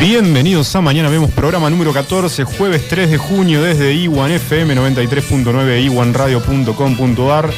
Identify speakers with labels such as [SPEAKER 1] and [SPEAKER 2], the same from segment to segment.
[SPEAKER 1] Bienvenidos a Mañana Vemos, programa número 14, jueves 3 de junio desde Iwan FM 93.9, iwanradio.com.ar.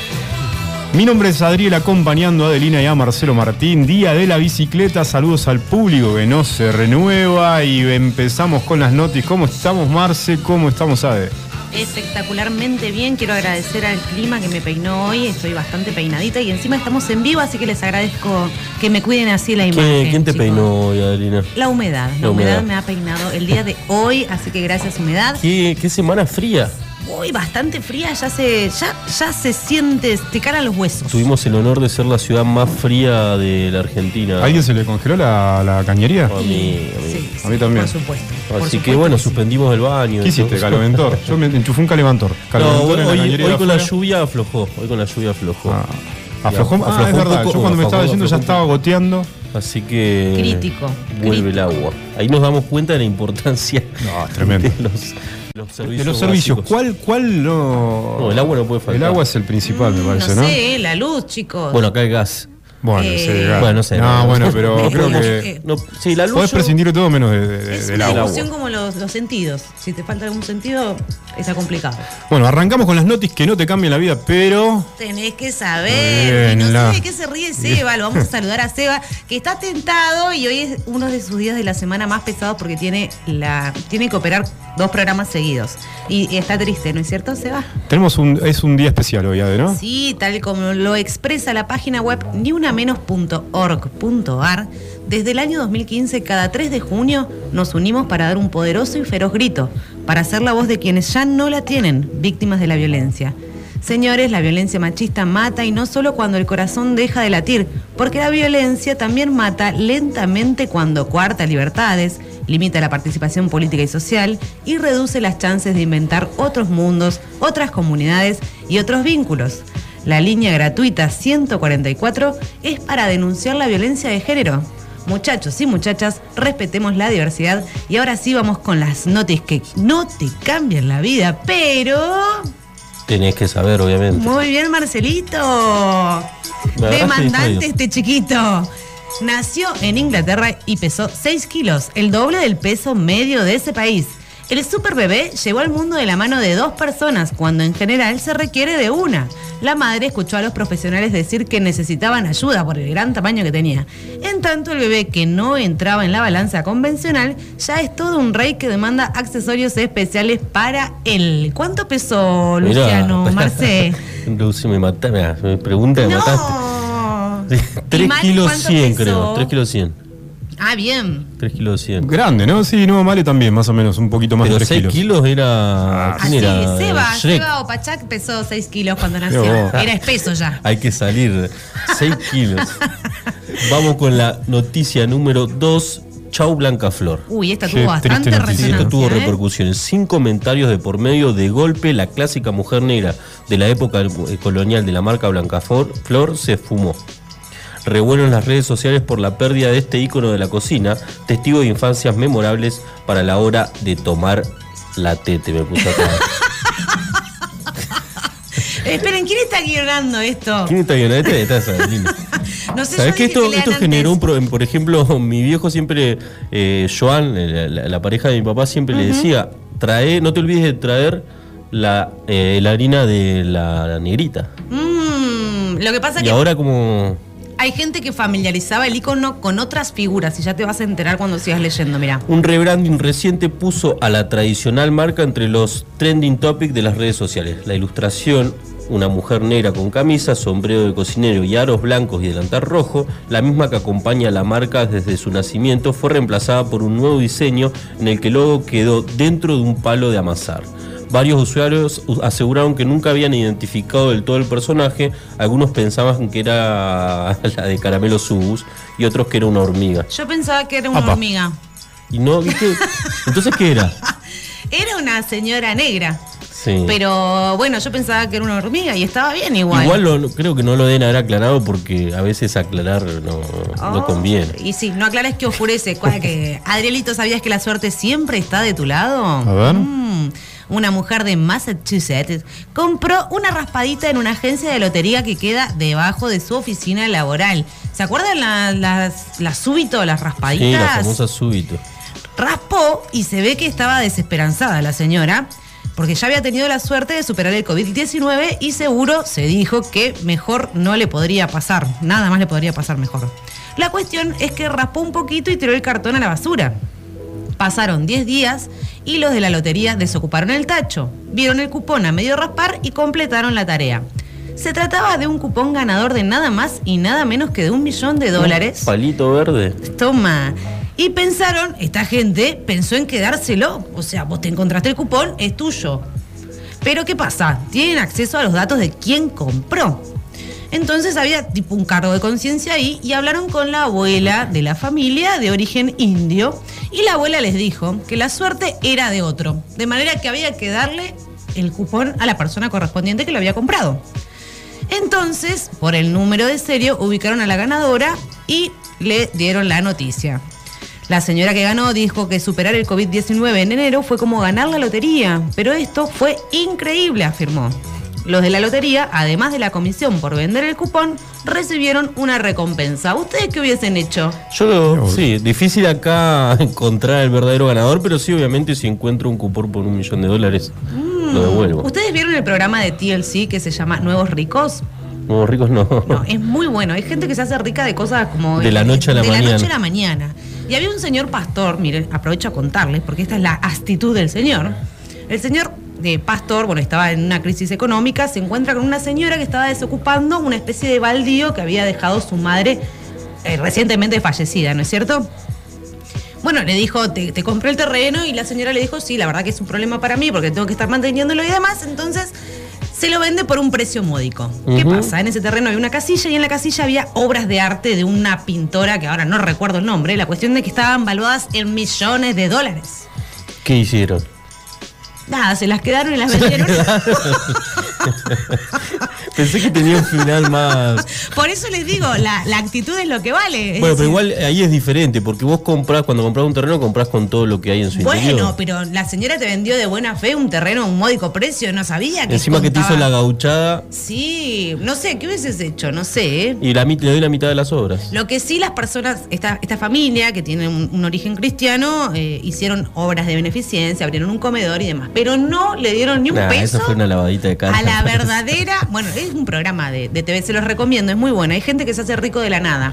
[SPEAKER 1] Mi nombre es Adriel, acompañando a Adelina y a Marcelo Martín. Día de la bicicleta, saludos al público que no se renueva y empezamos con las noticias. ¿Cómo estamos, Marce? ¿Cómo estamos, Ade?
[SPEAKER 2] espectacularmente bien. Quiero agradecer al clima que me peinó hoy. Estoy bastante peinadita y encima estamos en vivo, así que les agradezco que me cuiden así la imagen.
[SPEAKER 3] ¿Quién, quién te
[SPEAKER 2] chicos.
[SPEAKER 3] peinó hoy, Adelina?
[SPEAKER 2] La humedad. La, humedad.
[SPEAKER 3] La humedad.
[SPEAKER 2] me ha peinado el día de hoy, así que gracias humedad.
[SPEAKER 3] ¿Qué, qué semana fría?
[SPEAKER 2] Uy, bastante fría, ya se, ya, ya se siente, te calan los huesos.
[SPEAKER 3] Tuvimos el honor de ser la ciudad más fría de la Argentina.
[SPEAKER 1] ¿A alguien se le congeló la, la cañería?
[SPEAKER 3] A mí, a mí.
[SPEAKER 2] Sí,
[SPEAKER 1] A mí también.
[SPEAKER 2] Por supuesto. por
[SPEAKER 3] Así que
[SPEAKER 2] supuesto
[SPEAKER 3] bueno,
[SPEAKER 2] que sí.
[SPEAKER 3] suspendimos el baño.
[SPEAKER 1] ¿Qué hiciste?
[SPEAKER 3] ¿no?
[SPEAKER 1] ¿Caloventor? Yo me enchufé un calevantor.
[SPEAKER 3] No,
[SPEAKER 1] Caleventor
[SPEAKER 3] hoy,
[SPEAKER 1] en la
[SPEAKER 3] hoy-
[SPEAKER 1] cañería
[SPEAKER 3] hoy
[SPEAKER 1] de
[SPEAKER 3] con la
[SPEAKER 1] afuera.
[SPEAKER 3] lluvia aflojó. Hoy con la lluvia aflojó.
[SPEAKER 1] Ah, aflojó,
[SPEAKER 3] Ya,
[SPEAKER 1] ah,
[SPEAKER 3] aflojó
[SPEAKER 1] es
[SPEAKER 3] un
[SPEAKER 1] verdad.
[SPEAKER 3] poco,
[SPEAKER 1] Yo cuando me
[SPEAKER 3] aflojó,
[SPEAKER 1] estaba yendo ya
[SPEAKER 3] aflojó un
[SPEAKER 1] estaba
[SPEAKER 3] poco.
[SPEAKER 1] goteando.
[SPEAKER 3] Así que.
[SPEAKER 2] Crítico,
[SPEAKER 3] Vuelve el
[SPEAKER 2] crítico.
[SPEAKER 3] agua. Ahí nos damos cuenta de la importancia
[SPEAKER 1] No, es tremendo.
[SPEAKER 3] de los, de los servicios.
[SPEAKER 1] De los servicios,
[SPEAKER 3] básicos.
[SPEAKER 1] ¿cuál, cuál no?
[SPEAKER 3] No, el agua no puede faltar.
[SPEAKER 1] El agua es el principal, me parece, Mm, ¿no?
[SPEAKER 2] No sé, la luz, chicos.
[SPEAKER 3] Bueno, acá el gas.
[SPEAKER 1] Bueno,
[SPEAKER 2] Eh,
[SPEAKER 1] sí, claro.
[SPEAKER 3] Bueno, no sé.
[SPEAKER 1] Ah. No, bueno, pero creo que
[SPEAKER 2] Eh,
[SPEAKER 3] No, sí, la luz.
[SPEAKER 1] podés
[SPEAKER 3] yo-
[SPEAKER 1] prescindir de todo menos de- de- de-
[SPEAKER 2] es
[SPEAKER 1] Eh, del
[SPEAKER 2] una
[SPEAKER 1] agua.
[SPEAKER 2] emoción como los, los sentidos. Si te falta algún sentido, está complicado.
[SPEAKER 1] Bueno, arrancamos con las notis que no te cambian la vida, pero
[SPEAKER 2] Tenés que saber.
[SPEAKER 1] Bien,
[SPEAKER 2] y no
[SPEAKER 1] la-
[SPEAKER 2] sé de qué se ríe Seba. Lo vamos a saludar a Seba, que está tentado y hoy es uno de sus días de la semana más pesados porque tiene, la, tiene que operar dos programas seguidos. Y, y está triste, ¿no es cierto, Seba?
[SPEAKER 1] tenemos un es un día especial hoy, Ade, ¿no?
[SPEAKER 2] Sí, tal como lo expresa la página web niunamenos.org.ar, desde el año 2015, cada 3 de junio, nos unimos para dar un poderoso y feroz grito, para ser la voz de quienes ya no la tienen, víctimas de la violencia. Señores, la violencia machista mata y no solo cuando el corazón deja de latir, porque la violencia también mata lentamente cuando coarta libertades, limita la participación política y social y reduce las chances de inventar otros mundos, otras comunidades y otros vínculos. La línea gratuita 144 es para denunciar la violencia de género. Muchachos y muchachas, respetemos la diversidad y ahora sí vamos con las notis que no te cambian la vida, pero...
[SPEAKER 3] Tenés que saber, obviamente.
[SPEAKER 2] Muy bien, Marcelito.
[SPEAKER 3] La verdad es
[SPEAKER 2] Demandante
[SPEAKER 3] que
[SPEAKER 2] este chiquito. Nació en Inglaterra y pesó 6 kilos, el doble del peso medio de ese país. El super bebé llegó al mundo de la mano de dos personas, cuando en general se requiere de una. La madre escuchó a los profesionales decir que necesitaban ayuda por el gran tamaño que tenía. En tanto, el bebé que no entraba en la balanza convencional ya es todo un rey que demanda accesorios especiales para él. ¿Cuánto pesó,
[SPEAKER 3] Mirá.
[SPEAKER 2] Luciano, Marce?
[SPEAKER 3] Lucy, me mataste. mirá, Me pregunta, me mataste.
[SPEAKER 2] No.
[SPEAKER 3] 3
[SPEAKER 2] Mali
[SPEAKER 3] kilos
[SPEAKER 2] cuánto
[SPEAKER 3] 100,
[SPEAKER 2] pesó?
[SPEAKER 3] creo. 3 kilos 100.
[SPEAKER 2] Ah, bien.
[SPEAKER 3] 3 kilos 100.
[SPEAKER 1] Grande, ¿no? Sí, no, vale también, más o menos, un poquito más
[SPEAKER 3] Pero
[SPEAKER 1] de 3
[SPEAKER 3] 6
[SPEAKER 1] kilos.
[SPEAKER 3] kilos, era. ¿Quién
[SPEAKER 2] Así,
[SPEAKER 3] era?
[SPEAKER 2] Ah, Seba,
[SPEAKER 3] Ah, Shrek.
[SPEAKER 2] Seba Opachak pesó 6 kilos cuando nació.
[SPEAKER 1] Mirá vos.
[SPEAKER 2] Era espeso ya.
[SPEAKER 3] Hay que salir. 6 kilos. Vamos con la noticia número 2. Chau Blancaflor.
[SPEAKER 2] Uy, esta
[SPEAKER 1] Qué
[SPEAKER 2] tuvo bastante
[SPEAKER 1] triste noticia.
[SPEAKER 3] Sí,
[SPEAKER 2] resonancia.
[SPEAKER 3] esto tuvo
[SPEAKER 2] ¿eh?
[SPEAKER 3] repercusiones. Sin comentarios de por medio, de golpe, la clásica mujer negra de la época eh, colonial de la marca Blancaflor Flor se esfumó. Revuelo en las redes sociales por la pérdida de este ícono de la cocina, testigo de infancias memorables para la hora de tomar la tete, me puse acá.
[SPEAKER 2] Esperen, ¿quién está guionando esto?
[SPEAKER 3] ¿Quién está bien? Este está esa, linda.
[SPEAKER 2] No sé,
[SPEAKER 3] ¿Sabes
[SPEAKER 2] yo
[SPEAKER 3] que
[SPEAKER 2] dije
[SPEAKER 3] esto,
[SPEAKER 2] lean
[SPEAKER 3] esto
[SPEAKER 2] antes.
[SPEAKER 3] generó un problema? Por ejemplo, mi viejo siempre, eh, Joan, eh, la, la pareja de mi papá, siempre le decía, trae, no te olvides de traer la, eh, la harina de la, la negrita.
[SPEAKER 2] Mm, lo que pasa
[SPEAKER 3] Y
[SPEAKER 2] que
[SPEAKER 3] ahora como...
[SPEAKER 2] hay gente que familiarizaba el icono con otras figuras y ya te vas a enterar cuando sigas leyendo, mira.
[SPEAKER 3] Un rebranding reciente puso a la tradicional marca entre los trending topics de las redes sociales. La ilustración, una mujer negra con camisa, sombrero de cocinero y aros blancos y delantal rojo, la misma que acompaña a la marca desde su nacimiento, fue reemplazada por un nuevo diseño en el que el logo quedó dentro de un palo de amasar. Varios usuarios u- aseguraron que nunca habían identificado del todo el personaje, algunos pensaban que era la de Caramelo Subus y otros que era una hormiga.
[SPEAKER 2] Yo pensaba que era una
[SPEAKER 1] Apa.
[SPEAKER 2] hormiga.
[SPEAKER 3] Y no, ¿viste? Entonces, ¿qué era?
[SPEAKER 2] Era una señora negra.
[SPEAKER 3] Sí.
[SPEAKER 2] Pero bueno, yo pensaba que era una hormiga y estaba bien igual.
[SPEAKER 3] Igual lo- no- creo que no lo deben haber aclarado porque a veces aclarar no, no
[SPEAKER 2] Oh,
[SPEAKER 3] conviene.
[SPEAKER 2] Y sí, no aclares que oscurece. cosa que, Adrielito, ¿sabías que la suerte siempre está de tu lado?
[SPEAKER 1] A ver.
[SPEAKER 2] Mm, Una mujer de Massachusetts compró una raspadita en una agencia de lotería que queda debajo de su oficina laboral. ¿Se acuerdan la- las, las súbito, las
[SPEAKER 3] Sí, la
[SPEAKER 2] raspaditas?
[SPEAKER 3] famosa súbito.
[SPEAKER 2] Raspó y se ve que estaba desesperanzada la señora, porque ya había tenido la suerte de superar el COVID-19 y seguro se dijo que mejor no le podría pasar, nada más le podría pasar mejor. La cuestión es que raspó un poquito y tiró el cartón a la basura. Pasaron 10 días y los de la lotería desocuparon el tacho, vieron el cupón a medio raspar y completaron la tarea. Se trataba de un cupón ganador de nada más y nada menos que de un millón de dólares.
[SPEAKER 3] Un palito verde.
[SPEAKER 2] Toma. Y pensaron, esta gente pensó en quedárselo. O sea, vos te encontraste el cupón, es tuyo. Pero ¿qué pasa? Tienen acceso a los datos de quién compró. Entonces había tipo un cargo de conciencia ahí y hablaron con la abuela de la familia de origen indio y la abuela les dijo que la suerte era de otro, de manera que había que darle el cupón a la persona correspondiente que lo había comprado. Entonces, por el número de serio, ubicaron a la ganadora y le dieron la noticia. La señora que ganó dijo que superar el COVID-19 en enero fue como ganar la lotería, pero esto fue increíble, afirmó. Los de la lotería, además de la comisión por vender el cupón, recibieron una recompensa. ¿Ustedes qué hubiesen hecho?
[SPEAKER 3] Yo lo. Sí, difícil acá encontrar el verdadero ganador, pero sí, obviamente, si encuentro un cupón por un millón de dólares,
[SPEAKER 2] Mm.
[SPEAKER 3] lo devuelvo.
[SPEAKER 2] ¿Ustedes vieron el programa de TLC que se llama Nuevos Ricos?
[SPEAKER 3] Nuevos ricos no.
[SPEAKER 2] No, es muy bueno. Hay gente que se hace rica de cosas como...
[SPEAKER 3] De la noche a la
[SPEAKER 2] de
[SPEAKER 3] mañana.
[SPEAKER 2] noche a la mañana. Y había un señor pastor, miren, aprovecho a contarles, porque esta es la actitud del señor. El señor de pastor, bueno, estaba en una crisis económica, se encuentra con una señora que estaba desocupando una especie de baldío que había dejado su madre eh, recientemente fallecida, ¿no es cierto? Bueno, le dijo, te, te compré el terreno y la señora le dijo, sí, la verdad que es un problema para mí porque tengo que estar manteniéndolo y demás, entonces se lo vende por un precio módico. ¿Qué
[SPEAKER 3] Ujú.
[SPEAKER 2] pasa? En ese terreno había una casilla y en la casilla había obras de arte de una pintora que ahora no recuerdo el nombre, la cuestión de que estaban valuadas en millones de dólares.
[SPEAKER 3] ¿Qué hicieron?
[SPEAKER 2] Nada, se las quedaron y las vendieron.
[SPEAKER 3] Pensé que tenía un final más.
[SPEAKER 2] Por eso les digo, la, la actitud es lo que vale. Es
[SPEAKER 3] Bueno,
[SPEAKER 2] decir,
[SPEAKER 3] pero igual ahí es diferente, porque vos comprás, cuando comprás un terreno, comprás con todo lo que hay en su
[SPEAKER 2] Bueno,
[SPEAKER 3] interior.
[SPEAKER 2] pero la señora te vendió de buena fe un terreno a un módico precio, no sabía que
[SPEAKER 3] Encima que te hizo
[SPEAKER 2] contaba-
[SPEAKER 3] la gauchada
[SPEAKER 2] Sí, no sé, ¿qué hubieses hecho? No sé, ¿eh?
[SPEAKER 3] y la, mit- le doy la mitad de las obras.
[SPEAKER 2] Lo que sí las personas, esta, esta familia que tiene un, un origen cristiano, eh, hicieron obras de beneficencia, abrieron un comedor y demás, pero no le dieron ni un
[SPEAKER 3] Nah,
[SPEAKER 2] peso
[SPEAKER 3] eso fue una lavadita de cara.
[SPEAKER 2] a la verdadera... Bueno, es un programa de, de TV, se los recomiendo, es muy bueno, hay gente que se hace rico de la nada.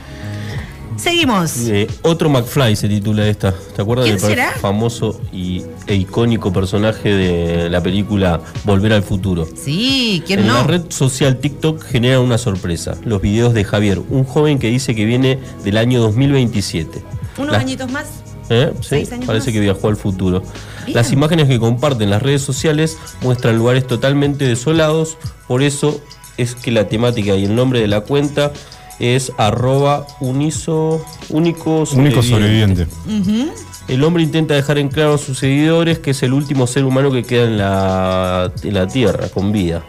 [SPEAKER 2] Seguimos.
[SPEAKER 3] Eh, otro McFly se titula esta. ¿Te acuerdas
[SPEAKER 2] ¿Quién
[SPEAKER 3] del per-
[SPEAKER 2] será?
[SPEAKER 3] famoso y, e icónico personaje de la película Volver al Futuro?
[SPEAKER 2] Sí, ¿quién
[SPEAKER 3] en
[SPEAKER 2] no?
[SPEAKER 3] la red social TikTok genera una sorpresa. Los videos de Javier, un joven que dice que viene del año 2027.
[SPEAKER 2] Unos
[SPEAKER 3] Las-
[SPEAKER 2] añitos más.
[SPEAKER 3] ¿Eh? Sí,
[SPEAKER 2] Seis años
[SPEAKER 3] parece
[SPEAKER 2] más.
[SPEAKER 3] que viajó al futuro.
[SPEAKER 2] Bien.
[SPEAKER 3] Las imágenes que comparten las redes sociales muestran lugares totalmente desolados, por eso es que la temática y el nombre de la cuenta es arroba uniso, único
[SPEAKER 1] Único
[SPEAKER 3] sobreviviente.
[SPEAKER 1] sobreviviente.
[SPEAKER 2] Ujú.
[SPEAKER 3] El hombre intenta dejar en claro a sus seguidores que es el último ser humano que queda en la, en la Tierra, con vida.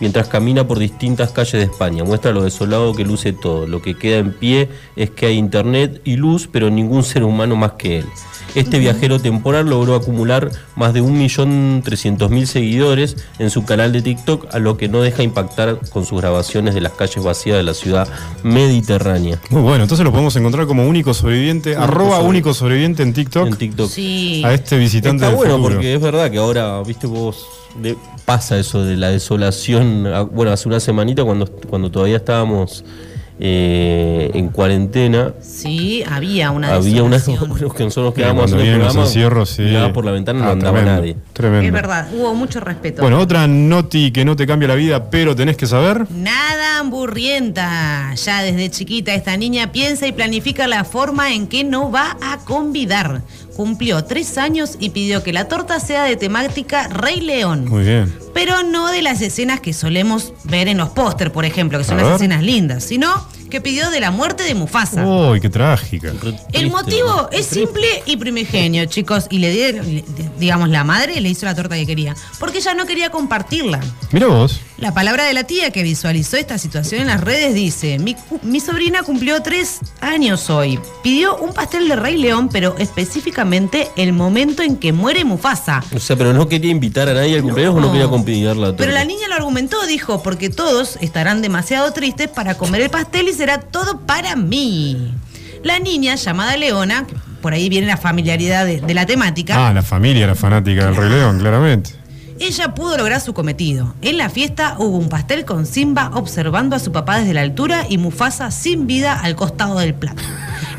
[SPEAKER 3] Mientras camina por distintas calles de España, muestra lo desolado que luce todo. Lo que queda en pie es que hay internet y luz, pero ningún ser humano más que él. Este viajero temporal logró acumular más de 1.300.000 seguidores en su canal de TikTok, a lo que no deja impactar con sus grabaciones de las calles vacías de la ciudad mediterránea.
[SPEAKER 1] Muy bueno, entonces lo podemos encontrar como único sobreviviente, arroba
[SPEAKER 3] sobre-
[SPEAKER 1] único sobreviviente en TikTok,
[SPEAKER 3] En TikTok.
[SPEAKER 2] Sí.
[SPEAKER 1] a este visitante
[SPEAKER 3] Está
[SPEAKER 1] del
[SPEAKER 3] bueno
[SPEAKER 1] futuro.
[SPEAKER 3] porque es verdad que ahora, viste, vos de- pasa eso de la desolación. Ah, Bueno, hace una semanita cuando, cuando todavía estábamos eh, en cuarentena,
[SPEAKER 2] Sí, había una
[SPEAKER 3] había unas
[SPEAKER 2] desolación.
[SPEAKER 3] que
[SPEAKER 1] Claro,
[SPEAKER 3] nosotros quedábamos
[SPEAKER 1] cuando
[SPEAKER 3] haciendo
[SPEAKER 1] vienen los
[SPEAKER 3] programa,
[SPEAKER 1] encierros, sí.
[SPEAKER 3] mirábamos por la ventana y no
[SPEAKER 1] Ah,
[SPEAKER 3] andaba
[SPEAKER 1] tremendo,
[SPEAKER 3] nadie.
[SPEAKER 1] Tremendo.
[SPEAKER 2] Es verdad, hubo mucho respeto.
[SPEAKER 1] Bueno, otra noti que no te cambia la vida, pero tenés que saber.
[SPEAKER 2] Nada hamburrienta. Ya desde chiquita esta niña piensa y planifica la forma en que no va a convidar. Cumplió tres años y pidió que la torta sea de temática Rey León.
[SPEAKER 1] Muy bien.
[SPEAKER 2] Pero no de las escenas que solemos ver en los póster, por ejemplo, que son
[SPEAKER 1] A
[SPEAKER 2] las
[SPEAKER 1] ver.
[SPEAKER 2] escenas lindas, sino que pidió de la muerte de Mufasa.
[SPEAKER 1] Uy, qué trágica.
[SPEAKER 3] Re triste,
[SPEAKER 2] El motivo
[SPEAKER 3] ¿no?
[SPEAKER 2] es simple y primigenio, chicos. Y le dieron, le- digamos, la madre le hizo la torta que quería. Porque ella no quería compartirla.
[SPEAKER 1] Mira vos.
[SPEAKER 2] La palabra de la tía que visualizó esta situación en las redes dice, mi, cu- mi sobrina cumplió tres años hoy. Pidió un pastel de Rey León, pero específicamente el momento en que muere Mufasa.
[SPEAKER 3] O sea, pero no quería invitar a nadie al cumpleaños o no quería convidar la
[SPEAKER 2] Pero la
[SPEAKER 3] torta?
[SPEAKER 2] niña lo argumentó, dijo, porque todos estarán demasiado tristes para comer el pastel y será todo para mí. La niña, llamada Leona, por ahí viene la familiaridad de, de la temática,
[SPEAKER 1] Ah, la familia era fanática del Rey León, claramente.
[SPEAKER 2] ella pudo lograr su cometido. En la fiesta hubo un pastel con Simba observando a su papá desde la altura y Mufasa sin vida al costado del plato.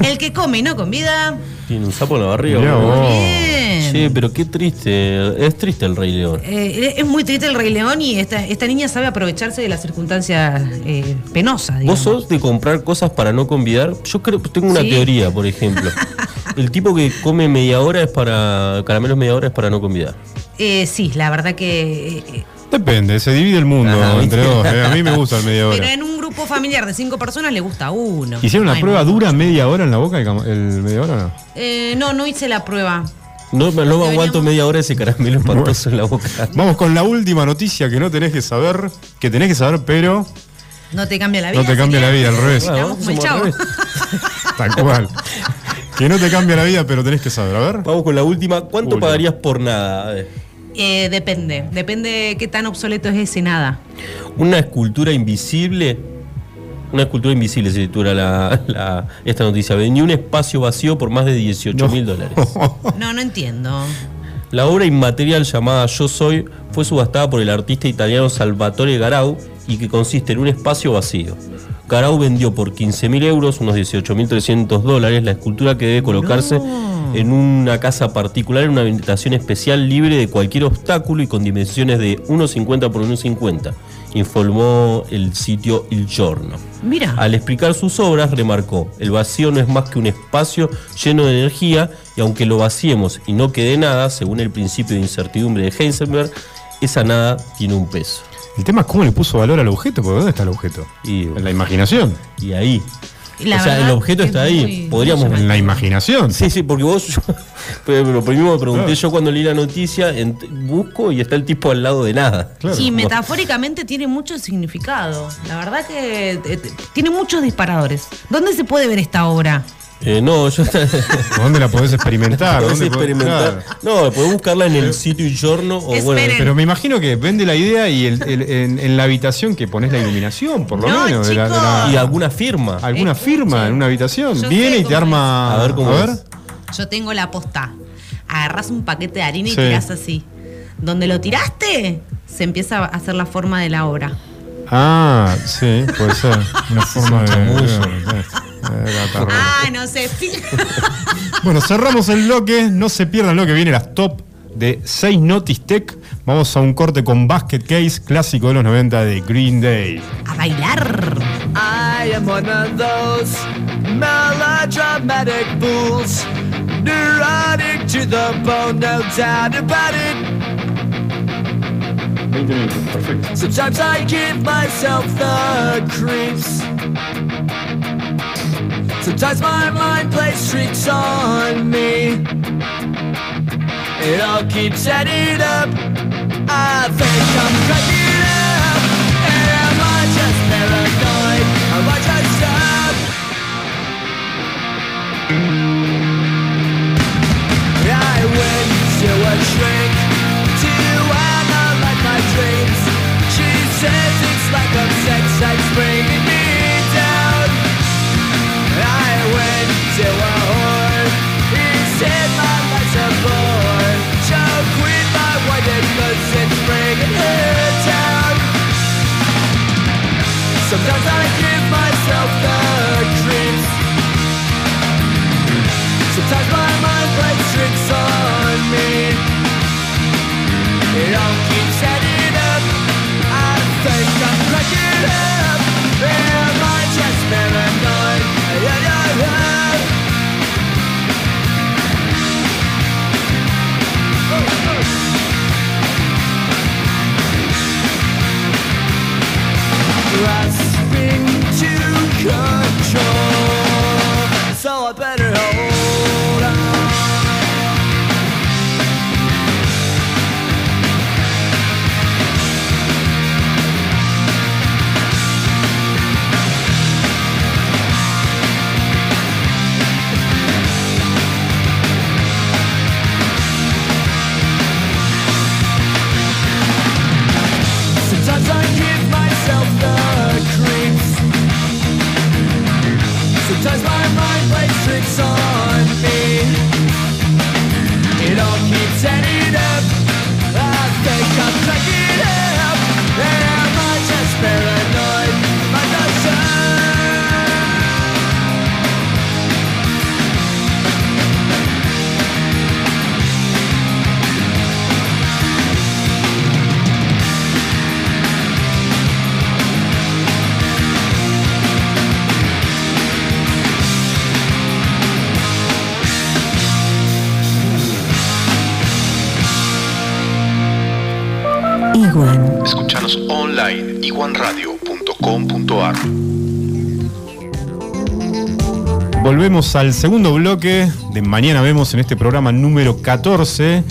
[SPEAKER 2] El que come y no con vida.
[SPEAKER 3] Tiene un sapo en la barriga.
[SPEAKER 1] Mirá
[SPEAKER 3] boludo.
[SPEAKER 1] vos.
[SPEAKER 2] Bien.
[SPEAKER 3] Che, pero qué triste. Es triste el Rey León.
[SPEAKER 2] Eh, es muy triste el Rey León y esta, esta niña sabe aprovecharse de las circunstancias eh, penosas. digamos.
[SPEAKER 3] ¿Vos sos de comprar cosas para no convidar? Yo creo, tengo una
[SPEAKER 2] Sí.
[SPEAKER 3] teoría, por ejemplo. El tipo que come media hora es para. caramelos media hora es para no convidar.
[SPEAKER 2] Eh, sí, la verdad que. eh, eh,
[SPEAKER 1] Depende, se divide el mundo
[SPEAKER 3] Ajá, Ah, ¿viste?
[SPEAKER 1] entre dos. eh. A mí me gusta el media
[SPEAKER 2] pero
[SPEAKER 1] hora.
[SPEAKER 2] en un grupo familiar de cinco personas le gusta a uno.
[SPEAKER 1] ¿Hicieron
[SPEAKER 2] No
[SPEAKER 1] la
[SPEAKER 2] hay
[SPEAKER 1] prueba
[SPEAKER 2] mucho.
[SPEAKER 1] dura media hora en la boca el, cam- el media hora o no?
[SPEAKER 2] Eh, no, no hice la prueba.
[SPEAKER 3] No, no me aguanto
[SPEAKER 2] Deberíamos-
[SPEAKER 3] media hora ese caramelo espantoso en la boca.
[SPEAKER 1] Vamos con la última noticia que no tenés que saber, que tenés que saber, pero
[SPEAKER 2] No te cambia la vida.
[SPEAKER 1] no te cambia la vida, al revés.
[SPEAKER 3] Bueno,
[SPEAKER 2] Estamos como el
[SPEAKER 3] somos
[SPEAKER 2] chavo.
[SPEAKER 3] Ah, al revés.
[SPEAKER 1] Tal cual. Que no te cambia la vida, pero tenés que saber. A ver.
[SPEAKER 3] Vamos con la última. ¿Cuánto
[SPEAKER 1] Uy.
[SPEAKER 3] pagarías por nada? A ver.
[SPEAKER 2] Eh, depende. Depende qué tan obsoleto es ese nada.
[SPEAKER 3] Una escultura invisible. Una escultura invisible se titula la, la- esta noticia. Vendió un espacio vacío por más de 18 mil dólares.
[SPEAKER 1] Oh.
[SPEAKER 2] No, no entiendo.
[SPEAKER 3] La obra inmaterial llamada Yo Soy fue subastada por el artista italiano Salvatore Garau y que consiste en un espacio vacío. Garau vendió por 15.000 euros, unos 18.300 dólares, la escultura que debe colocarse en una casa particular, en una habitación especial libre de cualquier obstáculo y con dimensiones de 1,50 por 1,50, informó el sitio Il Giorno.
[SPEAKER 2] Mira.
[SPEAKER 3] Al explicar sus obras, remarcó, el vacío no es más que un espacio lleno de energía y aunque lo vaciemos y no quede nada, según el principio de incertidumbre de Heisenberg, esa nada tiene un peso.
[SPEAKER 1] El tema es cómo le puso valor al objeto, porque ¿dónde está el objeto?
[SPEAKER 3] Y,
[SPEAKER 1] En la imaginación.
[SPEAKER 3] y ahí.
[SPEAKER 2] La
[SPEAKER 3] o sea,
[SPEAKER 2] verdad
[SPEAKER 3] el objeto
[SPEAKER 2] es
[SPEAKER 3] está ahí.
[SPEAKER 2] muy-
[SPEAKER 3] Podríamos...
[SPEAKER 1] En la imaginación.
[SPEAKER 3] Sí, sí, porque vos, yo- pero lo primero me pregunté
[SPEAKER 1] Claro.
[SPEAKER 3] yo cuando leí la noticia, ent- busco y está el tipo al lado de nada.
[SPEAKER 1] Claro.
[SPEAKER 2] Y metafóricamente tiene mucho significado. La verdad que eh, t- tiene muchos disparadores. ¿Dónde se puede ver esta obra?
[SPEAKER 3] Eh, no, yo...
[SPEAKER 1] ¿Dónde la podés experimentar?
[SPEAKER 3] podés
[SPEAKER 1] ¿Dónde podés-
[SPEAKER 3] experimentar.
[SPEAKER 1] claro. Eh,
[SPEAKER 3] No, podés buscarla en el sitio y giorno o bueno...
[SPEAKER 2] Esperen.
[SPEAKER 1] Pero me imagino que vende la idea y el- el- en, en la habitación que pones la iluminación, por lo
[SPEAKER 2] No,
[SPEAKER 1] menos. de la- de la-
[SPEAKER 3] Y alguna firma.
[SPEAKER 1] alguna
[SPEAKER 2] Escuchen.
[SPEAKER 1] firma en una habitación.
[SPEAKER 2] Yo sé
[SPEAKER 1] Viene y
[SPEAKER 2] cómo
[SPEAKER 1] te
[SPEAKER 2] es.
[SPEAKER 1] arma.
[SPEAKER 3] A ver cómo es.
[SPEAKER 2] Yo tengo la posta. Agarras un paquete de harina y
[SPEAKER 1] Sí.
[SPEAKER 2] tirás así. Donde lo tiraste, se empieza a hacer la forma de la obra.
[SPEAKER 1] Ah, sí, puede ser. Una forma de.
[SPEAKER 2] Ah, no sé. sí.
[SPEAKER 1] Bueno, cerramos el bloque. No se pierdan lo que viene, las top de 6 Notis Tech. Vamos a un corte con Basket Case, clásico de los 90 de Green Day.
[SPEAKER 2] A bailar.
[SPEAKER 4] I am one of those melodramatic fools, neurotic to the bone, no doubt about it.
[SPEAKER 1] perfecto.
[SPEAKER 4] Sometimes I give myself the creeps. Sometimes my mind plays tricks on me. It all keeps adding up. I think I'm cracking up. And am I just paranoid? Am I just up? I went to a shrink to analyze my dreams. She says it's like I'm sex that's bringing me down. I went to a whore. He said my life's a bore. Choke with my white nose, it's bringing her down. Sometimes I give myself the creeps. Sometimes my mind plays tricks on me. It all keeps adding up. I think I'm cracking up. Am I just paranoid? Yeah, yeah, yeah. Oh, oh. grasping to control. So I better hold on. Sometimes I give myself the creeps. Sometimes my mind plays tricks on me.
[SPEAKER 5] iguanradio.com.ar
[SPEAKER 1] Volvemos al segundo bloque de Mañana Vemos en este programa número 14.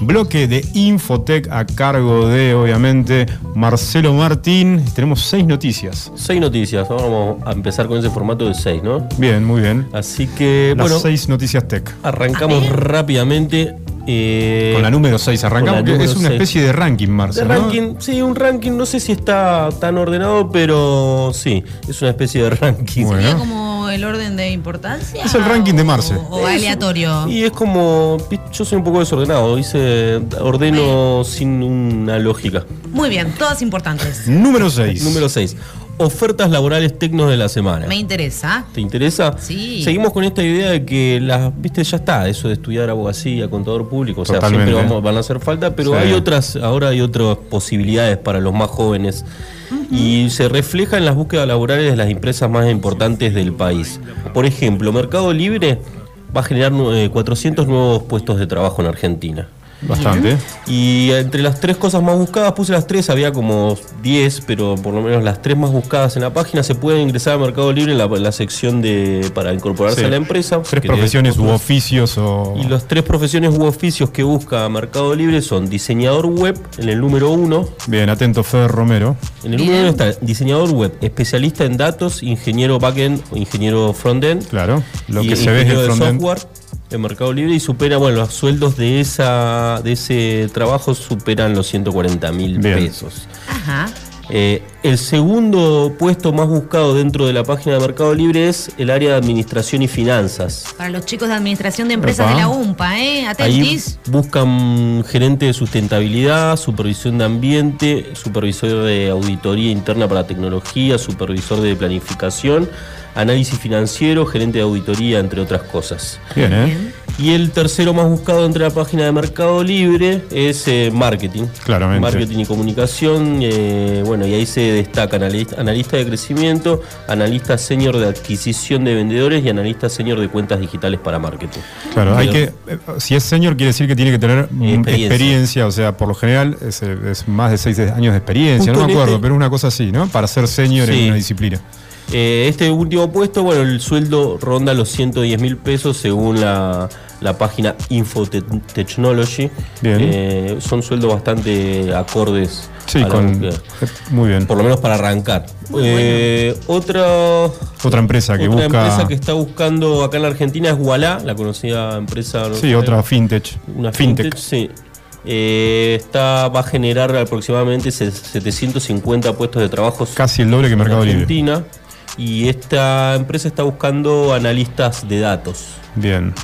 [SPEAKER 1] Bloque de Infotec a cargo de, obviamente, Marcelo Martín. Tenemos seis noticias.
[SPEAKER 3] Seis noticias, ahora vamos a empezar con ese formato de seis, ¿no?
[SPEAKER 1] Bien, muy bien. Eh,
[SPEAKER 3] Así que,
[SPEAKER 1] Las
[SPEAKER 3] Ah, bueno,
[SPEAKER 1] seis noticias tech.
[SPEAKER 3] arrancamos rápidamente. eh,
[SPEAKER 1] Con la número 6 arrancamos,
[SPEAKER 3] con la
[SPEAKER 1] que
[SPEAKER 3] número
[SPEAKER 1] es una
[SPEAKER 3] seis.
[SPEAKER 1] especie de ranking,
[SPEAKER 3] de
[SPEAKER 1] Marcelo.
[SPEAKER 3] ranking, sí, un ranking, no sé si está tan ordenado, pero sí, es una especie de ranking.
[SPEAKER 1] Bueno.
[SPEAKER 2] ¿Sería como el orden de importancia?
[SPEAKER 1] Es el ranking de Marce.
[SPEAKER 2] O, o aleatorio.
[SPEAKER 3] Y es como, yo soy un poco desordenado, hice, ordeno sin una lógica.
[SPEAKER 2] Muy bien, todas importantes.
[SPEAKER 1] Número 6.
[SPEAKER 3] Número 6. Ofertas laborales tecnos de la semana.
[SPEAKER 2] Me interesa.
[SPEAKER 3] ¿Te interesa?
[SPEAKER 2] Sí.
[SPEAKER 3] Seguimos con esta idea de que las, viste, ya está, eso de estudiar abogacía, contador público, o sea,
[SPEAKER 1] Totalmente.
[SPEAKER 3] siempre vamos- van a hacer falta, pero
[SPEAKER 1] Sí.
[SPEAKER 3] hay otras, ahora hay otras posibilidades para los más jóvenes. Y se refleja en las búsquedas laborales de las empresas más importantes del país. Por ejemplo, Mercado Libre va a generar eh, 400 nuevos puestos de trabajo en Argentina.
[SPEAKER 1] Bastante.
[SPEAKER 3] Y entre las tres cosas más buscadas, puse las tres, había como 10, pero por lo menos las tres más buscadas en la página se puede ingresar a Mercado Libre en la, la sección de para incorporarse
[SPEAKER 1] Sí.
[SPEAKER 3] a la empresa.
[SPEAKER 1] Tres
[SPEAKER 3] que
[SPEAKER 1] profesiones
[SPEAKER 3] de-
[SPEAKER 1] u oficios o.
[SPEAKER 3] Y las tres profesiones u oficios que busca Mercado Libre son diseñador web en el número uno.
[SPEAKER 1] Bien, atento, Fede Romero.
[SPEAKER 3] En el número uno está diseñador web, especialista en datos, ingeniero backend o ingeniero frontend.
[SPEAKER 1] Claro, lo
[SPEAKER 3] y
[SPEAKER 1] que se ve es el
[SPEAKER 3] ingeniero de
[SPEAKER 1] frontend.
[SPEAKER 3] software de Mercado Libre y supera, bueno, los sueldos de esa de ese trabajo superan los 140 mil
[SPEAKER 1] Bien.
[SPEAKER 3] pesos.
[SPEAKER 2] Ajá.
[SPEAKER 3] Eh, el segundo puesto más buscado dentro de la página de Mercado Libre es el área de administración y finanzas.
[SPEAKER 2] Para los chicos de administración de empresas
[SPEAKER 1] Epa.
[SPEAKER 2] de la UMPA, ¿eh?
[SPEAKER 3] Ahí
[SPEAKER 2] Atentis.
[SPEAKER 3] buscan gerente de sustentabilidad, supervisión de ambiente, supervisor de auditoría interna para tecnología, supervisor de planificación, análisis financiero, gerente de auditoría, entre otras cosas.
[SPEAKER 1] Bien, ¿eh?
[SPEAKER 2] Bien.
[SPEAKER 3] Y el tercero más buscado entre la página de Mercado Libre es eh, marketing.
[SPEAKER 1] Claramente.
[SPEAKER 3] Marketing y comunicación. eh, bueno, y ahí se destacan analista, analista de crecimiento, analista senior de adquisición de vendedores y analista senior de cuentas digitales para marketing.
[SPEAKER 1] Claro, hay que,
[SPEAKER 3] Pero-
[SPEAKER 1] eh, si es senior quiere decir que tiene que tener mm, experiencia,
[SPEAKER 3] Experiencia.
[SPEAKER 1] o sea, por lo general es, eh, es más de seis años de experiencia,
[SPEAKER 3] Justo
[SPEAKER 1] no me
[SPEAKER 3] en
[SPEAKER 1] acuerdo,
[SPEAKER 3] este-
[SPEAKER 1] pero una cosa así, ¿no? Para ser senior en
[SPEAKER 3] Sí.
[SPEAKER 1] una disciplina.
[SPEAKER 3] Eh, este último puesto, bueno, el sueldo ronda los 110 mil pesos según la, la página Infotechnology.
[SPEAKER 1] Bien.
[SPEAKER 3] Eh, son sueldos bastante acordes.
[SPEAKER 1] Sí,
[SPEAKER 3] a la
[SPEAKER 1] con... eh,
[SPEAKER 3] búsqueda.
[SPEAKER 1] Muy bien.
[SPEAKER 3] Por lo menos para arrancar. Eh, Otra,
[SPEAKER 1] Otra empresa que
[SPEAKER 3] otra
[SPEAKER 1] busca...
[SPEAKER 3] empresa que está buscando acá en la Argentina es Walá, la conocida empresa. ¿no?
[SPEAKER 1] Sí, otra fintech.
[SPEAKER 3] Una fintech. sí. Eh, está, va a generar aproximadamente se- 750 puestos de trabajo
[SPEAKER 1] Casi el doble que
[SPEAKER 3] en
[SPEAKER 1] Mercado Libre.
[SPEAKER 3] Argentina. Y esta empresa está buscando analistas de datos.
[SPEAKER 1] Bien.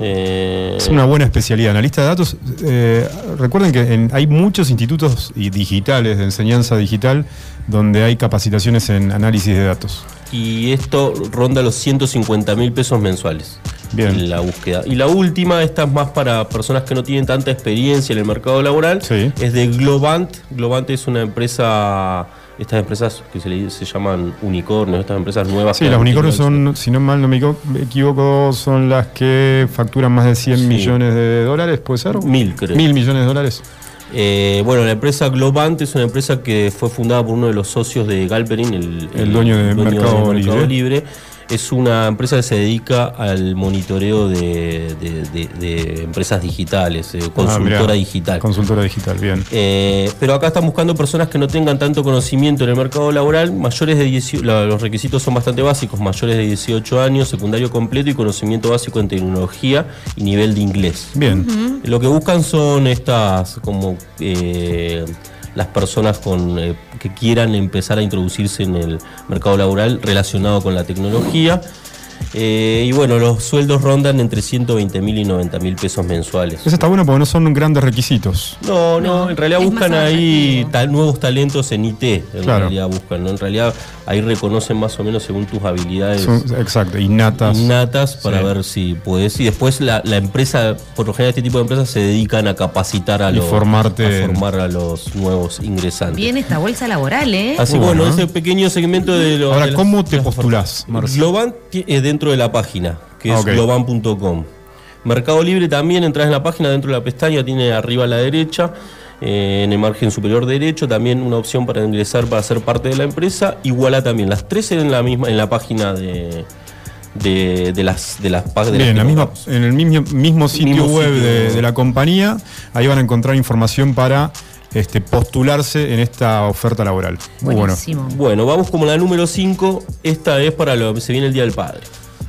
[SPEAKER 3] Eh,
[SPEAKER 1] Es una buena especialidad. Analista de datos. eh, recuerden que en- hay muchos institutos y digitales de enseñanza digital donde hay capacitaciones en análisis de datos.
[SPEAKER 3] Y esto ronda los 150 mil pesos mensuales.
[SPEAKER 1] Bien.
[SPEAKER 3] La búsqueda. Y la última, esta es más para personas que no tienen tanta experiencia en el mercado laboral,
[SPEAKER 1] Sí.
[SPEAKER 3] es de Globant. Globant es una empresa, estas empresas que se, le- se llaman unicornios, estas empresas nuevas.
[SPEAKER 1] Sí,
[SPEAKER 3] que
[SPEAKER 1] las
[SPEAKER 3] han
[SPEAKER 1] unicornios
[SPEAKER 3] tenido éxito.
[SPEAKER 1] son, si no mal no me equivo- me equivoco, son las que facturan más de 100
[SPEAKER 3] Sí.
[SPEAKER 1] millones de dólares, ¿puede ser?
[SPEAKER 3] Mil, creo.
[SPEAKER 1] Mil millones de dólares. Ah,
[SPEAKER 3] Eh, bueno, la empresa Globant es una empresa que fue fundada por uno de los socios de Galperin, el,
[SPEAKER 1] El dueño de Mercado Libre.
[SPEAKER 3] Es una empresa que se dedica al monitoreo de, de- de- de empresas digitales, eh,
[SPEAKER 1] Ah, mirá.
[SPEAKER 3] consultora digital.
[SPEAKER 1] Consultora digital, bien.
[SPEAKER 3] Eh, pero acá están buscando personas que no tengan tanto conocimiento en el mercado laboral, mayores de 18, la- los requisitos son bastante básicos, mayores de 18 años, secundario completo y conocimiento básico en tecnología y nivel de inglés.
[SPEAKER 1] Bien.
[SPEAKER 3] Lo que buscan son estas, como eh, las personas con, eh, que quieran empezar a introducirse en el mercado laboral relacionado con la tecnología. Eh, y bueno, los sueldos rondan entre 120 mil y 90 mil pesos mensuales.
[SPEAKER 1] Eso está bueno porque no son grandes requisitos.
[SPEAKER 3] No, no, en realidad
[SPEAKER 2] es más
[SPEAKER 3] buscan ahí
[SPEAKER 2] atractivo.
[SPEAKER 3] tal- nuevos talentos en IT. En
[SPEAKER 1] Claro.
[SPEAKER 3] realidad buscan, ¿no? En realidad ahí reconocen más o menos según tus habilidades
[SPEAKER 1] Son- exacto, innatas.
[SPEAKER 3] innatas para
[SPEAKER 1] Sí.
[SPEAKER 3] ver si puedes. Y después la, la empresa, por lo general este tipo de empresas se dedican a capacitar a
[SPEAKER 1] Y
[SPEAKER 3] los,
[SPEAKER 1] formarte
[SPEAKER 3] a
[SPEAKER 1] en-
[SPEAKER 3] formar a los nuevos ingresantes.
[SPEAKER 2] Bien esta bolsa laboral, ¿eh?
[SPEAKER 3] Así
[SPEAKER 1] Muy
[SPEAKER 3] bueno,
[SPEAKER 1] bueno,
[SPEAKER 3] ese pequeño segmento de los.
[SPEAKER 1] Ahora,
[SPEAKER 3] de las-
[SPEAKER 1] ¿cómo te
[SPEAKER 3] las-
[SPEAKER 1] postulás, Marcelo?
[SPEAKER 3] Globan ti- es eh, dentro de la página, que
[SPEAKER 1] Ah,
[SPEAKER 3] es
[SPEAKER 1] ok.
[SPEAKER 3] globan.com. Mercado Libre también entras en la página, dentro de la pestaña, tiene arriba a la derecha. eh, en el margen superior derecho, también una opción para ingresar para ser parte de la empresa. Iguala también, las tres en la misma, en la página de, de, de las de las pa- de las
[SPEAKER 1] Bien,
[SPEAKER 3] que
[SPEAKER 1] la misma,
[SPEAKER 3] nombramos.
[SPEAKER 1] en el mismo, mismo sitio
[SPEAKER 3] Mismo
[SPEAKER 1] web
[SPEAKER 3] sitio.
[SPEAKER 1] De, de la compañía, ahí van a encontrar información para este, postularse en esta oferta laboral. Muy bueno.
[SPEAKER 2] Buenísimo.
[SPEAKER 3] Bueno, vamos como la número 5. Esta es para lo que se viene el Día del Padre.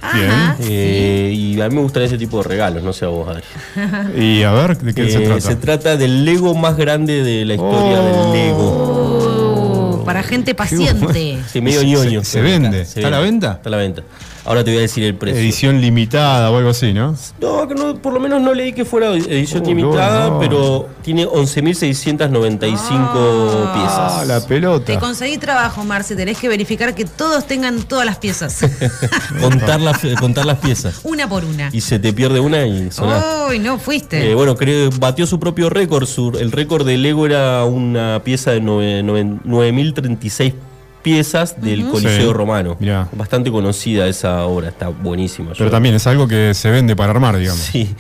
[SPEAKER 2] Ajá, sí.
[SPEAKER 3] Eh, y a mí me gustan ese tipo de regalos, no sé a vos, Adri.
[SPEAKER 1] Y a ver, ¿de qué se
[SPEAKER 3] Eh,
[SPEAKER 1] trata?
[SPEAKER 3] del Lego más grande de la historia
[SPEAKER 1] Oh.
[SPEAKER 3] del Lego.
[SPEAKER 2] Oh, para gente paciente.
[SPEAKER 3] Sí, medio
[SPEAKER 1] Se-
[SPEAKER 3] ñoño.
[SPEAKER 1] se- se vende. ¿Está a la venta?
[SPEAKER 3] Está a la venta. Ahora te voy a decir el precio.
[SPEAKER 1] Edición limitada o algo así, ¿no?
[SPEAKER 3] No, que no, por lo menos no leí que fuera edición
[SPEAKER 1] Oh,
[SPEAKER 3] limitada,
[SPEAKER 1] no, no.
[SPEAKER 3] pero tiene 11.695
[SPEAKER 1] Ah,
[SPEAKER 3] piezas.
[SPEAKER 1] la
[SPEAKER 2] Te
[SPEAKER 1] pelota.
[SPEAKER 2] conseguí trabajo, Marce. Tenés que verificar que todos tengan todas las piezas.
[SPEAKER 3] Contar las, eh, contar las piezas.
[SPEAKER 2] una por una.
[SPEAKER 3] Y se te pierde una y sonaste.
[SPEAKER 2] Uy, no fuiste.
[SPEAKER 3] Eh, bueno, creo, batió su propio récord. su- el récord de Lego era una pieza de nove- noven- 9.036 piezas del Coliseo
[SPEAKER 1] Sí.
[SPEAKER 3] Romano.
[SPEAKER 1] Mirá.
[SPEAKER 3] Bastante conocida esa obra, está buenísima.
[SPEAKER 1] Pero
[SPEAKER 3] Yo-
[SPEAKER 1] también es algo que se vende para armar, digamos.
[SPEAKER 3] Sí.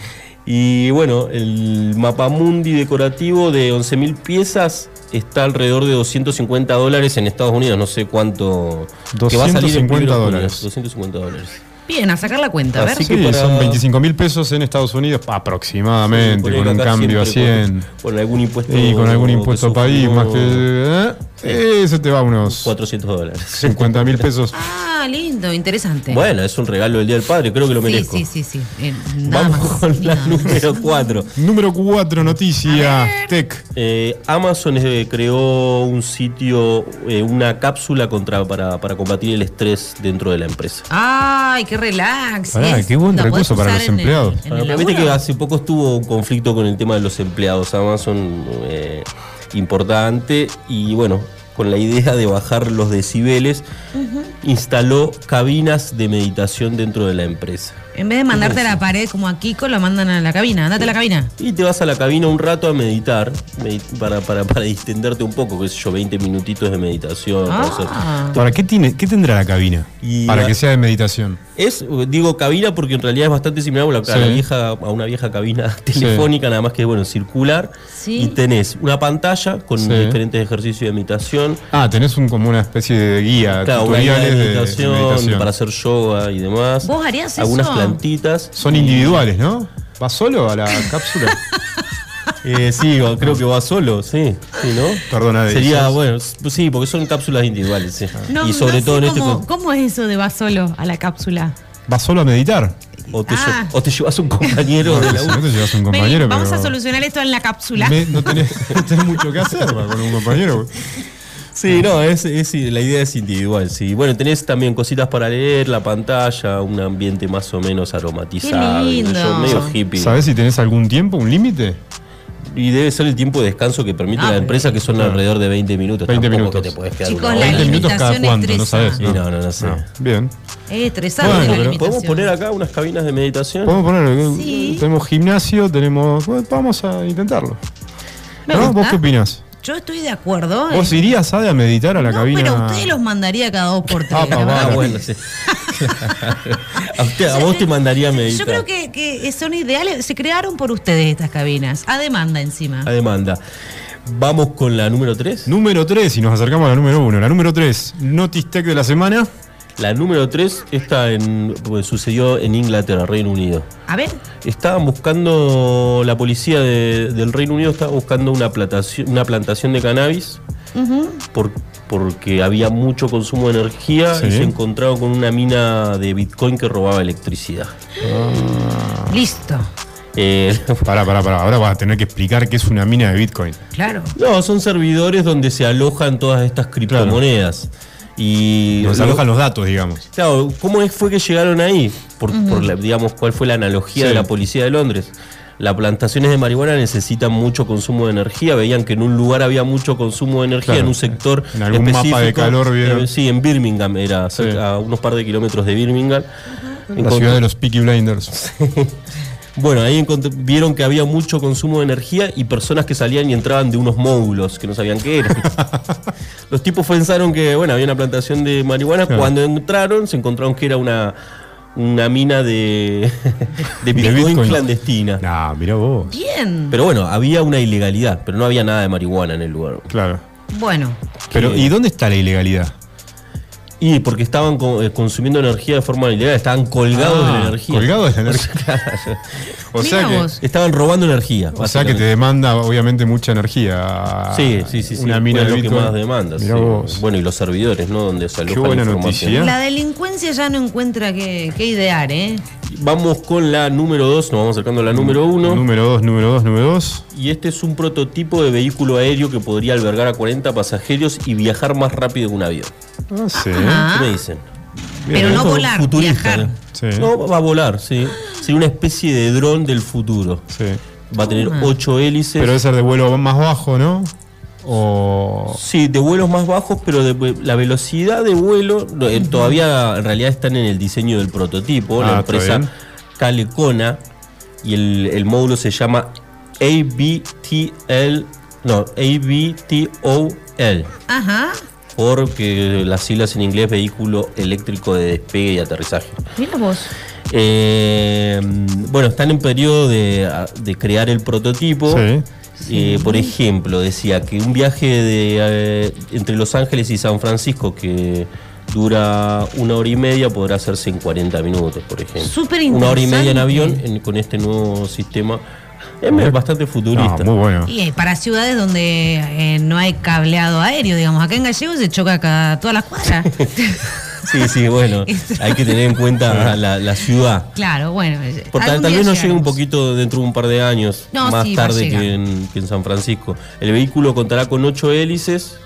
[SPEAKER 3] Y bueno, el mapamundi decorativo de 11.000 piezas está alrededor de 250 dólares en Estados Unidos. No sé cuánto. que va a salir en
[SPEAKER 1] 250
[SPEAKER 3] primeros junio,
[SPEAKER 1] dólares.
[SPEAKER 3] 250 dólares.
[SPEAKER 2] Bien, a sacar la cuenta, a ver.
[SPEAKER 3] Así
[SPEAKER 1] Sí,
[SPEAKER 3] que para-
[SPEAKER 1] son 25 mil pesos en Estados Unidos aproximadamente,
[SPEAKER 3] Ponele
[SPEAKER 1] con un
[SPEAKER 3] acá
[SPEAKER 1] cambio a
[SPEAKER 3] siempre
[SPEAKER 1] 100.
[SPEAKER 3] Con, con algún impuesto.
[SPEAKER 1] Y con algún
[SPEAKER 3] que
[SPEAKER 1] impuesto a país,
[SPEAKER 3] sufrió
[SPEAKER 1] más que. ¿eh? Eh, se te va unos
[SPEAKER 3] 400 dólares.
[SPEAKER 1] 50 mil pesos.
[SPEAKER 2] Ah, lindo, interesante.
[SPEAKER 3] Bueno, es un regalo del Día del Padre, creo que lo merezco.
[SPEAKER 2] Sí, sí, sí, sí. Eh, nada
[SPEAKER 3] Vamos
[SPEAKER 2] más,
[SPEAKER 3] con
[SPEAKER 2] ni
[SPEAKER 3] la
[SPEAKER 2] nada más.
[SPEAKER 3] número 4.
[SPEAKER 1] Número 4, noticia. Tech.
[SPEAKER 3] Eh, Amazon eh, creó un sitio, eh, una cápsula contra, para, para combatir el estrés dentro de la empresa.
[SPEAKER 2] Ay, qué relax.
[SPEAKER 1] Pará,
[SPEAKER 2] ¿es?
[SPEAKER 1] qué buen
[SPEAKER 2] ¿La podés
[SPEAKER 1] recurso para
[SPEAKER 2] usar
[SPEAKER 1] los
[SPEAKER 2] en el-
[SPEAKER 1] empleados.
[SPEAKER 2] en el
[SPEAKER 3] Ah, Viste
[SPEAKER 2] laburo?
[SPEAKER 3] que hace poco estuvo un conflicto con el tema de los empleados Amazon eh, importante y bueno, con la idea de bajar los decibeles, instaló cabinas de meditación dentro de la empresa.
[SPEAKER 2] En vez de mandarte a la pared como a Kiko, lo mandan a la cabina. Andate a la cabina.
[SPEAKER 3] Y te vas a la cabina un rato a meditar, medi- para, para, para distenderte un poco, qué sé yo, 20 minutitos de meditación. para hacer.
[SPEAKER 2] Ah,
[SPEAKER 1] ¿Para qué, tiene, qué tendrá la cabina?
[SPEAKER 3] Y
[SPEAKER 1] Para
[SPEAKER 3] la-
[SPEAKER 1] que sea de meditación.
[SPEAKER 3] Es, digo cabina porque en realidad es bastante similar a, la- a la
[SPEAKER 1] Sí.
[SPEAKER 3] vieja, a una vieja cabina telefónica, nada más que bueno, circular.
[SPEAKER 2] Sí.
[SPEAKER 3] Y tenés una pantalla con
[SPEAKER 1] Sí.
[SPEAKER 3] diferentes ejercicios de meditación.
[SPEAKER 1] Ah, tenés un, como una especie de guía,
[SPEAKER 3] Claro, una guía
[SPEAKER 1] tutoriales
[SPEAKER 3] de
[SPEAKER 1] de- de
[SPEAKER 3] meditación,
[SPEAKER 1] meditación.
[SPEAKER 3] para hacer yoga y demás.
[SPEAKER 2] ¿Vos harías
[SPEAKER 3] Algunas
[SPEAKER 2] eso?
[SPEAKER 3] plantitas.
[SPEAKER 1] Son individuales, ¿no? ¿Vas solo a la cápsula?
[SPEAKER 3] Eh, sí, o- creo que va solo, sí. sí ¿no?
[SPEAKER 1] Perdona, de
[SPEAKER 3] Sería,
[SPEAKER 1] esas.
[SPEAKER 3] bueno, s- sí, porque son cápsulas individuales, sí.
[SPEAKER 5] No,
[SPEAKER 3] y sobre
[SPEAKER 5] no
[SPEAKER 3] todo
[SPEAKER 5] sé
[SPEAKER 3] en
[SPEAKER 5] cómo,
[SPEAKER 3] este. con-
[SPEAKER 5] ¿Cómo es eso de va solo a la cápsula?
[SPEAKER 1] ¿Vas solo a meditar?
[SPEAKER 3] O te, lle-
[SPEAKER 2] Ah.
[SPEAKER 3] o te llevas un compañero de la
[SPEAKER 1] Si
[SPEAKER 3] U.
[SPEAKER 1] no te llevas un
[SPEAKER 5] Vení,
[SPEAKER 1] compañero,
[SPEAKER 5] vamos
[SPEAKER 1] pero-
[SPEAKER 5] a solucionar esto en la cápsula.
[SPEAKER 1] Me- no, tenés, no tenés mucho que hacer va, con un compañero.
[SPEAKER 3] Sí, no, es, es- la idea es individual, sí. Bueno, tenés también cositas para leer, la pantalla, un ambiente más o menos aromatizado.
[SPEAKER 2] Qué lindo.
[SPEAKER 3] y yo, medio hippie.
[SPEAKER 1] ¿Sabés si tenés algún tiempo, un límite?
[SPEAKER 3] Y debe ser el tiempo de descanso que permite
[SPEAKER 2] Ah,
[SPEAKER 3] la empresa, que son alrededor de 20 minutos.
[SPEAKER 1] 20
[SPEAKER 3] Tampoco
[SPEAKER 1] minutos.
[SPEAKER 3] que te podés quedar
[SPEAKER 2] Chicos,
[SPEAKER 3] una
[SPEAKER 2] la
[SPEAKER 3] hora.
[SPEAKER 1] 20 minutos cada
[SPEAKER 2] limitación
[SPEAKER 1] cuánto, no
[SPEAKER 2] estresa.
[SPEAKER 1] sabés. Ah,
[SPEAKER 3] Sí, no, no, no sé.
[SPEAKER 1] Bien.
[SPEAKER 2] es estresante
[SPEAKER 1] Bueno,
[SPEAKER 2] la
[SPEAKER 1] pero
[SPEAKER 3] ¿Podemos
[SPEAKER 2] limitación.
[SPEAKER 3] poner acá unas cabinas de meditación?
[SPEAKER 1] Podemos poner,
[SPEAKER 2] Sí.
[SPEAKER 1] tenemos gimnasio, tenemos. bueno, vamos a intentarlo.
[SPEAKER 2] Me
[SPEAKER 1] ¿No?
[SPEAKER 2] gusta.
[SPEAKER 1] ¿Vos qué opinás?
[SPEAKER 2] Yo estoy de acuerdo.
[SPEAKER 1] ¿Vos
[SPEAKER 2] eh.
[SPEAKER 1] irías, Sade, a meditar a la
[SPEAKER 2] no,
[SPEAKER 1] cabina?
[SPEAKER 2] pero ustedes los mandaría cada dos por tres.
[SPEAKER 1] Ah,
[SPEAKER 2] la
[SPEAKER 1] pa,
[SPEAKER 2] verdad.
[SPEAKER 3] Ah,
[SPEAKER 1] Claro.
[SPEAKER 3] bueno, sí. a, usted- a vos te mandaría a meditar.
[SPEAKER 2] Yo creo que, que son ideales. Se crearon por ustedes estas cabinas. A demanda encima.
[SPEAKER 3] A demanda. Vamos con la número 3.
[SPEAKER 1] Número 3, y nos acercamos a la número 1. La número 3, Notice Tech de la semana.
[SPEAKER 3] La número 3 está en, pues, sucedió en Inglaterra, Reino Unido.
[SPEAKER 2] A ver,
[SPEAKER 3] Estaban buscando, la policía de- del Reino Unido estaba buscando una plantación, una plantación de cannabis por- porque había mucho consumo de energía
[SPEAKER 1] Sí.
[SPEAKER 3] y se encontraron con una mina de Bitcoin que robaba electricidad.
[SPEAKER 1] Ah.
[SPEAKER 2] listo.
[SPEAKER 3] Eh,
[SPEAKER 1] Pará, pará, pará. Ahora vas a tener que explicar qué es una mina de Bitcoin.
[SPEAKER 2] Claro.
[SPEAKER 3] no, son servidores donde se alojan todas estas criptomonedas. Y
[SPEAKER 1] Nos
[SPEAKER 3] lo-
[SPEAKER 1] alojan los datos, digamos.
[SPEAKER 3] Claro, ¿cómo es- fue que llegaron ahí? Por, por la- digamos, ¿cuál fue la analogía
[SPEAKER 1] Sí.
[SPEAKER 3] de la policía de Londres? Las plantaciones de marihuana necesitan mucho consumo de energía. Veían que en un lugar había mucho consumo de energía,
[SPEAKER 1] Claro.
[SPEAKER 3] en un sector.
[SPEAKER 1] En algún mapa
[SPEAKER 3] específico.
[SPEAKER 1] de calor vieron.
[SPEAKER 3] Eh, sí, en Birmingham era,
[SPEAKER 1] Sí.
[SPEAKER 3] cerca- a unos par de kilómetros de Birmingham.
[SPEAKER 1] La
[SPEAKER 3] Encontró-
[SPEAKER 1] ciudad de los Peaky Blinders.
[SPEAKER 3] Bueno, ahí encontré- vieron que había mucho consumo de energía y personas que salían y entraban de unos módulos que no sabían qué eran. Los tipos pensaron que, bueno, había una plantación de marihuana.
[SPEAKER 1] Claro.
[SPEAKER 3] Cuando entraron, se encontraron que era una, una mina de, de Bitcoin,
[SPEAKER 1] Bitcoin.
[SPEAKER 3] clandestina.
[SPEAKER 1] Nah, mirá vos.
[SPEAKER 2] Bien.
[SPEAKER 3] Pero bueno, había una ilegalidad, pero no había nada de marihuana en el lugar.
[SPEAKER 1] Claro.
[SPEAKER 2] Bueno,
[SPEAKER 1] Pero,
[SPEAKER 3] Que-
[SPEAKER 1] ¿y dónde está la ilegalidad?
[SPEAKER 3] Y porque estaban co- eh, consumiendo energía de forma ilegal, estaban colgados de
[SPEAKER 1] Ah,
[SPEAKER 3] la energía.
[SPEAKER 1] Colgados de la energía. o
[SPEAKER 2] Mira
[SPEAKER 1] sea que,
[SPEAKER 2] vos.
[SPEAKER 3] Estaban robando energía.
[SPEAKER 1] o sea que te demanda obviamente mucha energía.
[SPEAKER 3] Sí, sí, sí. sí.
[SPEAKER 1] Una mina
[SPEAKER 3] Fue
[SPEAKER 1] de
[SPEAKER 3] lo que
[SPEAKER 1] Bitcoin.
[SPEAKER 3] más demandas.
[SPEAKER 1] Mirá
[SPEAKER 3] sí.
[SPEAKER 1] vos.
[SPEAKER 3] Bueno, y los servidores, ¿no? Donde se aloja
[SPEAKER 1] Qué buena
[SPEAKER 3] la información.
[SPEAKER 1] noticia.
[SPEAKER 2] la delincuencia ya no encuentra qué, qué idear, ¿eh?
[SPEAKER 3] Vamos con la número 2, nos vamos acercando a
[SPEAKER 1] Mm,
[SPEAKER 3] la número 1.
[SPEAKER 1] Número 2, número 2, número 2.
[SPEAKER 3] Y este es un prototipo de vehículo aéreo que podría albergar a 40 pasajeros y viajar más rápido que un avión. ¿Eh?
[SPEAKER 1] No sé.
[SPEAKER 2] Ajá.
[SPEAKER 3] ¿Qué me dicen?
[SPEAKER 1] Bien,
[SPEAKER 2] Ah. Pero no
[SPEAKER 3] Esto
[SPEAKER 2] volar, viajar. Ah.
[SPEAKER 3] ¿no?
[SPEAKER 1] Sí.
[SPEAKER 3] No, va a volar, sí. Sería una especie de dron del futuro.
[SPEAKER 1] Sí.
[SPEAKER 3] Va a
[SPEAKER 2] Ah.
[SPEAKER 3] tener 8 hélices.
[SPEAKER 1] Pero debe ser de vuelo más bajo, ¿no? O.
[SPEAKER 3] Sí, de vuelos más bajos, pero de- la velocidad de vuelo lo- eh, todavía en realidad están en el diseño del prototipo. la
[SPEAKER 1] Ah, está
[SPEAKER 3] empresa
[SPEAKER 1] bien.
[SPEAKER 3] Calecona y el, el módulo se llama ABTL, no, ABTOL,
[SPEAKER 2] Ajá.
[SPEAKER 3] porque las siglas en inglés vehículo eléctrico de despegue y aterrizaje.
[SPEAKER 2] Mira vos.
[SPEAKER 3] Eh, bueno, están en periodo de, de crear el prototipo.
[SPEAKER 1] Sí.
[SPEAKER 3] Eh, Por ejemplo, decía que un viaje de, eh, entre Los Ángeles y San Francisco que dura una hora y media podrá hacerse en 40 minutos, por ejemplo.
[SPEAKER 2] Súper
[SPEAKER 3] Una hora y media en
[SPEAKER 2] interesante.
[SPEAKER 3] avión en- con este nuevo sistema. Es bastante
[SPEAKER 1] No,
[SPEAKER 3] futurista.
[SPEAKER 1] Ah, muy bueno.
[SPEAKER 2] Y eh, para ciudades donde eh, no hay cableado aéreo, digamos, acá en Gallegos se choca cada, todas las cuadras.
[SPEAKER 3] Sí, sí, bueno. hay que tener en cuenta la, la ciudad.
[SPEAKER 2] claro, bueno. eh,
[SPEAKER 3] Por tal,
[SPEAKER 2] algún
[SPEAKER 3] tal
[SPEAKER 2] día
[SPEAKER 3] vez nos
[SPEAKER 2] llegaremos.
[SPEAKER 3] llegue un poquito dentro de un par de años,
[SPEAKER 2] No,
[SPEAKER 3] más
[SPEAKER 2] sí, va a
[SPEAKER 3] tarde
[SPEAKER 2] llegar.
[SPEAKER 3] que en, que en San Francisco. El vehículo contará con ocho hélices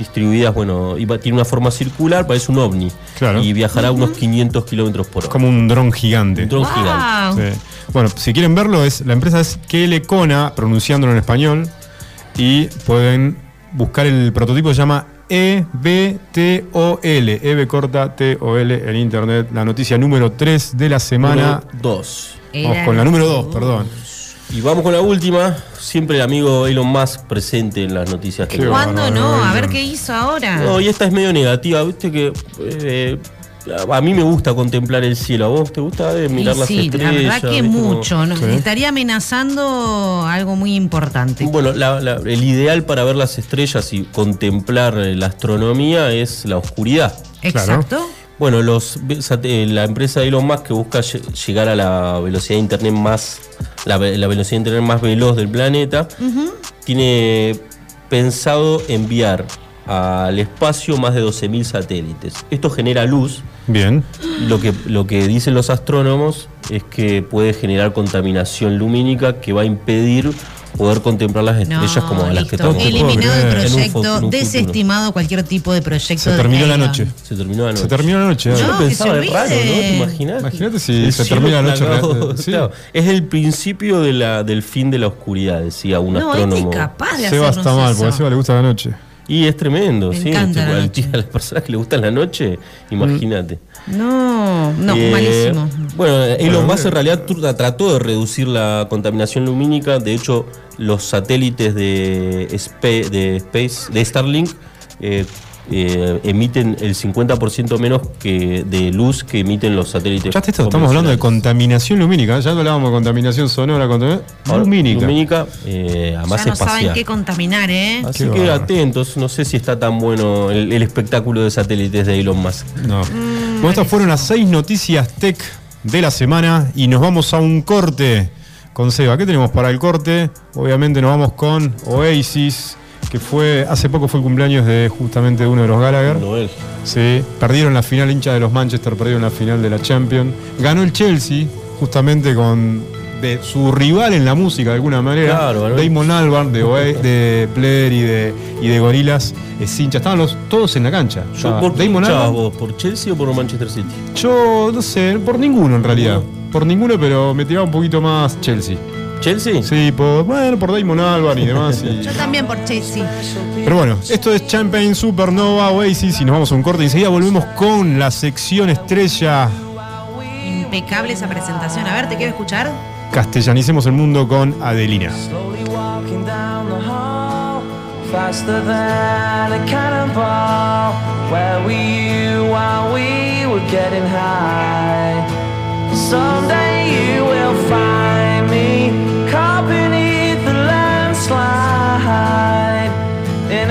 [SPEAKER 3] distribuidas, bueno, y va- tiene una forma circular, parece un ovni.
[SPEAKER 1] Claro.
[SPEAKER 3] Y viajará a unos 500 kilómetros por hora.
[SPEAKER 1] Como un dron gigante.
[SPEAKER 3] un dron
[SPEAKER 2] Wow.
[SPEAKER 3] gigante.
[SPEAKER 1] Sí. Bueno, si quieren verlo, es, la empresa es Kelecona, pronunciándolo en español, y pueden buscar el prototipo, se llama E EBTOL, EB E corta TOL en internet, la noticia número 3 de la semana.
[SPEAKER 3] Uno, Dos.
[SPEAKER 1] Vamos
[SPEAKER 2] Era-
[SPEAKER 1] con la número 2, perdón.
[SPEAKER 3] Y vamos con la última. Siempre el amigo Elon Musk presente en las noticias. que
[SPEAKER 1] Qué
[SPEAKER 3] tenemos.
[SPEAKER 2] ¿Cuándo
[SPEAKER 1] bárbaro,
[SPEAKER 2] no? A
[SPEAKER 1] Elon.
[SPEAKER 2] ver qué hizo ahora.
[SPEAKER 3] No, y esta es medio negativa, viste que. eh, a mí me gusta contemplar el cielo. ¿A vos te gusta eh,
[SPEAKER 2] Y
[SPEAKER 3] mirar las
[SPEAKER 2] sí,
[SPEAKER 3] estrellas?
[SPEAKER 2] la verdad que
[SPEAKER 3] viste, como-
[SPEAKER 2] mucho. ¿no? Estaría amenazando algo muy importante.
[SPEAKER 3] Bueno, la- la- el ideal para ver las estrellas y contemplar eh, la astronomía es la oscuridad.
[SPEAKER 2] Exacto.
[SPEAKER 3] Bueno, los, ve- sate- eh, la empresa Elon Musk que busca lle- llegar a la velocidad de internet más la, ve- la velocidad de internet más veloz del planeta tiene pensado enviar al espacio más de 12.000 satélites. Esto genera luz.
[SPEAKER 1] Bien.
[SPEAKER 3] Lo que, lo que dicen los astrónomos es que puede generar contaminación lumínica que va a impedir poder contemplar las estrellas como a las que
[SPEAKER 2] listo.
[SPEAKER 3] estamos.
[SPEAKER 2] Eliminado
[SPEAKER 1] En
[SPEAKER 2] el
[SPEAKER 1] un
[SPEAKER 3] fu-
[SPEAKER 2] proyecto,
[SPEAKER 3] en un futuro.
[SPEAKER 2] desestimado cualquier tipo de proyecto.
[SPEAKER 1] Se
[SPEAKER 2] de
[SPEAKER 1] terminó la
[SPEAKER 2] Elon.
[SPEAKER 1] noche.
[SPEAKER 3] Se terminó la noche.
[SPEAKER 1] Se terminó la noche.
[SPEAKER 2] No,
[SPEAKER 3] Yo
[SPEAKER 1] dale.
[SPEAKER 2] que
[SPEAKER 3] pensaba
[SPEAKER 2] se
[SPEAKER 3] de raro, ¿no?
[SPEAKER 2] olviden.
[SPEAKER 3] ¿Te imaginás?
[SPEAKER 1] Imagínate si
[SPEAKER 3] El
[SPEAKER 1] se
[SPEAKER 3] cielo
[SPEAKER 1] termina la noche
[SPEAKER 3] plagado,
[SPEAKER 1] real, eh, sí.
[SPEAKER 3] claro. Es el principio de la, del fin de la oscuridad, decía un
[SPEAKER 2] No, este es
[SPEAKER 3] astrónomo.
[SPEAKER 2] capaz de
[SPEAKER 1] Seba
[SPEAKER 2] hacernos
[SPEAKER 1] está mal,
[SPEAKER 2] eso.
[SPEAKER 1] porque a Seba le gusta la noche.
[SPEAKER 3] Y es tremendo,
[SPEAKER 2] Me
[SPEAKER 3] sí.
[SPEAKER 2] encanta
[SPEAKER 3] tipo,
[SPEAKER 2] la
[SPEAKER 3] al-
[SPEAKER 2] noche. Mm.
[SPEAKER 3] A las personas que le gustan la noche, imagínate.
[SPEAKER 2] No, no,
[SPEAKER 3] Eh,
[SPEAKER 2] malísimo.
[SPEAKER 3] Bueno, Elon
[SPEAKER 1] Bueno,
[SPEAKER 3] Musk en realidad tr- trató de reducir la contaminación lumínica. De hecho, los satélites de, Spa- de Space, de Starlink, eh, eh, emiten el 50% menos que de luz que emiten los satélites.
[SPEAKER 1] Ya te esto, estamos hablando de
[SPEAKER 3] convencionales.
[SPEAKER 1] contaminación lumínica, ya hablábamos de contaminación sonora, contaminación
[SPEAKER 3] Ahora,
[SPEAKER 1] lumínica.
[SPEAKER 3] Ah, lumínica, eh, además
[SPEAKER 2] ya no saben
[SPEAKER 3] espacial.
[SPEAKER 2] qué contaminar, ¿eh?
[SPEAKER 3] Así
[SPEAKER 1] Qué
[SPEAKER 3] que
[SPEAKER 1] bárbaro.
[SPEAKER 3] atentos, no sé si está tan bueno el, el espectáculo de satélites de Elon Musk.
[SPEAKER 1] No. Bueno, estas fueron las seis noticias tech de la semana y nos vamos a un corte con Seba. ¿Qué tenemos para el corte? Obviamente nos vamos con Oasis, que fue hace poco fue el cumpleaños de justamente de uno de los Gallagher.
[SPEAKER 3] Noel.
[SPEAKER 1] Sí, perdieron la final hincha de los Manchester, perdieron la final de la Champions. Ganó el Chelsea justamente con de su rival en la música de alguna manera,
[SPEAKER 3] Claro, ganó.
[SPEAKER 1] Damon Albarn de, Oa- de Player y de, y de Gorilas, es hincha. Estaban los, todos en la cancha.
[SPEAKER 3] Yo,
[SPEAKER 1] Estaba
[SPEAKER 3] ¿Por qué
[SPEAKER 1] Ah, Damon
[SPEAKER 3] luchabas
[SPEAKER 1] Albarn,
[SPEAKER 3] vos? ¿Por Chelsea o por Manchester City?
[SPEAKER 1] yo no sé, por ninguno en realidad. Por ninguno, pero me tiraba un poquito más Chelsea.
[SPEAKER 3] ¿Chelsea?
[SPEAKER 1] Sí, por, bueno, por Damon Albarn y demás. y-
[SPEAKER 2] Yo también por Chelsea.
[SPEAKER 1] Pero bueno, esto es Champagne Supernova Oasis y nos vamos a un corte. Enseguida volvemos con la sección estrella.
[SPEAKER 2] Impecable esa presentación. A ver, ¿te quiero escuchar?
[SPEAKER 1] Castellanicemos el mundo con Adelina.
[SPEAKER 4] Slowly walking down the hall, faster than a cannonball. Where were you while we were getting high? Someday you will find me caught beneath the landslide in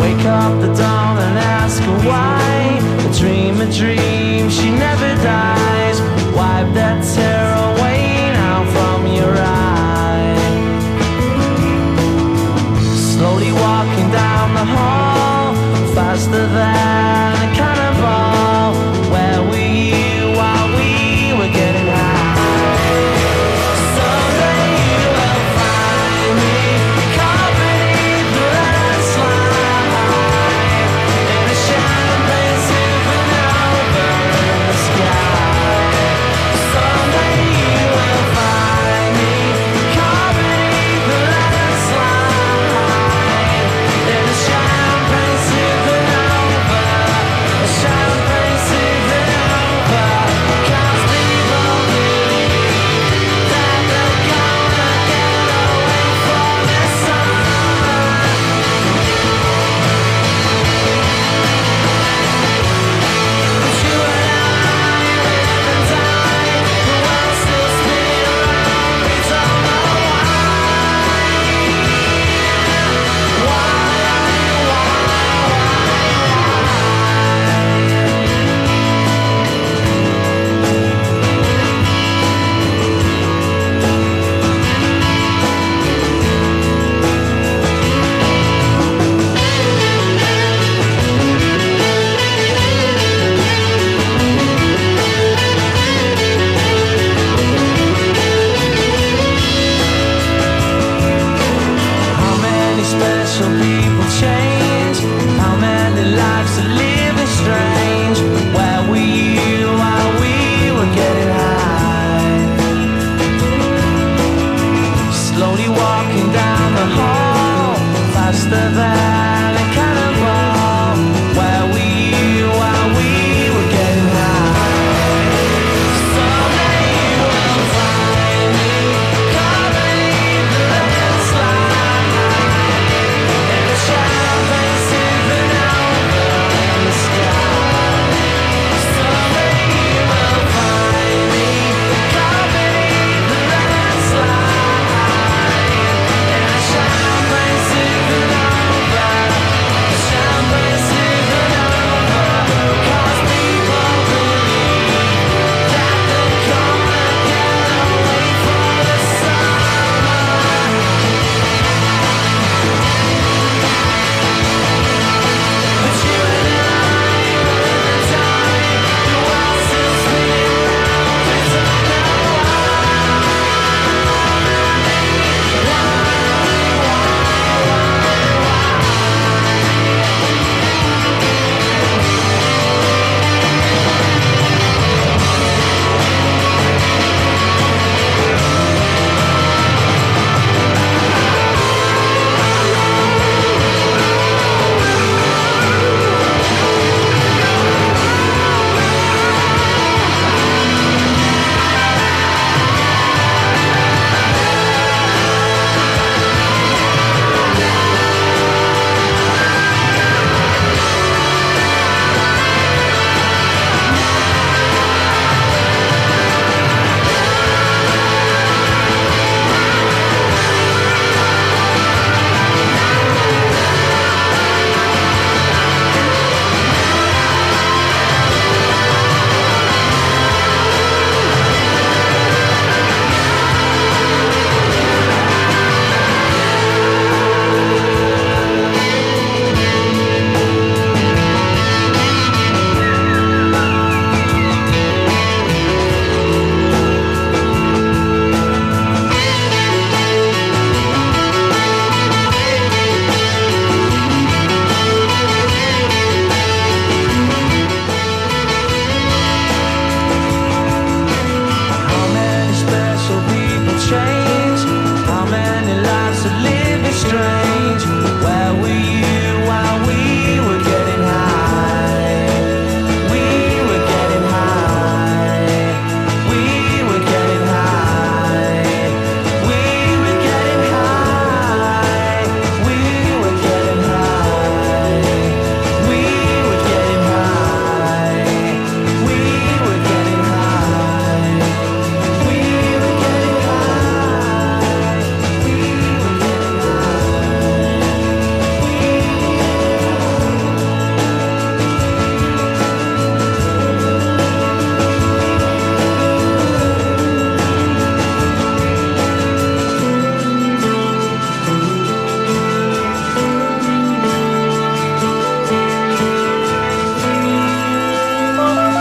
[SPEAKER 4] Wake up the dawn and ask her why. A dream, a dream, she never dies. Wipe that tear away now from your eye. Slowly walking down the hall, faster than a cannonball. Where were you while we were getting high? Someday you will find me caught beneath the landslide in a champagne supernova in the sky. Someday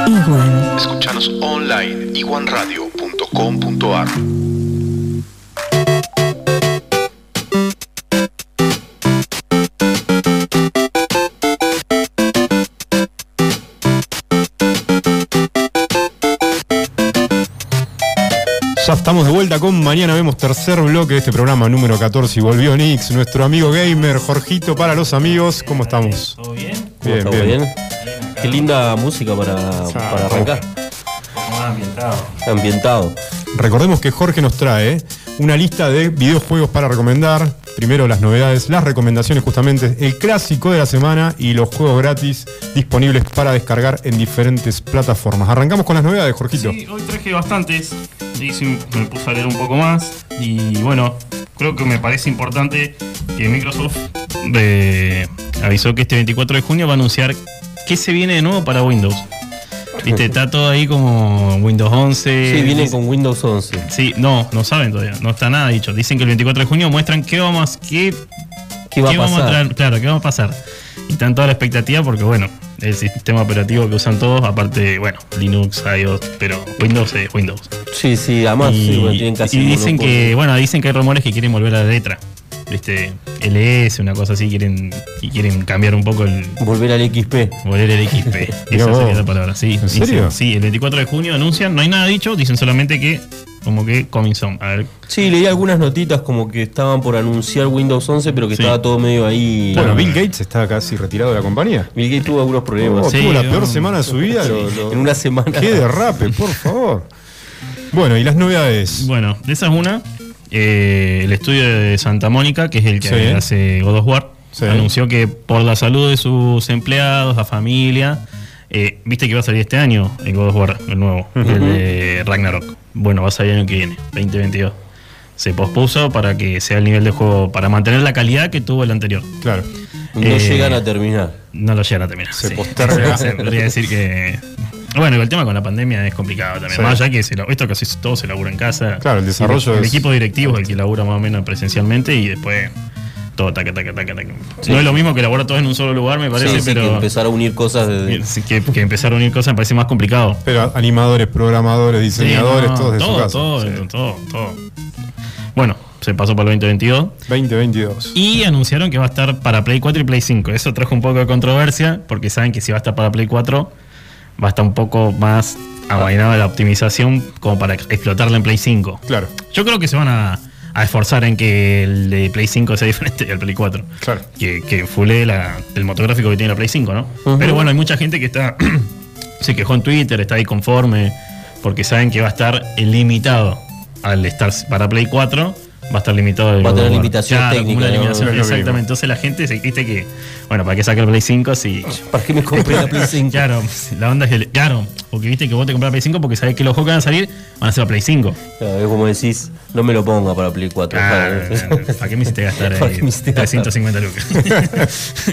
[SPEAKER 2] Iguan.
[SPEAKER 6] Escuchanos online iguanradio.com.ar.
[SPEAKER 1] Ya estamos de vuelta con mañana vemos tercer bloque de este programa número 14 y volvió Nix, nuestro amigo gamer Jorgito para los amigos. ¿Cómo estamos?
[SPEAKER 7] ¿Todo bien?
[SPEAKER 3] ¿Cómo estamos? bien? Qué linda música para, para arrancar.
[SPEAKER 7] ¿Cómo va ambientado?
[SPEAKER 3] Ambientado.
[SPEAKER 1] Recordemos que Jorge nos trae una lista de videojuegos para recomendar. Primero las novedades, las recomendaciones justamente, el clásico de la semana y los juegos gratis disponibles para descargar en diferentes plataformas. Arrancamos con las novedades, Jorgito.
[SPEAKER 7] Sí, hoy traje bastantes. Y sí, me puse a leer un poco más. Y bueno, creo que me parece importante que Microsoft eh, avisó que este 24 de junio va a anunciar qué se viene de nuevo para Windows. Viste, está todo ahí como Windows 11.
[SPEAKER 3] Sí, viene
[SPEAKER 7] dice-
[SPEAKER 3] con Windows 11.
[SPEAKER 7] Sí, no, no saben todavía, no está nada dicho. Dicen que el 24 de junio muestran qué vamos, qué,
[SPEAKER 3] ¿Qué va a
[SPEAKER 7] vamos
[SPEAKER 3] pasar?
[SPEAKER 7] traer, claro, qué vamos a pasar. Y están toda la expectativa porque bueno, el sistema operativo que usan todos, aparte, bueno, Linux, iOS, pero Windows es Windows.
[SPEAKER 3] Sí, sí, además
[SPEAKER 7] y,
[SPEAKER 3] sí, bueno, tienen casi
[SPEAKER 7] y dicen
[SPEAKER 3] monopolio.
[SPEAKER 7] que, bueno, dicen que hay rumores que quieren volver a la letra. Viste, LS, una cosa así, quieren, y quieren cambiar un poco el,
[SPEAKER 3] Volver al XP.
[SPEAKER 7] Volver el XP.
[SPEAKER 1] Mirá
[SPEAKER 7] Esa
[SPEAKER 1] vos.
[SPEAKER 7] sería la palabra, sí.
[SPEAKER 1] ¿En
[SPEAKER 7] Dicen-
[SPEAKER 1] serio?
[SPEAKER 7] Sí, el 24 de junio anuncian, no hay nada dicho, dicen solamente que como que coming soon. A ver,
[SPEAKER 3] Sí, leí algunas notitas como que estaban por anunciar Windows 11, pero que
[SPEAKER 7] Sí.
[SPEAKER 3] estaba todo medio ahí.
[SPEAKER 1] Bueno, Bill Gates está casi retirado de la compañía.
[SPEAKER 3] Bill Gates tuvo algunos problemas.
[SPEAKER 1] Oh,
[SPEAKER 7] sí,
[SPEAKER 1] tuvo la
[SPEAKER 7] no.
[SPEAKER 1] peor semana de su vida. lo- lo-
[SPEAKER 3] En una semana.
[SPEAKER 1] Qué derrape, por favor. Bueno, y las novedades.
[SPEAKER 7] bueno, de esa es una. eh, el estudio de Santa Mónica, que es el que
[SPEAKER 1] Sí.
[SPEAKER 7] hace God of War,
[SPEAKER 1] Sí.
[SPEAKER 7] anunció que por la salud de sus empleados, la familia, eh, viste que va a salir este año el God of War, el nuevo, el de Ragnarok. Bueno, va a salir el año que viene, 2022. Se pospuso para que sea el nivel de juego, para mantener la calidad que tuvo el anterior.
[SPEAKER 1] Claro.
[SPEAKER 3] No
[SPEAKER 7] Eh,
[SPEAKER 3] llegan a terminar.
[SPEAKER 7] No lo llegan a terminar.
[SPEAKER 1] Se
[SPEAKER 7] sí.
[SPEAKER 1] posterga.
[SPEAKER 7] Se podría decir que. Bueno, el tema con la pandemia es complicado también.
[SPEAKER 1] Sí.
[SPEAKER 7] Más allá que se la- esto casi todo se labura en casa.
[SPEAKER 1] Claro, el desarrollo
[SPEAKER 7] El, el
[SPEAKER 1] es-
[SPEAKER 7] equipo directivo es el que labura más o menos presencialmente y después todo taca, taca, taca, taca. No es lo mismo que labura todo en un solo lugar, me parece,
[SPEAKER 3] Sí, sí, que
[SPEAKER 7] pero.
[SPEAKER 3] empezar a unir cosas desde.
[SPEAKER 7] sí, que, que empezar a unir cosas me parece más complicado.
[SPEAKER 1] Pero animadores, programadores, diseñadores,
[SPEAKER 7] Sí, no,
[SPEAKER 1] todos de
[SPEAKER 7] todo,
[SPEAKER 1] su casa.
[SPEAKER 7] todo,
[SPEAKER 1] Sí.
[SPEAKER 7] todo, todo. Bueno, se pasó para el 2022.
[SPEAKER 1] 2022.
[SPEAKER 7] Y anunciaron que va a estar para Play 4 y Play 5. Eso trajo un poco de controversia, porque saben que si va a estar para Play 4, va a estar un poco más amainada la optimización como para explotarla en Play 5.
[SPEAKER 1] Claro,
[SPEAKER 7] Yo creo que se van a, a esforzar en que el de Play 5 sea diferente al Play 4.
[SPEAKER 1] claro.
[SPEAKER 7] Que, que fule la- el motográfico que tiene la Play 5, ¿no?
[SPEAKER 3] Ujú.
[SPEAKER 7] Pero bueno, hay mucha gente que está se quejó en Twitter, está ahí conforme, porque saben que va a estar limitado al estar para Play 4. Va a estar limitado. el
[SPEAKER 3] Va a tener
[SPEAKER 7] jugador.
[SPEAKER 3] limitación
[SPEAKER 7] Claro, como
[SPEAKER 3] técnica,
[SPEAKER 7] una
[SPEAKER 3] ¿no?
[SPEAKER 7] limitación,
[SPEAKER 1] No es lo mismo.
[SPEAKER 7] exactamente. Entonces la gente se viste que, bueno, ¿para qué saca el Play 5 si
[SPEAKER 3] ¿Para qué me compré la Play 5?
[SPEAKER 7] Claro, la onda es que. Claro, porque viste que vos te compras la Play 5 porque sabés que los juegos que van a salir van a ser a Play 5.
[SPEAKER 3] Claro, es como decís, no me lo ponga para Play 4.
[SPEAKER 7] Ah,
[SPEAKER 3] claro.
[SPEAKER 7] ¿Para qué me hiciste gastar
[SPEAKER 3] ¿Para
[SPEAKER 7] ahí
[SPEAKER 3] qué me hiciste gastar?
[SPEAKER 7] 350 lucas?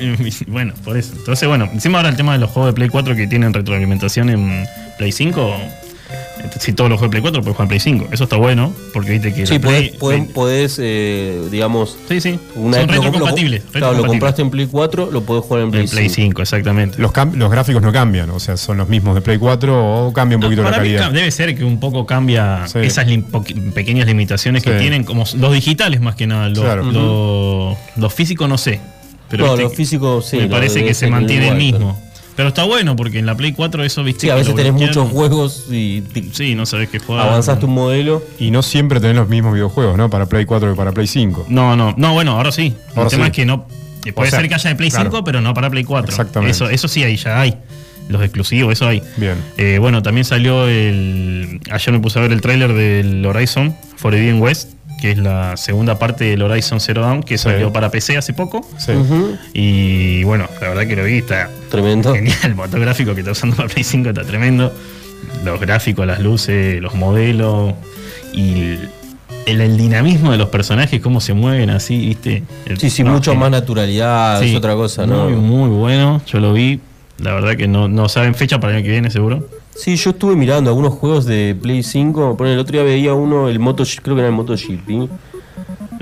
[SPEAKER 7] bueno, por eso. Entonces, bueno, encima ahora el tema de los juegos de Play 4 que tienen retroalimentación en Play 5. Si todos los juegos de Play 4 pueden jugar en Play 5. Eso está bueno, porque viste que.
[SPEAKER 3] Sí,
[SPEAKER 7] la
[SPEAKER 3] podés,
[SPEAKER 7] Play-
[SPEAKER 3] podés- podés, eh, digamos,
[SPEAKER 7] Sí, sí.
[SPEAKER 3] una vez
[SPEAKER 7] Son
[SPEAKER 3] que lo-
[SPEAKER 7] retrocompatibles.
[SPEAKER 3] lo- claro, lo
[SPEAKER 7] retrocompatibles.
[SPEAKER 3] compraste en Play 4, lo podés jugar en Play,
[SPEAKER 7] en Play 5, exactamente.
[SPEAKER 1] Los, cam- los gráficos no cambian, o sea, son los mismos de Play 4 o cambia un
[SPEAKER 7] No,
[SPEAKER 1] poquito la
[SPEAKER 7] para mí
[SPEAKER 1] calidad.
[SPEAKER 7] ca- debe ser que un poco cambia
[SPEAKER 1] Sí.
[SPEAKER 7] esas lim- poqu- pequeñas limitaciones que
[SPEAKER 1] Sí.
[SPEAKER 7] tienen, como s- los digitales más que nada. Los
[SPEAKER 1] Claro.
[SPEAKER 7] lo, lo físico no sé. Pero
[SPEAKER 3] No,
[SPEAKER 7] viste
[SPEAKER 3] lo
[SPEAKER 7] que-
[SPEAKER 3] físico, sí,
[SPEAKER 7] Me
[SPEAKER 3] lo
[SPEAKER 7] parece
[SPEAKER 3] debe
[SPEAKER 7] que
[SPEAKER 3] ser
[SPEAKER 7] se mantiene
[SPEAKER 3] igual,
[SPEAKER 7] el mismo. Pero está bueno porque en la Play 4 eso, viste.
[SPEAKER 3] Sí, a
[SPEAKER 7] que
[SPEAKER 3] veces
[SPEAKER 7] lo
[SPEAKER 3] tenés
[SPEAKER 7] bloquean.
[SPEAKER 3] muchos juegos y te-
[SPEAKER 7] Sí, no sabes qué jugar.
[SPEAKER 3] avanzaste un modelo.
[SPEAKER 1] Y no siempre tenés los mismos videojuegos, ¿no? Para Play 4 que para Play 5.
[SPEAKER 7] No, no, no, bueno, ahora sí.
[SPEAKER 1] Ahora
[SPEAKER 7] el tema
[SPEAKER 1] sí.
[SPEAKER 7] es que no. que Puede
[SPEAKER 1] sea,
[SPEAKER 7] ser que haya de Play
[SPEAKER 1] claro.
[SPEAKER 7] 5, pero no para Play 4.
[SPEAKER 1] Exactamente.
[SPEAKER 7] Eso, eso sí, ahí ya hay. Los exclusivos, eso hay.
[SPEAKER 1] Bien.
[SPEAKER 7] Eh, bueno, también salió el. Ayer me puse a ver el tráiler del Horizon Forbidden West, que es la segunda parte del Horizon Zero Dawn, que salió para PC hace poco.
[SPEAKER 1] Sí.
[SPEAKER 7] Y bueno, la verdad que lo vi, está
[SPEAKER 3] Tremendo.
[SPEAKER 7] genial. El motor gráfico que está usando para Play 5 está tremendo. Los gráficos, las luces, los modelos y el, el- el dinamismo de los personajes, cómo se mueven así, ¿viste? El-
[SPEAKER 3] Sí, sí,
[SPEAKER 7] no,
[SPEAKER 3] mucho
[SPEAKER 7] genial.
[SPEAKER 3] más naturalidad,
[SPEAKER 7] Sí,
[SPEAKER 3] es otra cosa, ¿no?
[SPEAKER 7] Muy, muy bueno, yo lo vi. La verdad que no, no saben fecha para el año que viene, seguro.
[SPEAKER 3] Sí, yo estuve mirando algunos juegos de Play 5. Por el otro día veía uno, el Moto, creo que era el MotoGP.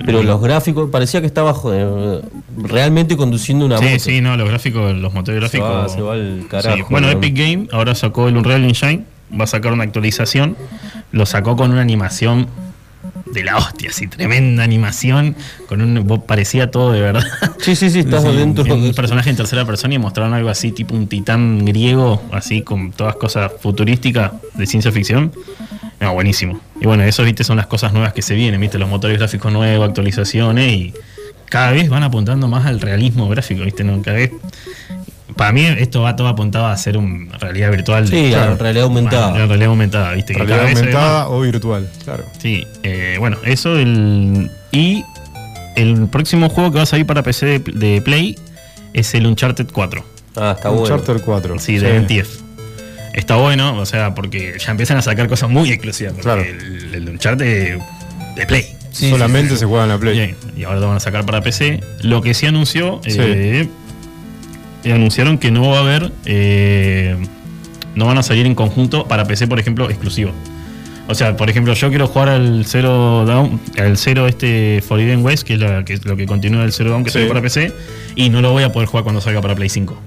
[SPEAKER 3] Pero los gráficos, parecía que estaba jo- eh, realmente conduciendo una moto.
[SPEAKER 7] Sí, sí, no, los gráficos, los motores
[SPEAKER 3] Se
[SPEAKER 7] gráficos.
[SPEAKER 3] va- se va al carajo,
[SPEAKER 7] Bueno,
[SPEAKER 3] ¿no?
[SPEAKER 7] Epic Game ahora sacó el Unreal Engine, va a sacar una actualización, lo sacó con una animación de la hostia, así tremenda animación, con un vos parecía todo de verdad.
[SPEAKER 3] Sí, sí, sí, estás
[SPEAKER 7] Sí,
[SPEAKER 3] dentro
[SPEAKER 7] un
[SPEAKER 3] de-
[SPEAKER 7] personaje en tercera persona y mostraron algo así, tipo un titán griego, así con todas cosas futurísticas de ciencia ficción. No, buenísimo. Y bueno, eso, viste, son las cosas nuevas que se vienen, viste, los motores gráficos nuevos, actualizaciones y cada vez van apuntando más al realismo gráfico, viste, no, cada vez. Para mí esto va todo apuntado a ser una realidad virtual. de-
[SPEAKER 3] Sí, a realidad aumentada.
[SPEAKER 7] A realidad aumentada, viste. que
[SPEAKER 1] Realidad
[SPEAKER 7] cada vez se ve más.
[SPEAKER 1] aumentada o virtual, claro.
[SPEAKER 7] Sí, eh, bueno, eso del. Y el próximo juego que va a salir para PC de, de Play es el Uncharted 4.
[SPEAKER 3] Ah, está bueno.
[SPEAKER 1] Charter 4.
[SPEAKER 7] Sí, de MTF. Está bueno, o sea, porque ya empiezan a sacar cosas muy exclusivas. porque
[SPEAKER 1] Claro.
[SPEAKER 7] El, el Uncharted de Play.
[SPEAKER 3] Sí,
[SPEAKER 1] Solamente se juega en la Play.
[SPEAKER 7] Bien, y ahora lo van a sacar para PC. Lo que sí anunció,
[SPEAKER 1] Sí.
[SPEAKER 7] eh, eh, anunciaron que no va a haber, eh, no van a salir en conjunto para PC, por ejemplo, exclusivo. O sea, por ejemplo, yo quiero jugar al Zero Down, al Zero este Forbidden West, que es, la- que es lo que continúa el Zero Down que
[SPEAKER 1] Sí.
[SPEAKER 7] salió para PC, y no lo voy a poder jugar cuando salga para Play 5.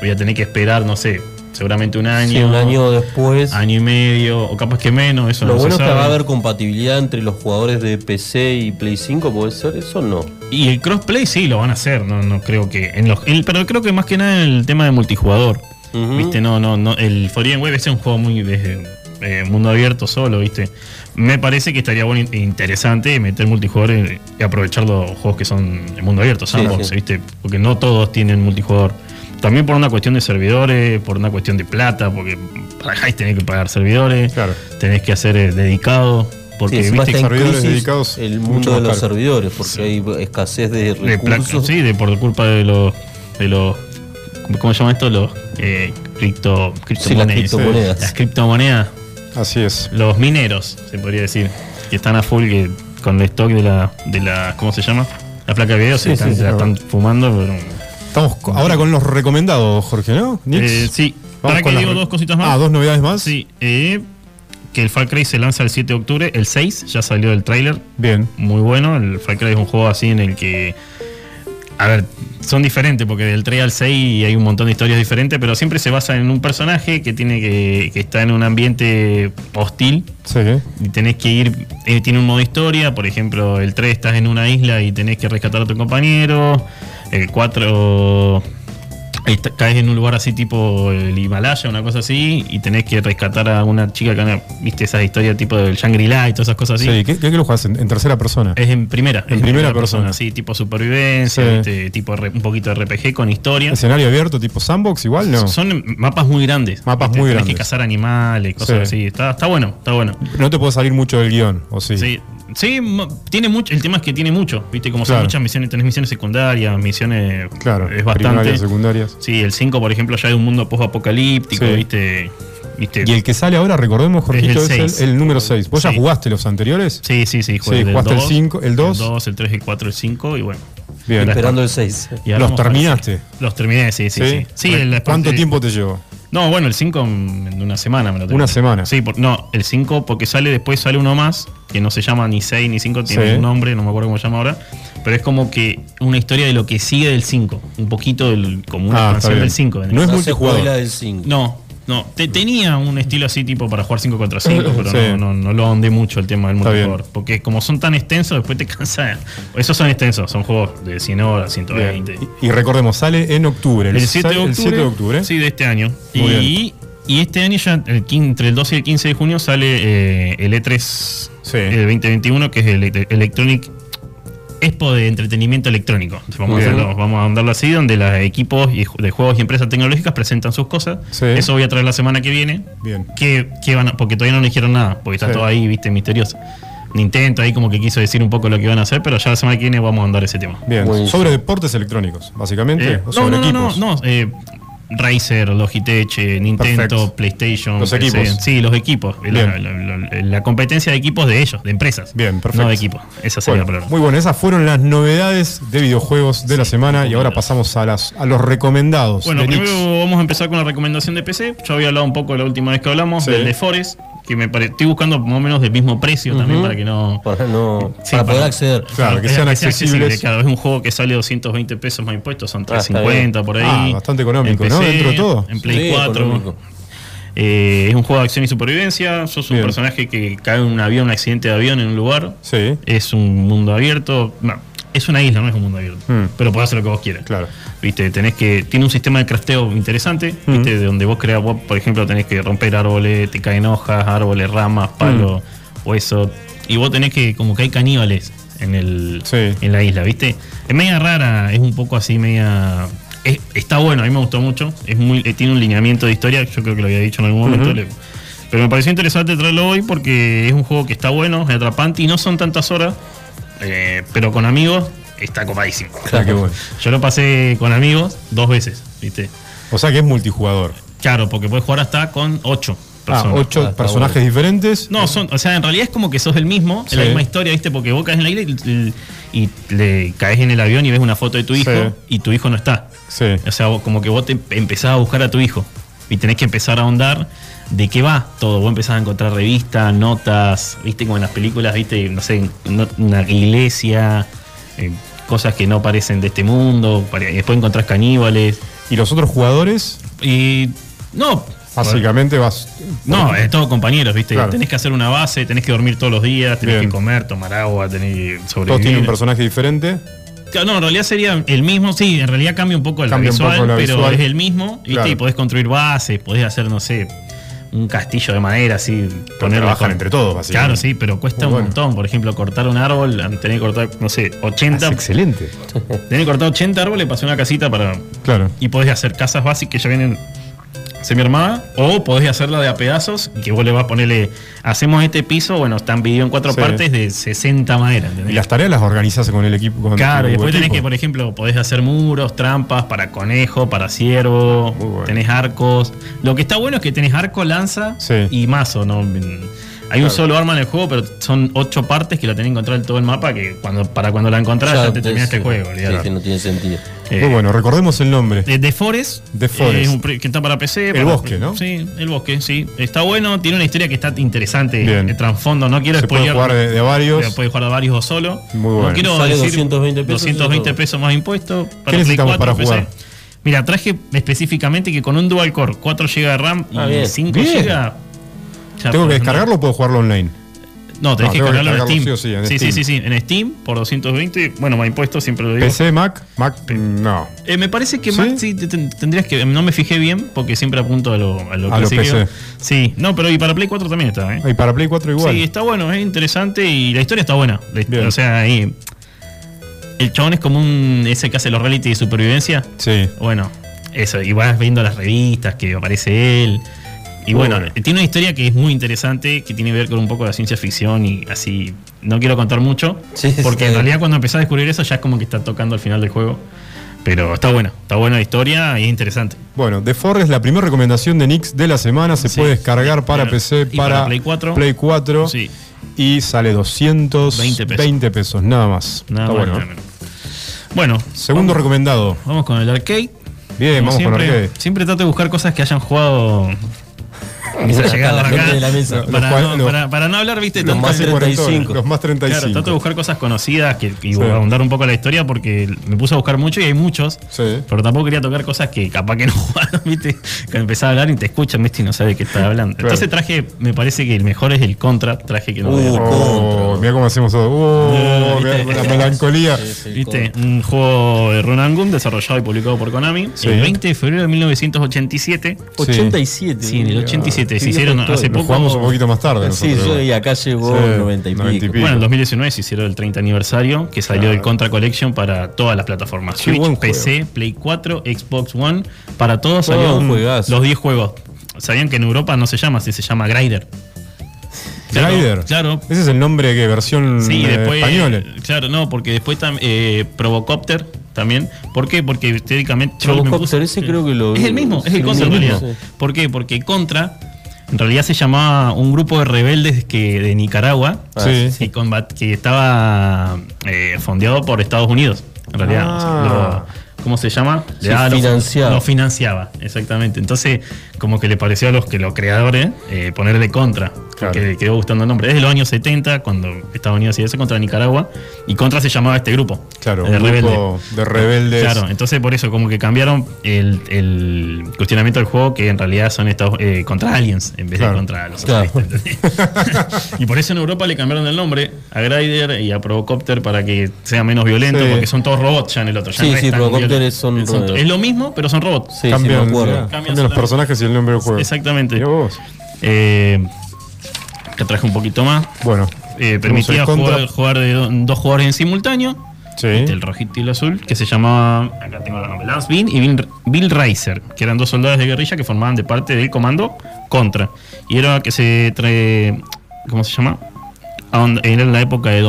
[SPEAKER 7] Voy a tener que esperar, no sé, seguramente un año,
[SPEAKER 3] Sí, un año después.
[SPEAKER 7] año y medio, o capaz que menos, eso
[SPEAKER 3] Lo
[SPEAKER 7] no
[SPEAKER 3] bueno es
[SPEAKER 7] se
[SPEAKER 3] que va a
[SPEAKER 7] sabe.
[SPEAKER 3] haber compatibilidad entre los jugadores de PC y Play 5, ¿puede ser eso o no?
[SPEAKER 7] Y el crossplay sí lo van a hacer, no, no creo que. En los, en- pero creo que más que nada en el tema de multijugador.
[SPEAKER 3] Ujú.
[SPEAKER 7] Viste, no, no, no. El Foreign Web es un juego muy de eh, mundo abierto solo, viste. Me parece que estaría bueno e interesante meter multijugador en- y aprovechar los juegos que son de mundo abierto,
[SPEAKER 3] Sí,
[SPEAKER 7] sandbox,
[SPEAKER 3] sí.
[SPEAKER 7] viste, porque no todos tienen multijugador. También por una cuestión de servidores, por una cuestión de plata, porque para Hive tenés que pagar servidores,
[SPEAKER 1] Claro.
[SPEAKER 7] tenés que hacer eh, dedicado, porque
[SPEAKER 3] Sí, encima
[SPEAKER 7] viste
[SPEAKER 3] está en
[SPEAKER 1] servidores
[SPEAKER 3] crisis
[SPEAKER 1] dedicados
[SPEAKER 3] el
[SPEAKER 1] mucho
[SPEAKER 3] mundo
[SPEAKER 1] más
[SPEAKER 3] de los
[SPEAKER 1] caro.
[SPEAKER 3] servidores, porque
[SPEAKER 7] Sí.
[SPEAKER 3] hay escasez de
[SPEAKER 7] de pla-
[SPEAKER 3] recursos.
[SPEAKER 7] sí, de por culpa de los de los ¿cómo se llama esto? los eh, cripto
[SPEAKER 3] Sí, las criptomonedas.
[SPEAKER 7] Las criptomonedas,
[SPEAKER 1] Así es.
[SPEAKER 7] los mineros, se podría decir, que están a full que con el stock de la de la ¿cómo se llama? La placa de video se
[SPEAKER 1] Sí,
[SPEAKER 7] están,
[SPEAKER 1] sí,
[SPEAKER 7] se la
[SPEAKER 1] sí,
[SPEAKER 7] están fumando, pero
[SPEAKER 1] Estamos co- ahora con los recomendados, Jorge, ¿no? Nix.
[SPEAKER 7] Eh, sí,
[SPEAKER 1] Vamos
[SPEAKER 7] para
[SPEAKER 1] con
[SPEAKER 7] que
[SPEAKER 1] las
[SPEAKER 7] digo
[SPEAKER 1] re-
[SPEAKER 7] dos cositas más.
[SPEAKER 1] Ah, dos novedades más.
[SPEAKER 7] Sí, eh, que el Far Cry se lanza el 7 de octubre, el 6 ya salió el tráiler,
[SPEAKER 1] Bien.
[SPEAKER 7] muy bueno. El Far Cry es un juego así en el que. A ver, son diferentes porque del 3 al 6 hay un montón de historias diferentes, pero siempre se basa en un personaje que tiene que, que está en un ambiente hostil
[SPEAKER 1] Sí.
[SPEAKER 7] y tenés que ir. eh, tiene un modo historia, por ejemplo, el 3 estás en una isla y tenés que rescatar a tu compañero, el 4 est- caes en un lugar así tipo el Himalaya, una cosa así, y tenés que rescatar a una chica que anda- viste esa historia tipo del Shangri-La y todas esas cosas
[SPEAKER 1] Sí.
[SPEAKER 7] así.
[SPEAKER 1] ¿Qué, qué- qué lo juegas en, en tercera persona?
[SPEAKER 7] Es en primera.
[SPEAKER 1] En
[SPEAKER 7] es
[SPEAKER 1] primera persona.
[SPEAKER 7] Sí, tipo supervivencia,
[SPEAKER 1] Sí.
[SPEAKER 7] ¿viste? tipo re- un poquito de RPG con historia.
[SPEAKER 1] ¿Escenario abierto tipo sandbox igual? No.
[SPEAKER 7] Son mapas muy grandes.
[SPEAKER 1] Mapas muy
[SPEAKER 7] Tenés
[SPEAKER 1] grandes.
[SPEAKER 7] que cazar animales, cosas
[SPEAKER 1] Sí.
[SPEAKER 7] así. Está, está bueno, está bueno.
[SPEAKER 1] No te puede salir mucho del guión, ¿o sí?
[SPEAKER 7] Sí. Sí, mo- tiene mucho, el tema es que tiene mucho, viste, como
[SPEAKER 1] Claro.
[SPEAKER 7] son muchas misiones, tenés misiones secundarias, misiones
[SPEAKER 1] Claro.
[SPEAKER 7] es
[SPEAKER 1] Primarias,
[SPEAKER 7] bastante.
[SPEAKER 1] secundarias.
[SPEAKER 7] Sí, el 5, por ejemplo, ya es un mundo post apocalíptico,
[SPEAKER 1] Sí.
[SPEAKER 7] viste, viste.
[SPEAKER 1] Y el que sale ahora, recordemos, Jorgito, es
[SPEAKER 7] Es el
[SPEAKER 1] el,
[SPEAKER 7] seis.
[SPEAKER 1] el número 6. ¿Vos ya
[SPEAKER 7] Sí.
[SPEAKER 1] jugaste los anteriores?
[SPEAKER 7] Sí, sí, sí,
[SPEAKER 1] Sí,
[SPEAKER 7] del
[SPEAKER 1] jugaste el
[SPEAKER 7] dos,
[SPEAKER 1] cinco, el dos.
[SPEAKER 7] el 2, el 3, el 4, el 5 y bueno.
[SPEAKER 1] Bien.
[SPEAKER 7] Las-
[SPEAKER 3] Esperando el 6.
[SPEAKER 7] y ahora
[SPEAKER 1] ¿Los
[SPEAKER 7] vamos para el
[SPEAKER 1] terminaste?
[SPEAKER 7] seis. Los terminé, sí, sí, sí. Sí,
[SPEAKER 1] Re-
[SPEAKER 7] el- la
[SPEAKER 1] ¿Cuánto
[SPEAKER 7] parte-
[SPEAKER 1] tiempo te llevó?
[SPEAKER 7] No, bueno, el 5 en una semana me lo tengo.
[SPEAKER 1] Una semana.
[SPEAKER 7] Sí, por- no, el 5 porque sale después sale uno más, que no se llama ni 6 ni 5, tiene
[SPEAKER 1] Sí.
[SPEAKER 7] un nombre, no me acuerdo cómo se llama ahora, pero es como que una historia de lo que sigue del 5, un poquito del, como una
[SPEAKER 1] Ah, está
[SPEAKER 7] expansión
[SPEAKER 1] bien.
[SPEAKER 7] del 5.
[SPEAKER 1] No es
[SPEAKER 3] la
[SPEAKER 1] multijugador.
[SPEAKER 3] secuela del 5.
[SPEAKER 7] no, no, te- tenía un estilo así tipo para jugar 5 contra 5, pero
[SPEAKER 1] Sí.
[SPEAKER 7] no, no, no lo ahondé mucho el tema del
[SPEAKER 1] Está bien.
[SPEAKER 7] multijugador, porque como son tan extensos, después te cansan. Esos son extensos, son juegos de 100 horas, 120.
[SPEAKER 1] Y, y recordemos, sale en octubre.
[SPEAKER 7] El 7 de
[SPEAKER 1] sa-
[SPEAKER 7] octubre.
[SPEAKER 1] el 7 de octubre.
[SPEAKER 7] Sí, de este año.
[SPEAKER 1] Muy
[SPEAKER 7] Y, y este año ya, el quin- entre el 12 y el 15 de junio, sale eh, el E3
[SPEAKER 1] Sí.
[SPEAKER 7] eh, 2021, que es el Elect- Electronic Expo de Entretenimiento Electrónico. Entonces, Vamos
[SPEAKER 1] Muy
[SPEAKER 7] a,
[SPEAKER 1] bien.
[SPEAKER 7] hacerlo- vamos a andarlo así, donde los equipos y ju- de juegos y empresas tecnológicas presentan sus cosas.
[SPEAKER 1] Sí.
[SPEAKER 7] Eso voy a traer la semana que viene.
[SPEAKER 1] Bien.
[SPEAKER 7] Que, que van a- porque todavía no dijeron nada, porque está
[SPEAKER 1] Sí.
[SPEAKER 7] todo ahí, viste, misterioso. Nintendo ahí como que quiso decir un poco lo que iban a hacer, pero ya la semana que viene vamos a andar ese tema.
[SPEAKER 1] Bien.
[SPEAKER 3] Buenísimo.
[SPEAKER 1] Sobre deportes electrónicos, básicamente.
[SPEAKER 7] Eh,
[SPEAKER 1] o
[SPEAKER 7] no,
[SPEAKER 1] sobre
[SPEAKER 7] no, no, no,
[SPEAKER 1] equipos.
[SPEAKER 7] no, eh, Razer, Logitech, eh, Nintendo,
[SPEAKER 1] Perfecto.
[SPEAKER 7] PlayStation.
[SPEAKER 1] Los
[SPEAKER 7] PC.
[SPEAKER 1] equipos.
[SPEAKER 7] Sí, los equipos. Eh, La,
[SPEAKER 1] Bien.
[SPEAKER 7] la- la- la competencia de equipos de ellos, de empresas.
[SPEAKER 1] Bien, perfecto.
[SPEAKER 7] No de equipos. Esa
[SPEAKER 1] Bueno,
[SPEAKER 7] sería la palabra.
[SPEAKER 1] muy bueno, esas fueron las novedades de videojuegos de la semana y ahora pasamos a las a los recomendados.
[SPEAKER 7] Bueno,
[SPEAKER 1] de Nix.
[SPEAKER 7] primero vamos a empezar con la recomendación de PC. Yo había hablado un poco la última vez que hablamos
[SPEAKER 1] Sí.
[SPEAKER 7] del de Forest, que me pare- estoy buscando más o menos del mismo precio también para que no... Eh,
[SPEAKER 3] Para, no,
[SPEAKER 7] Sí,
[SPEAKER 3] para poder acceder.
[SPEAKER 1] Claro, que sean accesibles.
[SPEAKER 7] Cada vez un juego que sale 220 pesos más impuestos, son
[SPEAKER 3] Ah, está
[SPEAKER 7] 350 por ahí.
[SPEAKER 1] Ah, bastante económico,
[SPEAKER 7] En
[SPEAKER 1] ¿no? Dentro de todo.
[SPEAKER 7] En Play
[SPEAKER 3] Sí,
[SPEAKER 7] 4.
[SPEAKER 3] económico.
[SPEAKER 7] Eh, es un juego de acción y supervivencia. Sos un
[SPEAKER 1] Bien.
[SPEAKER 7] personaje que cae en un avión, un accidente de avión en un lugar.
[SPEAKER 1] Sí.
[SPEAKER 7] Es un mundo abierto. No, es una isla, no es un mundo abierto.
[SPEAKER 1] Mm.
[SPEAKER 7] Pero podés hacer lo que vos quieras.
[SPEAKER 1] Claro.
[SPEAKER 7] Viste, tenés que. Tiene un sistema de crafteo interesante,
[SPEAKER 1] Mm.
[SPEAKER 7] viste, de donde vos creas, vos, por ejemplo, tenés que romper árboles, te caen hojas, árboles, ramas, palos,
[SPEAKER 1] Mm.
[SPEAKER 7] hueso. Y vos tenés que, como que hay caníbales en el
[SPEAKER 1] Sí.
[SPEAKER 7] en la isla, ¿viste? Es media rara, es un poco así, media. es- está bueno, a mí me gustó mucho. Es muy, eh, tiene un lineamiento de historia, yo creo que lo había dicho en algún momento. le- pero me pareció interesante traerlo hoy porque es un juego que está bueno, es atrapante y no son tantas horas, eh, pero con amigos está copadísimo.
[SPEAKER 1] Ah, qué bueno.
[SPEAKER 7] Yo lo pasé con amigos dos veces, ¿viste?
[SPEAKER 1] O sea que es multijugador.
[SPEAKER 7] Claro, porque puedes jugar hasta con ocho
[SPEAKER 1] Ah,
[SPEAKER 7] personas.
[SPEAKER 1] ocho
[SPEAKER 3] Ah, está
[SPEAKER 1] personajes diferentes.
[SPEAKER 7] No, son, o sea, en realidad es como que sos el mismo, es la
[SPEAKER 1] Sí.
[SPEAKER 7] misma historia, ¿viste? Porque vos caes en la isla y, y le caes en el avión y ves una foto de tu hijo
[SPEAKER 1] Sí.
[SPEAKER 7] y tu hijo no está.
[SPEAKER 1] Sí.
[SPEAKER 7] O sea, vos- como que vos te empezás a buscar a tu hijo y tenés que empezar a ahondar de qué va todo. Vos empezás a encontrar revistas, notas, viste, como en las películas, viste, no sé, no- una iglesia, eh, cosas que no parecen de este mundo. pare- Después encontrás caníbales.
[SPEAKER 1] Y los otros jugadores,
[SPEAKER 7] Y. No.
[SPEAKER 1] básicamente vas.
[SPEAKER 7] No, es todo compañeros, ¿viste?
[SPEAKER 1] Claro.
[SPEAKER 7] Tenés que hacer una base, tenés que dormir todos los días, tenés
[SPEAKER 1] Bien.
[SPEAKER 7] que comer, tomar agua, tenés que sobrevivir.
[SPEAKER 1] Todos tienen un personaje diferente.
[SPEAKER 7] Claro, No, en realidad sería el mismo, sí, en realidad cambia un poco el
[SPEAKER 1] Cambia un
[SPEAKER 7] visual,
[SPEAKER 1] poco la
[SPEAKER 7] pero
[SPEAKER 1] visual.
[SPEAKER 7] es el mismo, ¿viste?
[SPEAKER 1] Claro.
[SPEAKER 7] Y podés construir bases, podés hacer, no sé, un castillo de madera, así,
[SPEAKER 1] trabajan entre todos, básicamente.
[SPEAKER 7] Claro, sí, pero
[SPEAKER 1] Muy
[SPEAKER 7] cuesta un
[SPEAKER 1] bueno.
[SPEAKER 7] montón. Por ejemplo, cortar un árbol, tenés que cortar, no sé, 80.
[SPEAKER 1] Ah, Es excelente.
[SPEAKER 7] Tenés que cortar 80 árboles para hacer una casita para
[SPEAKER 1] Claro.
[SPEAKER 7] y podés hacer casas básicas que ya vienen semi armadas o podés hacerla de a pedazos y que vos le vas a ponerle hacemos este piso bueno está dividido en cuatro
[SPEAKER 1] Sí.
[SPEAKER 7] partes de 60 maderas
[SPEAKER 1] Y
[SPEAKER 7] ¿entendés?
[SPEAKER 1] las tareas las organizas con el equipo. Con
[SPEAKER 7] claro
[SPEAKER 1] tu
[SPEAKER 7] y después tenés
[SPEAKER 1] equipo.
[SPEAKER 7] que por ejemplo podés hacer muros trampas para conejo para ciervo
[SPEAKER 1] Muy bueno.
[SPEAKER 7] tenés arcos lo que está bueno es que tenés arco lanza
[SPEAKER 1] Sí.
[SPEAKER 7] y mazo no hay un solo arma en el juego, pero son ocho partes que la tenés que encontrar en todo el mapa, que cuando para cuando la encontrás ya, te terminaste el juego.
[SPEAKER 3] Sí,
[SPEAKER 7] olvidate.
[SPEAKER 3] sí, no tiene sentido.
[SPEAKER 7] Eh,
[SPEAKER 1] Muy bueno, recordemos el nombre.
[SPEAKER 7] de The Forest.
[SPEAKER 1] The Forest.
[SPEAKER 7] Eh, es un pre- que está para PC.
[SPEAKER 1] El
[SPEAKER 7] para-
[SPEAKER 1] bosque, ¿no?
[SPEAKER 7] Sí, el bosque, sí. Está bueno, tiene una historia que está interesante.
[SPEAKER 1] Bien.
[SPEAKER 7] El trasfondo, no quiero
[SPEAKER 1] Se puede
[SPEAKER 7] spoilear.
[SPEAKER 1] jugar de, de
[SPEAKER 7] pero
[SPEAKER 1] varios.
[SPEAKER 7] puede jugar a varios o solo.
[SPEAKER 1] Muy bueno.
[SPEAKER 7] No quiero
[SPEAKER 3] Sale
[SPEAKER 7] decir
[SPEAKER 3] 220 pesos,
[SPEAKER 7] 220
[SPEAKER 3] eso.
[SPEAKER 7] pesos más impuestos.
[SPEAKER 1] necesitamos para jugar?
[SPEAKER 7] Mira, traje específicamente que con un dual core, 4 GB de RAM y
[SPEAKER 3] Ah, bien.
[SPEAKER 7] 5
[SPEAKER 1] Bien.
[SPEAKER 7] GB. ya
[SPEAKER 1] ¿Tengo que
[SPEAKER 7] podés andar.
[SPEAKER 1] descargarlo o puedo jugarlo online?
[SPEAKER 7] No, tenés
[SPEAKER 1] No,
[SPEAKER 7] que
[SPEAKER 1] tengo que
[SPEAKER 7] descargarlo en Steam.
[SPEAKER 1] descargarlo sí o sí, en
[SPEAKER 7] sí, sí,
[SPEAKER 1] Steam.
[SPEAKER 7] sí, en Steam por 220. Bueno, más impuestos, siempre lo digo.
[SPEAKER 1] PC, Mac, Mac, no.
[SPEAKER 7] Eh, me parece que
[SPEAKER 1] ¿Sí?
[SPEAKER 7] Mac sí te- te- tendrías que. No me fijé bien porque siempre apunto a lo, a lo
[SPEAKER 1] A lo
[SPEAKER 7] clásico.
[SPEAKER 1] PC.
[SPEAKER 7] Sí, no, pero y para Play 4 también está, ¿eh?
[SPEAKER 1] Y para Play 4 igual.
[SPEAKER 7] Sí, está bueno, es interesante y la historia está buena. La hist-
[SPEAKER 1] Bien.
[SPEAKER 7] O sea, ahí. El chabón es como un. ese que hace los reality de supervivencia.
[SPEAKER 1] Sí.
[SPEAKER 7] Bueno, eso, y vas viendo las revistas que aparece él. Y bueno,
[SPEAKER 1] Bueno.
[SPEAKER 7] tiene una historia que es muy interesante, que tiene que ver con un poco de la ciencia ficción y así. No quiero contar mucho,
[SPEAKER 3] Sí,
[SPEAKER 7] porque
[SPEAKER 3] sí.
[SPEAKER 7] en realidad cuando empezás a descubrir eso ya es como que está tocando al final del juego. Pero está buena, está buena la historia y es interesante.
[SPEAKER 1] Bueno, The Forest, la primera recomendación de Nix de la semana, se
[SPEAKER 7] Sí.
[SPEAKER 1] puede descargar para
[SPEAKER 7] Claro.
[SPEAKER 1] PC,
[SPEAKER 7] Y
[SPEAKER 1] para,
[SPEAKER 7] para Play 4.
[SPEAKER 1] Play 4,
[SPEAKER 7] Sí.
[SPEAKER 1] y sale 220
[SPEAKER 7] 20
[SPEAKER 1] pesos,
[SPEAKER 7] pesos.
[SPEAKER 1] nada más.
[SPEAKER 7] Nada
[SPEAKER 1] Está
[SPEAKER 7] más,
[SPEAKER 1] bueno.
[SPEAKER 7] nada
[SPEAKER 1] ¿eh?
[SPEAKER 7] menos. Bueno,
[SPEAKER 1] Segundo recomendado.
[SPEAKER 7] vamos con el arcade.
[SPEAKER 1] Bien,
[SPEAKER 7] Como
[SPEAKER 1] vamos con
[SPEAKER 7] siempre,
[SPEAKER 1] arcade.
[SPEAKER 7] Siempre trato de buscar cosas que hayan jugado. que hayan llegado
[SPEAKER 3] la
[SPEAKER 7] acá,
[SPEAKER 3] gente de la mesa.
[SPEAKER 1] Los
[SPEAKER 7] Para,
[SPEAKER 1] cual-
[SPEAKER 7] no,
[SPEAKER 1] los-
[SPEAKER 7] para- para no hablar, viste,
[SPEAKER 3] los más
[SPEAKER 7] tantas-
[SPEAKER 1] Casi 40 horas,
[SPEAKER 3] 35.
[SPEAKER 1] los más
[SPEAKER 7] Claro,
[SPEAKER 1] 35.
[SPEAKER 7] trato de buscar cosas conocidas que, y
[SPEAKER 1] Sí.
[SPEAKER 7] ahondar un poco la historia porque me puse a buscar mucho y hay muchos.
[SPEAKER 1] Sí.
[SPEAKER 7] Pero tampoco quería tocar cosas que capaz que no jugaron, ¿viste? Que empezás a hablar y te escuchan, ¿viste? Y no sabes de qué estás hablando.
[SPEAKER 1] Claro.
[SPEAKER 7] Entonces traje, me parece que el mejor es el contra, traje que no voy a-
[SPEAKER 3] Uh,
[SPEAKER 1] Oh, mira cómo hacemos todo. Oh,
[SPEAKER 7] Eh,
[SPEAKER 1] mirá
[SPEAKER 7] viste.
[SPEAKER 1] la melancolía.
[SPEAKER 7] ¿Viste? Un juego de Run and Gun desarrollado y publicado por Konami
[SPEAKER 1] Sí.
[SPEAKER 7] el 20 de febrero de 1987.
[SPEAKER 3] 87.
[SPEAKER 7] Sí, en el 87 se hicieron hace
[SPEAKER 1] Lo
[SPEAKER 7] poco.
[SPEAKER 1] jugamos un poquito más tarde.
[SPEAKER 3] Sí,
[SPEAKER 1] nosotros.
[SPEAKER 3] yo y acá llegó
[SPEAKER 1] Sí,
[SPEAKER 3] 90 y
[SPEAKER 1] 90 y
[SPEAKER 3] pico.
[SPEAKER 1] pico.
[SPEAKER 7] Bueno, en el 2019 se hicieron el 30 aniversario, que salió
[SPEAKER 1] Claro.
[SPEAKER 7] el Contra Collection para todas las plataformas.
[SPEAKER 1] Qué
[SPEAKER 7] Switch,
[SPEAKER 1] buen juego.
[SPEAKER 7] PC, Play 4, Xbox One, para todos
[SPEAKER 3] Todo
[SPEAKER 7] salieron
[SPEAKER 3] un juegazo.
[SPEAKER 7] los 10 juegos. Sabían que en Europa no se llama así, se llama Grider. Claro,
[SPEAKER 1] Glider.
[SPEAKER 7] Claro.
[SPEAKER 1] Ese es el nombre que versión
[SPEAKER 7] Sí,
[SPEAKER 1] eh,
[SPEAKER 7] después.
[SPEAKER 1] española.
[SPEAKER 7] Claro, no, porque después tam- eh, Provocopter también. ¿Por qué? Porque teóricamente. yo me
[SPEAKER 3] Robocop,
[SPEAKER 7] puse-
[SPEAKER 3] ese creo que lo.
[SPEAKER 7] es el mismo, es el
[SPEAKER 3] Sí,
[SPEAKER 7] Contra en
[SPEAKER 3] sí,
[SPEAKER 7] realidad.
[SPEAKER 3] sí.
[SPEAKER 7] ¿Por qué? Porque Contra en realidad se llamaba un grupo de rebeldes que de Nicaragua
[SPEAKER 3] Ah,
[SPEAKER 1] sí.
[SPEAKER 7] y combat- que estaba eh, fondeado por Estados Unidos. En realidad,
[SPEAKER 1] Ah.
[SPEAKER 7] O sea, lo- ¿cómo se llama?
[SPEAKER 3] Sí,
[SPEAKER 7] daba lo-
[SPEAKER 3] financiado.
[SPEAKER 7] Lo financiaba, exactamente. Entonces, como que le pareció a los que los creadores eh, ponerle contra,
[SPEAKER 1] Claro.
[SPEAKER 7] que le quedó gustando el nombre. Desde los años 70, cuando Estados Unidos hacía eso contra Nicaragua, y contra se llamaba este grupo.
[SPEAKER 1] Claro,
[SPEAKER 7] el
[SPEAKER 1] un grupo de rebeldes.
[SPEAKER 7] Claro, entonces por eso como que cambiaron el, el cuestionamiento del juego que en realidad son Estados eh, contra aliens en vez
[SPEAKER 1] Claro.
[SPEAKER 7] de contra los
[SPEAKER 3] Claro.
[SPEAKER 7] socialistas, ¿entendés? y por eso en Europa le cambiaron el nombre a Grider y a Provocopter para que sea menos violento,
[SPEAKER 1] Sí.
[SPEAKER 7] porque son todos robots ya en el otro. ya
[SPEAKER 3] Sí,
[SPEAKER 7] no es
[SPEAKER 3] sí,
[SPEAKER 7] tan
[SPEAKER 3] Provocopter
[SPEAKER 7] violento.
[SPEAKER 3] son
[SPEAKER 7] Son-
[SPEAKER 3] robots.
[SPEAKER 7] es lo mismo, pero son robots.
[SPEAKER 3] Sí, sí, me
[SPEAKER 1] cambian,
[SPEAKER 3] acuerdo.
[SPEAKER 1] cambian los
[SPEAKER 7] Cambian solamente.
[SPEAKER 1] personajes y el nombre del juego.
[SPEAKER 7] Exactamente.
[SPEAKER 1] Mirá vos.
[SPEAKER 7] Eh, que traje un poquito más.
[SPEAKER 1] Bueno,
[SPEAKER 7] Eh,
[SPEAKER 1] tenemos
[SPEAKER 7] permitía
[SPEAKER 1] el contra.
[SPEAKER 7] jugar, jugar de do- dos jugadores en simultáneo.
[SPEAKER 1] Sí.
[SPEAKER 7] Este, el rojito y el azul, que se llamaba. Acá tengo los nombres. Lance Bean y Bill, Bill Reiser, que eran dos soldados de guerrilla que formaban de parte del comando contra. Y era que se trae. ¿Cómo se llama? A on- Era en la época de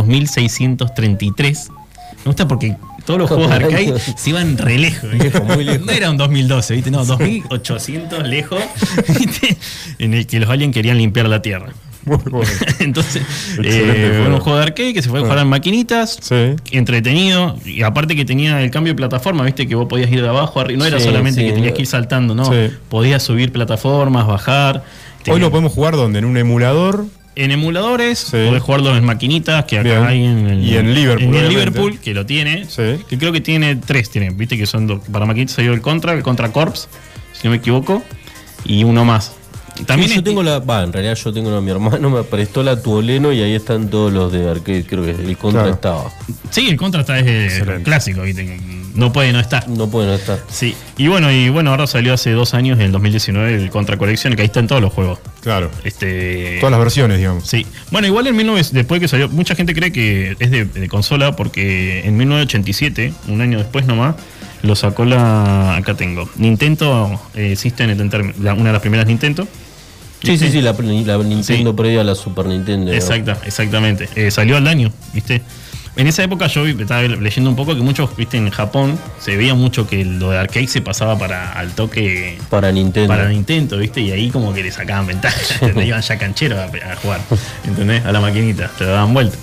[SPEAKER 7] 2633. Me gusta porque todos los juegos arcade se iban re lejos. ¿viste?
[SPEAKER 3] Lejos, muy lejos.
[SPEAKER 7] No era un 2012, ¿viste? No, 2800 lejos, ¿viste? En el que los aliens querían limpiar la Tierra.
[SPEAKER 1] muy bueno.
[SPEAKER 7] Entonces,
[SPEAKER 1] Excelente
[SPEAKER 7] eh,
[SPEAKER 1] juego. Ah.
[SPEAKER 7] fue un juego de arcade que se fue a jugar en maquinitas.
[SPEAKER 1] Sí.
[SPEAKER 7] Entretenido. Y aparte que tenía el cambio de plataforma, viste que vos podías ir de abajo arriba. No era
[SPEAKER 3] Sí,
[SPEAKER 7] solamente
[SPEAKER 3] sí.
[SPEAKER 7] que tenías que ir saltando, no.
[SPEAKER 1] Sí.
[SPEAKER 7] Podías subir plataformas, bajar.
[SPEAKER 1] Hoy
[SPEAKER 7] Tenía-
[SPEAKER 1] lo podemos jugar donde en un emulador.
[SPEAKER 7] en emuladores,
[SPEAKER 1] Sí.
[SPEAKER 7] podés jugarlo en maquinitas, que acá
[SPEAKER 1] Bien.
[SPEAKER 7] hay en el-
[SPEAKER 1] Y en Liverpool,
[SPEAKER 7] Y en
[SPEAKER 1] obviamente.
[SPEAKER 7] Liverpool, que lo tiene.
[SPEAKER 1] Sí.
[SPEAKER 7] Que creo que tiene tres, tiene, viste que son dos. Para maquinitas salió el Contra, el Contra Corps, si no me equivoco, y uno más. También
[SPEAKER 3] Sí,
[SPEAKER 7] es-
[SPEAKER 3] yo tengo la. Va, en realidad yo tengo la. Mi hermano me prestó la Tuoleno y ahí están todos los de arcade. Creo que el contra
[SPEAKER 1] Claro.
[SPEAKER 3] estaba.
[SPEAKER 7] Sí, el Contra está es
[SPEAKER 1] Excelente.
[SPEAKER 7] clásico, viste, No puede no estar.
[SPEAKER 3] No pueden estar.
[SPEAKER 7] Sí, y bueno, y bueno, ahora salió hace dos años, en el 2019, el Contra Colección, que ahí están todos los juegos.
[SPEAKER 1] Claro.
[SPEAKER 7] Este.
[SPEAKER 1] Todas las versiones, digamos.
[SPEAKER 7] Sí. Bueno, igual en 19, después que salió, mucha gente cree que es de, de consola porque en 1987, un año después nomás, lo sacó la. Acá tengo. Nintendo eh, System, Entertainment, la- una de las primeras Nintendo.
[SPEAKER 3] Sí, sí, sí, la, la Nintendo
[SPEAKER 7] Sí.
[SPEAKER 3] previa a la Super Nintendo. ¿no?
[SPEAKER 7] Exacta, exactamente. Eh, salió al año, ¿viste? En esa época yo vi- estaba leyendo un poco que muchos, viste, en Japón se veía mucho que lo de arcade se pasaba para al toque
[SPEAKER 3] Para Nintendo.
[SPEAKER 7] para Nintendo, ¿viste? Y ahí como que le sacaban ventaja, ¿entendés? iban ya cancheros a, a jugar, ¿entendés? A la maquinita, te la daban vuelta.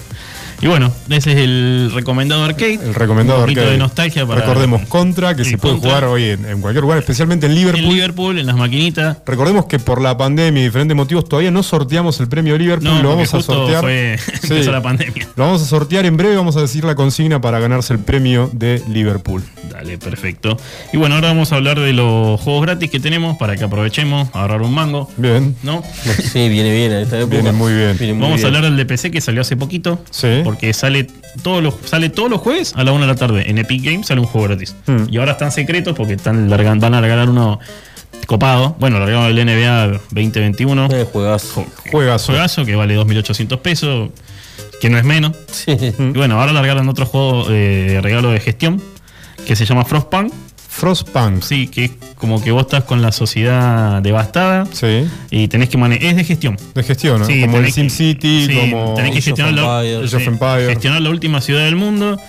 [SPEAKER 7] Y bueno, ese es el recomendado arcade.
[SPEAKER 1] El recomendado
[SPEAKER 7] Un poquito
[SPEAKER 1] arcade.
[SPEAKER 7] de nostalgia para
[SPEAKER 1] Recordemos Contra, que
[SPEAKER 7] Sí,
[SPEAKER 1] se puede
[SPEAKER 7] Contra.
[SPEAKER 1] jugar hoy en, en cualquier lugar, especialmente en Liverpool.
[SPEAKER 7] en Liverpool, en las maquinitas.
[SPEAKER 1] Recordemos que por la pandemia y diferentes motivos todavía no sorteamos el premio Liverpool,
[SPEAKER 7] No,
[SPEAKER 1] lo
[SPEAKER 7] porque
[SPEAKER 1] vamos a
[SPEAKER 7] justo
[SPEAKER 1] sortear.
[SPEAKER 7] fue-
[SPEAKER 1] Sí.
[SPEAKER 7] empezó la pandemia.
[SPEAKER 1] Lo vamos a sortear en breve, vamos a decir la consigna para ganarse el premio de Liverpool.
[SPEAKER 7] Dale, perfecto. Y bueno, ahora vamos a hablar de los juegos gratis que tenemos para que aprovechemos, ahorrar un mango,
[SPEAKER 1] Bien.
[SPEAKER 7] ¿no?
[SPEAKER 3] Sí, viene bien a esta época.
[SPEAKER 1] Viene muy bien.
[SPEAKER 3] Viene muy
[SPEAKER 7] Vamos a
[SPEAKER 3] bien.
[SPEAKER 7] hablar del de PC que salió hace poquito.
[SPEAKER 1] Sí.
[SPEAKER 7] Porque sale todos los, sale todos los jueves a la una de la tarde. En Epic Games sale un juego gratis.
[SPEAKER 1] Hmm.
[SPEAKER 7] Y ahora están secretos porque están largan- van a largar uno copado. Bueno, largaron el NBA 2021.
[SPEAKER 3] Eh, juegazo.
[SPEAKER 1] Juegazo.
[SPEAKER 7] Juegazo que vale 2.800 pesos, que no es menos.
[SPEAKER 3] Sí.
[SPEAKER 1] Hmm.
[SPEAKER 7] Y bueno, ahora largaron otro juego eh, de regalo de gestión que se llama Frostpunk.
[SPEAKER 1] Frostpunk. Sí.
[SPEAKER 7] Sí, que es como que vos estás con la sociedad devastada y tenés que manejar. Es de gestión.
[SPEAKER 1] De gestión, ¿no?
[SPEAKER 7] Sí,
[SPEAKER 1] como el
[SPEAKER 7] tenés que-
[SPEAKER 1] SimCity,
[SPEAKER 7] sí,
[SPEAKER 1] como.
[SPEAKER 7] tenés
[SPEAKER 3] Age
[SPEAKER 7] que
[SPEAKER 3] of
[SPEAKER 7] gestionar la,
[SPEAKER 3] Empires.
[SPEAKER 1] Age of Empires.
[SPEAKER 7] gestionar la última ciudad del mundo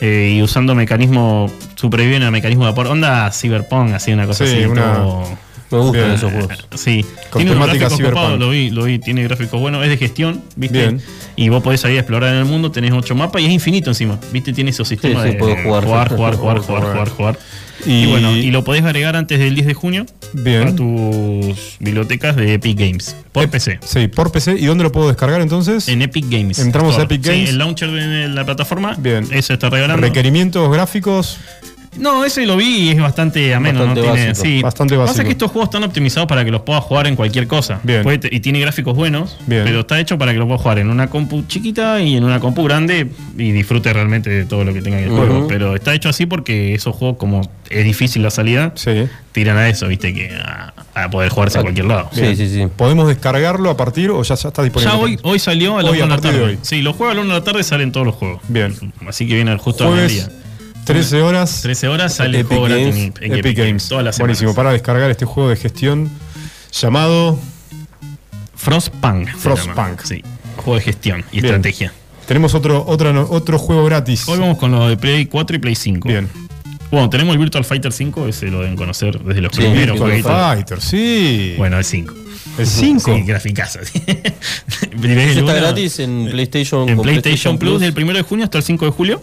[SPEAKER 7] eh, y usando mecanismos superviven a mecanismos de aporte. Onda Cyberpunk, así una cosa
[SPEAKER 1] Sí,
[SPEAKER 7] así.
[SPEAKER 1] una-
[SPEAKER 7] todo- pues,
[SPEAKER 3] Me gustan
[SPEAKER 1] Bien.
[SPEAKER 3] esos juegos.
[SPEAKER 7] Sí,
[SPEAKER 1] Con
[SPEAKER 7] tiene unos
[SPEAKER 1] temática
[SPEAKER 7] gráficos
[SPEAKER 1] cyberpunk.
[SPEAKER 7] copados, lo vi, lo vi, tiene gráficos buenos, es de gestión, ¿viste?
[SPEAKER 1] Bien.
[SPEAKER 7] Y vos podés salir a explorar en el mundo, tenés ocho mapas y es infinito encima, ¿viste? Tiene esos sistemas
[SPEAKER 3] sí,
[SPEAKER 7] de
[SPEAKER 3] podés jugar.
[SPEAKER 7] jugar, jugar, jugar, jugar,
[SPEAKER 1] Jugar.
[SPEAKER 7] jugar, jugar.
[SPEAKER 1] Y-
[SPEAKER 7] Y, bueno, y lo podés agregar antes del 10 de junio
[SPEAKER 1] Bien.
[SPEAKER 7] a tus bibliotecas de Epic Games, por PC.
[SPEAKER 1] Sí, por PC. ¿Y dónde lo puedo descargar entonces?
[SPEAKER 7] En Epic Games.
[SPEAKER 1] Entramos a
[SPEAKER 7] Store.
[SPEAKER 1] Epic
[SPEAKER 7] Sí,
[SPEAKER 1] Games.
[SPEAKER 7] el launcher de la plataforma.
[SPEAKER 1] Bien.
[SPEAKER 7] Ese está regalando.
[SPEAKER 1] Requerimientos gráficos.
[SPEAKER 7] no, ese lo vi y es bastante ameno.
[SPEAKER 3] Bastante
[SPEAKER 7] ¿no? Tiene-
[SPEAKER 3] básico.
[SPEAKER 7] sí.
[SPEAKER 1] Bastante básico.
[SPEAKER 7] Pasa que estos juegos están optimizados para que los puedas jugar en cualquier cosa.
[SPEAKER 1] Bien.
[SPEAKER 7] Puede te- y tiene gráficos buenos,
[SPEAKER 1] Bien.
[SPEAKER 7] pero está hecho para que lo puedas jugar en una compu chiquita y en una compu grande y disfrute realmente de todo lo que tenga el juego. Pero está hecho así porque esos juegos, como es difícil la salida,
[SPEAKER 1] Sí.
[SPEAKER 7] tiran a eso, viste, que a, a poder jugarse
[SPEAKER 3] Ah,
[SPEAKER 7] a cualquier lado.
[SPEAKER 3] Sí, sí, sí.
[SPEAKER 1] ¿Podemos descargarlo a partir o ya, ya está disponible?
[SPEAKER 7] Ya hoy, hoy salió a las
[SPEAKER 1] Hoy,
[SPEAKER 7] 1
[SPEAKER 1] a
[SPEAKER 7] de la
[SPEAKER 1] partir
[SPEAKER 7] tarde.
[SPEAKER 1] de hoy.
[SPEAKER 7] Sí, los juegos a las 1 de la tarde salen todos los juegos.
[SPEAKER 1] Bien.
[SPEAKER 7] Así que viene justo al
[SPEAKER 1] Jueves,
[SPEAKER 7] mediodía.
[SPEAKER 1] 13 horas.
[SPEAKER 7] 13 horas sale
[SPEAKER 3] Epic
[SPEAKER 7] el juego gratis
[SPEAKER 3] Games,
[SPEAKER 7] en- en
[SPEAKER 1] Epic Games.
[SPEAKER 7] Todas las semanas.
[SPEAKER 1] Buenísimo, para descargar este juego de gestión llamado.
[SPEAKER 7] Frostpunk. se
[SPEAKER 1] Frostpunk.
[SPEAKER 7] llama. Sí. Juego de gestión y
[SPEAKER 1] Bien.
[SPEAKER 7] estrategia.
[SPEAKER 1] Tenemos otro, otra no- otro juego gratis.
[SPEAKER 7] Hoy vamos con los de Play 4 y Play 5.
[SPEAKER 1] Bien.
[SPEAKER 7] Bueno, tenemos el Virtual Fighter 5, ese lo deben conocer desde los
[SPEAKER 3] Sí,
[SPEAKER 7] primeros
[SPEAKER 1] Virtual
[SPEAKER 7] jueguitos.
[SPEAKER 1] Fighter, sí.
[SPEAKER 7] Bueno, el 5.
[SPEAKER 1] el 5.
[SPEAKER 7] Sí, graficazo. sí. Ves el
[SPEAKER 3] Está
[SPEAKER 7] uno
[SPEAKER 3] gratis en PlayStation
[SPEAKER 7] eh, En
[SPEAKER 3] con
[SPEAKER 7] PlayStation Plus, del 1 de junio hasta el 5 de julio.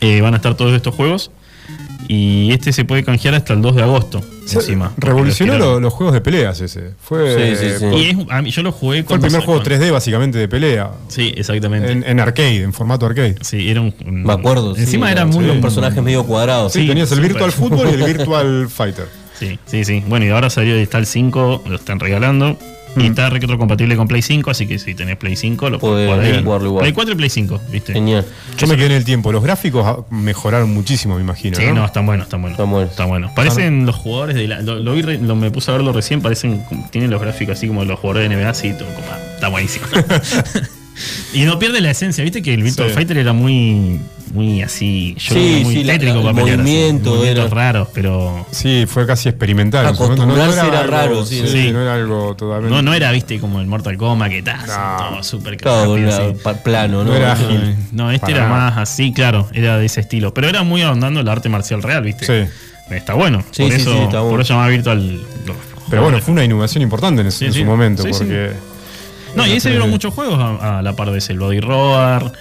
[SPEAKER 7] Eh, van a estar todos estos juegos. Y este se puede canjear hasta el 2 de agosto. encima.
[SPEAKER 1] Revolucionó
[SPEAKER 7] Porque lo
[SPEAKER 1] lo- los juegos de peleas ese. Fue,
[SPEAKER 3] Sí, sí, sí.
[SPEAKER 7] estiraron. Y es- a mí- yo lo jugué
[SPEAKER 1] fue el
[SPEAKER 7] cuando
[SPEAKER 1] primer juego
[SPEAKER 7] sacaron.
[SPEAKER 1] 3D básicamente de pelea.
[SPEAKER 7] Sí, exactamente.
[SPEAKER 1] En, en arcade, en formato arcade.
[SPEAKER 7] Sí, era un. un-
[SPEAKER 3] Me acuerdo. sí,
[SPEAKER 7] Encima era muy.
[SPEAKER 3] Los
[SPEAKER 7] un-
[SPEAKER 3] personajes medio cuadrados.
[SPEAKER 1] Sí,
[SPEAKER 7] Sí,
[SPEAKER 1] tenías el
[SPEAKER 7] súper.
[SPEAKER 1] Virtual Fútbol y el Virtual Fighter.
[SPEAKER 7] Sí, sí, sí. Bueno, y ahora salió y está el 5, lo están regalando. Y está retrocompatible con Play 5, así que si tenés Play 5, lo
[SPEAKER 3] Podés
[SPEAKER 7] podés jugar ahí.
[SPEAKER 3] jugarlo igual.
[SPEAKER 7] Play 4 y Play 5, ¿viste?
[SPEAKER 3] Genial.
[SPEAKER 1] Yo me quedé en el tiempo. Los gráficos ah, mejoraron muchísimo, me imagino.
[SPEAKER 7] Sí,
[SPEAKER 1] ¿no?
[SPEAKER 7] no, están buenos, están buenos.
[SPEAKER 3] Están buenos.
[SPEAKER 7] Están buenos. Parecen los jugadores de la. Lo, lo vi re- lo- me puse a verlo recién, parecen. como- Tienen los gráficos así como los jugadores de NBA, así, todo como, ah, Está buenísimo. y no pierde la esencia, viste que el Virtua
[SPEAKER 1] Sí.
[SPEAKER 7] Fighter era muy. Muy así.
[SPEAKER 3] Sí,
[SPEAKER 7] Yo lo veía muy
[SPEAKER 3] sí, la-
[SPEAKER 7] tétrico
[SPEAKER 3] la-
[SPEAKER 7] para
[SPEAKER 3] el
[SPEAKER 7] pelear, así,
[SPEAKER 3] movimiento
[SPEAKER 7] movimientos
[SPEAKER 3] era-
[SPEAKER 7] raros, pero.
[SPEAKER 1] Sí, fue casi experimental. en su momento.
[SPEAKER 3] Acostumbrarse era raro, sí,
[SPEAKER 7] sí.
[SPEAKER 1] No era algo totalmente.
[SPEAKER 7] No, no era, viste, como el Mortal Kombat, que tal, todo súper
[SPEAKER 3] Todo
[SPEAKER 7] rápido,
[SPEAKER 3] era
[SPEAKER 7] así.
[SPEAKER 3] pa- plano, ¿no?
[SPEAKER 1] No era ágil.
[SPEAKER 7] Eh, No, este
[SPEAKER 1] Para
[SPEAKER 7] era
[SPEAKER 1] nada.
[SPEAKER 7] más así, claro, era de ese estilo. Pero era muy ahondando el arte marcial real, ¿viste?
[SPEAKER 1] Sí.
[SPEAKER 7] Está bueno.
[SPEAKER 3] Sí,
[SPEAKER 7] por,
[SPEAKER 3] sí,
[SPEAKER 7] eso,
[SPEAKER 3] sí, está bueno.
[SPEAKER 7] por eso llamaba Virtual. los
[SPEAKER 1] Pero bueno,
[SPEAKER 7] jugadores.
[SPEAKER 1] fue una innovación importante en, su-
[SPEAKER 7] Sí,
[SPEAKER 1] en su
[SPEAKER 7] sí.
[SPEAKER 1] momento.
[SPEAKER 7] Sí, sí.
[SPEAKER 1] porque
[SPEAKER 7] No, y ahí
[SPEAKER 1] Sí.
[SPEAKER 7] salieron muchos juegos a, a la par de ese, el Body Roar,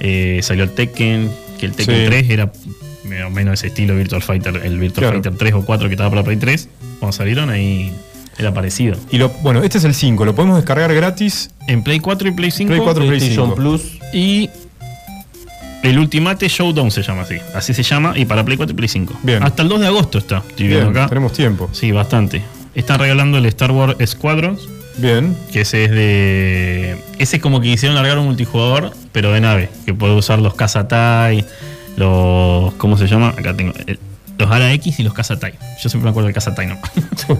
[SPEAKER 7] eh, salió el Tekken, que el Tekken
[SPEAKER 1] Sí.
[SPEAKER 7] 3 era más o menos ese estilo Virtual Fighter, el Virtual
[SPEAKER 1] Claro.
[SPEAKER 7] Fighter 3 o 4 que estaba para Play 3, cuando salieron ahí era parecido.
[SPEAKER 1] Y lo, bueno, este es el 5. Lo podemos descargar gratis.
[SPEAKER 7] En Play 4 y Play 5
[SPEAKER 1] Play 4 y Play
[SPEAKER 3] PlayStation
[SPEAKER 1] 5.
[SPEAKER 3] Plus.
[SPEAKER 7] Y el Ultimate Showdown se llama así. Así se llama. Y para Play 4 y Play 5.
[SPEAKER 1] Bien.
[SPEAKER 7] Hasta el 2 de agosto está. Estoy viendo
[SPEAKER 1] Bien,
[SPEAKER 7] acá.
[SPEAKER 1] tenemos tiempo.
[SPEAKER 7] Sí, bastante. Están regalando el Star Wars Squadrons.
[SPEAKER 1] Bien.
[SPEAKER 7] Que ese es de. Ese es como que quisieron largar un multijugador, pero de nave. Que puede usar los Cazatai, los. ¿Cómo se llama? Acá tengo. el- los Ara X y los Cazatai. Yo siempre me acuerdo del Cazatai, no.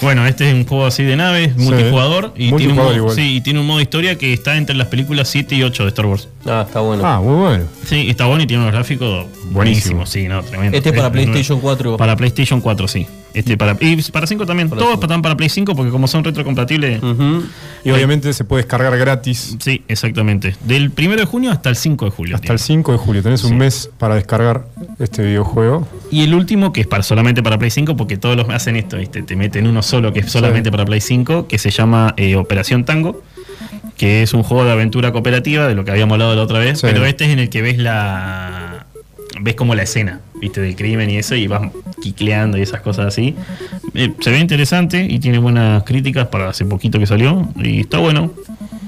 [SPEAKER 7] bueno, este es un juego así de naves, multijugador. Y, tiene un
[SPEAKER 1] Multijugador
[SPEAKER 7] modo-
[SPEAKER 1] igual.
[SPEAKER 7] sí, y tiene un modo historia que está entre las películas 7 y 8 de Star Wars.
[SPEAKER 3] Ah, está bueno.
[SPEAKER 1] Ah, muy bueno.
[SPEAKER 7] Sí, está bueno y tiene unos gráficos
[SPEAKER 1] Buenísimo.
[SPEAKER 7] buenísimos, sí, no, tremendo.
[SPEAKER 3] Este es para
[SPEAKER 7] Eh,
[SPEAKER 3] PlayStation 4.
[SPEAKER 7] Para PlayStation 4, sí. Este para, y para 5 también. Todos están para Play 5 porque como son retrocompatibles.
[SPEAKER 3] Ujú.
[SPEAKER 1] Y obviamente se puede descargar gratis
[SPEAKER 7] Sí, exactamente. Del 1 de junio hasta el 5 de julio.
[SPEAKER 1] hasta el
[SPEAKER 7] tiene.
[SPEAKER 1] 5 de julio. Tenés
[SPEAKER 7] Sí.
[SPEAKER 1] un mes para descargar este videojuego.
[SPEAKER 7] Y el último, que es para, solamente para Play 5, porque todos los hacen esto, ¿viste? Te meten uno solo que es solamente
[SPEAKER 1] Sí.
[SPEAKER 7] para Play 5, que se llama eh, Operación Tango, que es un juego de aventura cooperativa, de lo que habíamos hablado la otra vez,
[SPEAKER 1] Sí.
[SPEAKER 7] pero este es en el que ves la. ves como la escena, ¿viste? Del crimen y eso, y vas quicleando y esas cosas así. Eh, se ve interesante y tiene buenas críticas para hace poquito que salió, y está bueno.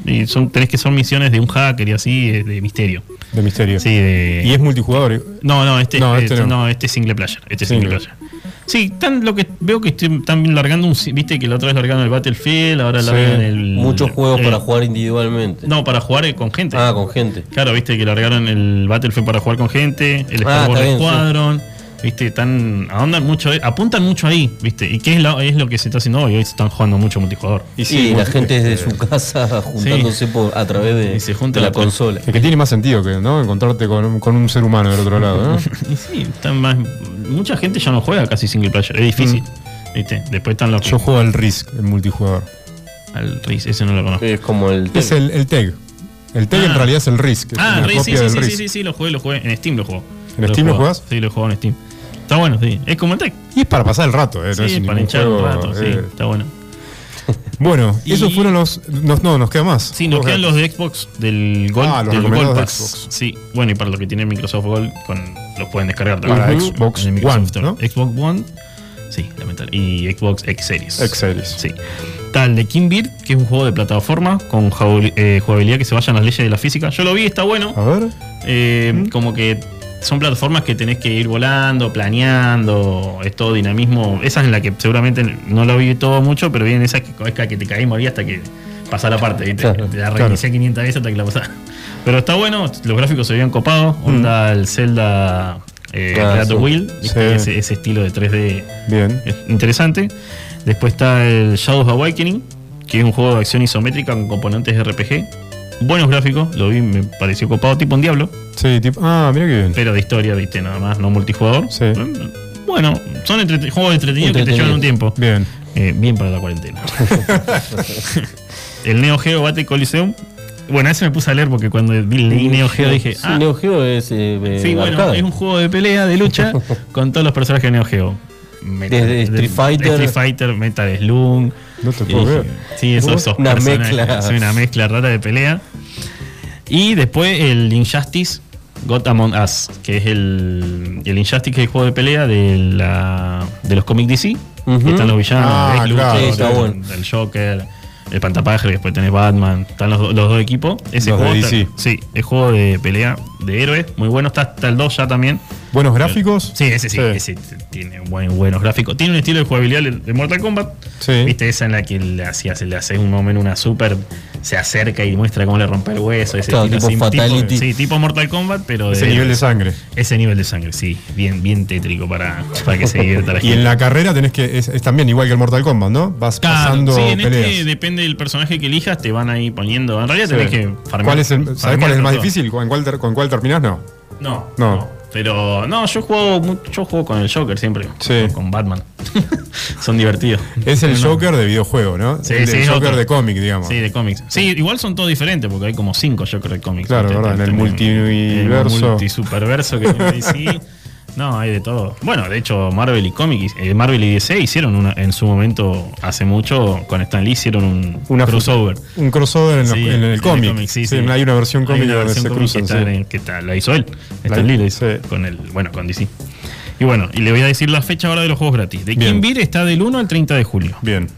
[SPEAKER 7] Y son tres que son misiones de un hacker y así, eh, de misterio.
[SPEAKER 1] De misterio.
[SPEAKER 7] Sí, de-
[SPEAKER 1] Y es multijugador.
[SPEAKER 7] No, no, este,
[SPEAKER 1] No,
[SPEAKER 7] eh,
[SPEAKER 1] este
[SPEAKER 7] no.
[SPEAKER 1] no.
[SPEAKER 7] este es single player. Este es
[SPEAKER 1] Single.
[SPEAKER 7] single player. Sí, tan, lo que veo que estoy- están largando un si- viste que la otra vez largaron el Battlefield, ahora
[SPEAKER 1] Sí.
[SPEAKER 7] largan el
[SPEAKER 3] Muchos juegos
[SPEAKER 7] eh,
[SPEAKER 3] para jugar individualmente.
[SPEAKER 7] No, para jugar eh, con gente.
[SPEAKER 3] Ah, con gente.
[SPEAKER 7] Claro, viste que largaron el Battlefield para jugar con gente, el
[SPEAKER 3] Ah,
[SPEAKER 7] Star Wars
[SPEAKER 3] está bien, sí.
[SPEAKER 7] Squadron, viste, están ahondan mucho, eh, apuntan mucho ahí, viste, y qué es, la- es lo que se está haciendo hoy, hoy se están jugando mucho multijugador.
[SPEAKER 3] Y,
[SPEAKER 1] sí,
[SPEAKER 3] la
[SPEAKER 1] multi-
[SPEAKER 3] gente desde su casa juntándose por, a través de,
[SPEAKER 7] Y se junta
[SPEAKER 3] de la,
[SPEAKER 7] la co-
[SPEAKER 3] consola.
[SPEAKER 1] Es que tiene más sentido que ¿no? encontrarte con, un- con un ser humano del otro lado. ¿no?
[SPEAKER 7] Y sí, están más mucha gente ya no juega casi single player, es difícil. ¿Viste? Después están los
[SPEAKER 1] Mm. Yo juego al Risk, el multijugador.
[SPEAKER 7] al Riz, ese no lo conozco.
[SPEAKER 3] Es como el.
[SPEAKER 1] Es el, el TEG. El TEG en
[SPEAKER 7] Ah.
[SPEAKER 1] realidad es el Risk. es
[SPEAKER 7] Ah,
[SPEAKER 1] una
[SPEAKER 7] Riz, sí,
[SPEAKER 1] copia
[SPEAKER 7] sí,
[SPEAKER 1] del
[SPEAKER 7] sí,
[SPEAKER 1] Risk.
[SPEAKER 7] sí, sí, sí, lo jugué, lo jugué. En Steam lo juego.
[SPEAKER 1] ¿En Steam lo
[SPEAKER 7] jugaba.
[SPEAKER 1] jugás?
[SPEAKER 7] Sí, lo juego en Steam. Está bueno, sí. Es como el tech.
[SPEAKER 1] Y es para pasar el rato, ¿eh? no
[SPEAKER 7] sí,
[SPEAKER 1] es
[SPEAKER 7] para
[SPEAKER 1] ningún
[SPEAKER 7] hinchar un
[SPEAKER 1] juego,
[SPEAKER 7] rato, sí.
[SPEAKER 1] eh.
[SPEAKER 7] Está bueno.
[SPEAKER 1] Bueno,
[SPEAKER 7] Y-
[SPEAKER 1] esos fueron los, nos- No, nos queda más.
[SPEAKER 7] Sí, nos
[SPEAKER 1] Juegos
[SPEAKER 7] quedan los
[SPEAKER 1] gratis.
[SPEAKER 7] de Xbox del Gold,
[SPEAKER 1] Ah, los
[SPEAKER 7] del
[SPEAKER 1] recomendados
[SPEAKER 7] Gold
[SPEAKER 1] de
[SPEAKER 7] Pass.
[SPEAKER 1] Xbox.
[SPEAKER 7] Sí, bueno, y para los que tienen Microsoft Gold, con, los pueden descargar también.
[SPEAKER 1] Para
[SPEAKER 7] Ujú.
[SPEAKER 1] Xbox
[SPEAKER 7] En el Microsoft
[SPEAKER 1] One,
[SPEAKER 7] Store.
[SPEAKER 1] ¿no?
[SPEAKER 7] Xbox One, sí, lamentable. Y Xbox X Series.
[SPEAKER 1] X Series.
[SPEAKER 7] Sí. Está el de Kimbir, que es un juego de plataforma con jugabili- eh, jugabilidad que se vayan las leyes de la física. Yo lo vi, está bueno.
[SPEAKER 1] A ver.
[SPEAKER 7] Eh, Como que son plataformas que tenés que ir volando, planeando, es todo dinamismo. Esa es en la que seguramente no lo vi todo mucho, pero vienen esas que, es la que te caí y morí hasta que pasá la parte. ¿viste?
[SPEAKER 3] Claro,
[SPEAKER 7] te la reinicié 500 veces hasta que la pasás. Pero está bueno, los gráficos se veían copados. Onda el Zelda eh,
[SPEAKER 3] Ah,
[SPEAKER 7] Breath of
[SPEAKER 3] sí.
[SPEAKER 7] Wild, ¿viste?
[SPEAKER 1] Sí.
[SPEAKER 7] ese, ese estilo de 3D
[SPEAKER 1] Bien.
[SPEAKER 7] es interesante. Después está el Shadows Awakening, que es un juego de acción isométrica con componentes de RPG. Buenos gráficos, lo vi, me pareció copado, tipo un diablo,
[SPEAKER 1] Sí, tipo. Ah, mira qué bien.
[SPEAKER 7] pero de historia, viste, nada más, no multijugador.
[SPEAKER 1] Sí.
[SPEAKER 7] Bueno, son entrete- juegos entretenidos que te llevan un tiempo.
[SPEAKER 1] Bien.
[SPEAKER 7] Eh, bien para la cuarentena. el Neo Geo Battle Coliseum. Bueno, ese me puse a leer porque cuando vi- leí Neo Geo dije,
[SPEAKER 3] Sí,
[SPEAKER 7] ah,
[SPEAKER 3] Neo Geo es. eh,
[SPEAKER 7] sí, bueno,
[SPEAKER 3] arcade.
[SPEAKER 7] es un juego de pelea, de lucha, con todos los personajes de Neo Geo. Metal-
[SPEAKER 3] Desde Street Fighter.
[SPEAKER 7] Street Fighter, Metal Slug.
[SPEAKER 1] No te
[SPEAKER 3] Sí,
[SPEAKER 1] puedo ver.
[SPEAKER 7] Sí, eso
[SPEAKER 3] Vos,
[SPEAKER 7] esos
[SPEAKER 3] una
[SPEAKER 7] personajes,
[SPEAKER 3] mezcla.
[SPEAKER 7] sí, una mezcla rara de pelea. Y después el Injustice, God Among Us, que es el, el Injustice, que es el juego de pelea de, la, de los cómics DC.
[SPEAKER 3] Ujú.
[SPEAKER 7] que están los villanos,
[SPEAKER 1] Ah,
[SPEAKER 7] Lex Luthor,
[SPEAKER 1] claro,
[SPEAKER 7] el-
[SPEAKER 3] está bueno.
[SPEAKER 7] el, Joker, el Pantapájaro, y después tenés Batman. Están los, do- los dos equipos. Ese
[SPEAKER 1] Los de
[SPEAKER 7] juego está-
[SPEAKER 1] DC.
[SPEAKER 7] sí, es juego de pelea de héroes. Muy bueno. Está, está el 2 ya también.
[SPEAKER 1] ¿Buenos gráficos?
[SPEAKER 7] Sí, ese sí, ese t- tiene buen- buenos gráficos. Tiene un estilo de jugabilidad de- de Mortal Kombat.
[SPEAKER 1] Sí.
[SPEAKER 7] Viste, esa en la que le hacías, le haces un momento una super, se acerca y muestra cómo le rompe el hueso. Ese
[SPEAKER 3] Claro, tipo Fatality.
[SPEAKER 7] sí, tipo Mortal Kombat, pero
[SPEAKER 1] Ese nivel de sangre.
[SPEAKER 7] Ese nivel de sangre, sí. Bien, bien tétrico para, para que se divierta la
[SPEAKER 1] Y
[SPEAKER 7] gente.
[SPEAKER 1] en la carrera tenés que. Es, es también igual que el Mortal Kombat, ¿no? Vas
[SPEAKER 7] Claro,
[SPEAKER 1] pasando
[SPEAKER 7] sí, en
[SPEAKER 1] peleas.
[SPEAKER 7] este depende del personaje que elijas, te van ahí poniendo. En realidad tenés
[SPEAKER 1] Sí.
[SPEAKER 7] que farmear.
[SPEAKER 1] ¿Cuál es el, ¿Sabés
[SPEAKER 7] farmear
[SPEAKER 1] cuál es el más
[SPEAKER 7] todo.
[SPEAKER 1] difícil? ¿Con cuál, ter- con cuál terminás? No.
[SPEAKER 7] No,
[SPEAKER 1] No.
[SPEAKER 7] no. Pero no, yo juego, mu- yo juego con el Joker siempre.
[SPEAKER 1] Sí.
[SPEAKER 7] Con Batman. Son divertidos.
[SPEAKER 1] Es el
[SPEAKER 7] No, no.
[SPEAKER 1] Joker de videojuego, ¿no?
[SPEAKER 7] Sí,
[SPEAKER 1] el
[SPEAKER 7] sí, es
[SPEAKER 1] Joker
[SPEAKER 7] otro.
[SPEAKER 1] de cómic, digamos.
[SPEAKER 7] Sí, de cómics. Sí, igual son todos diferentes porque hay como cinco Joker de cómics.
[SPEAKER 1] Claro,
[SPEAKER 7] Este,
[SPEAKER 1] verdad, en el
[SPEAKER 7] tenemos
[SPEAKER 1] multiverso.
[SPEAKER 7] El multisuperverso que tiene DC. No, hay de todo. Bueno, de hecho, Marvel y cómics, eh, Marvel y DC hicieron una- en su momento, hace mucho, con Stan Lee hicieron un
[SPEAKER 1] Una
[SPEAKER 7] crossover.
[SPEAKER 1] Un crossover en, los-
[SPEAKER 7] Sí,
[SPEAKER 1] en
[SPEAKER 7] en
[SPEAKER 1] el cómic.
[SPEAKER 7] sí,
[SPEAKER 1] Sí,
[SPEAKER 7] sí.
[SPEAKER 1] Hay una versión cómic
[SPEAKER 7] una
[SPEAKER 1] donde
[SPEAKER 7] versión
[SPEAKER 1] se
[SPEAKER 7] cómic que
[SPEAKER 1] cruzan.
[SPEAKER 7] está
[SPEAKER 1] sí.
[SPEAKER 7] en- que está- la hizo él.
[SPEAKER 1] La-
[SPEAKER 7] Stan Lee la hizo.
[SPEAKER 1] sí.
[SPEAKER 7] Con el, bueno, con DC. Y bueno, y le voy a decir la fecha ahora de los juegos gratis. De
[SPEAKER 1] Bien.
[SPEAKER 7] Kinvir está del 1 al 30 de julio.
[SPEAKER 1] Bien.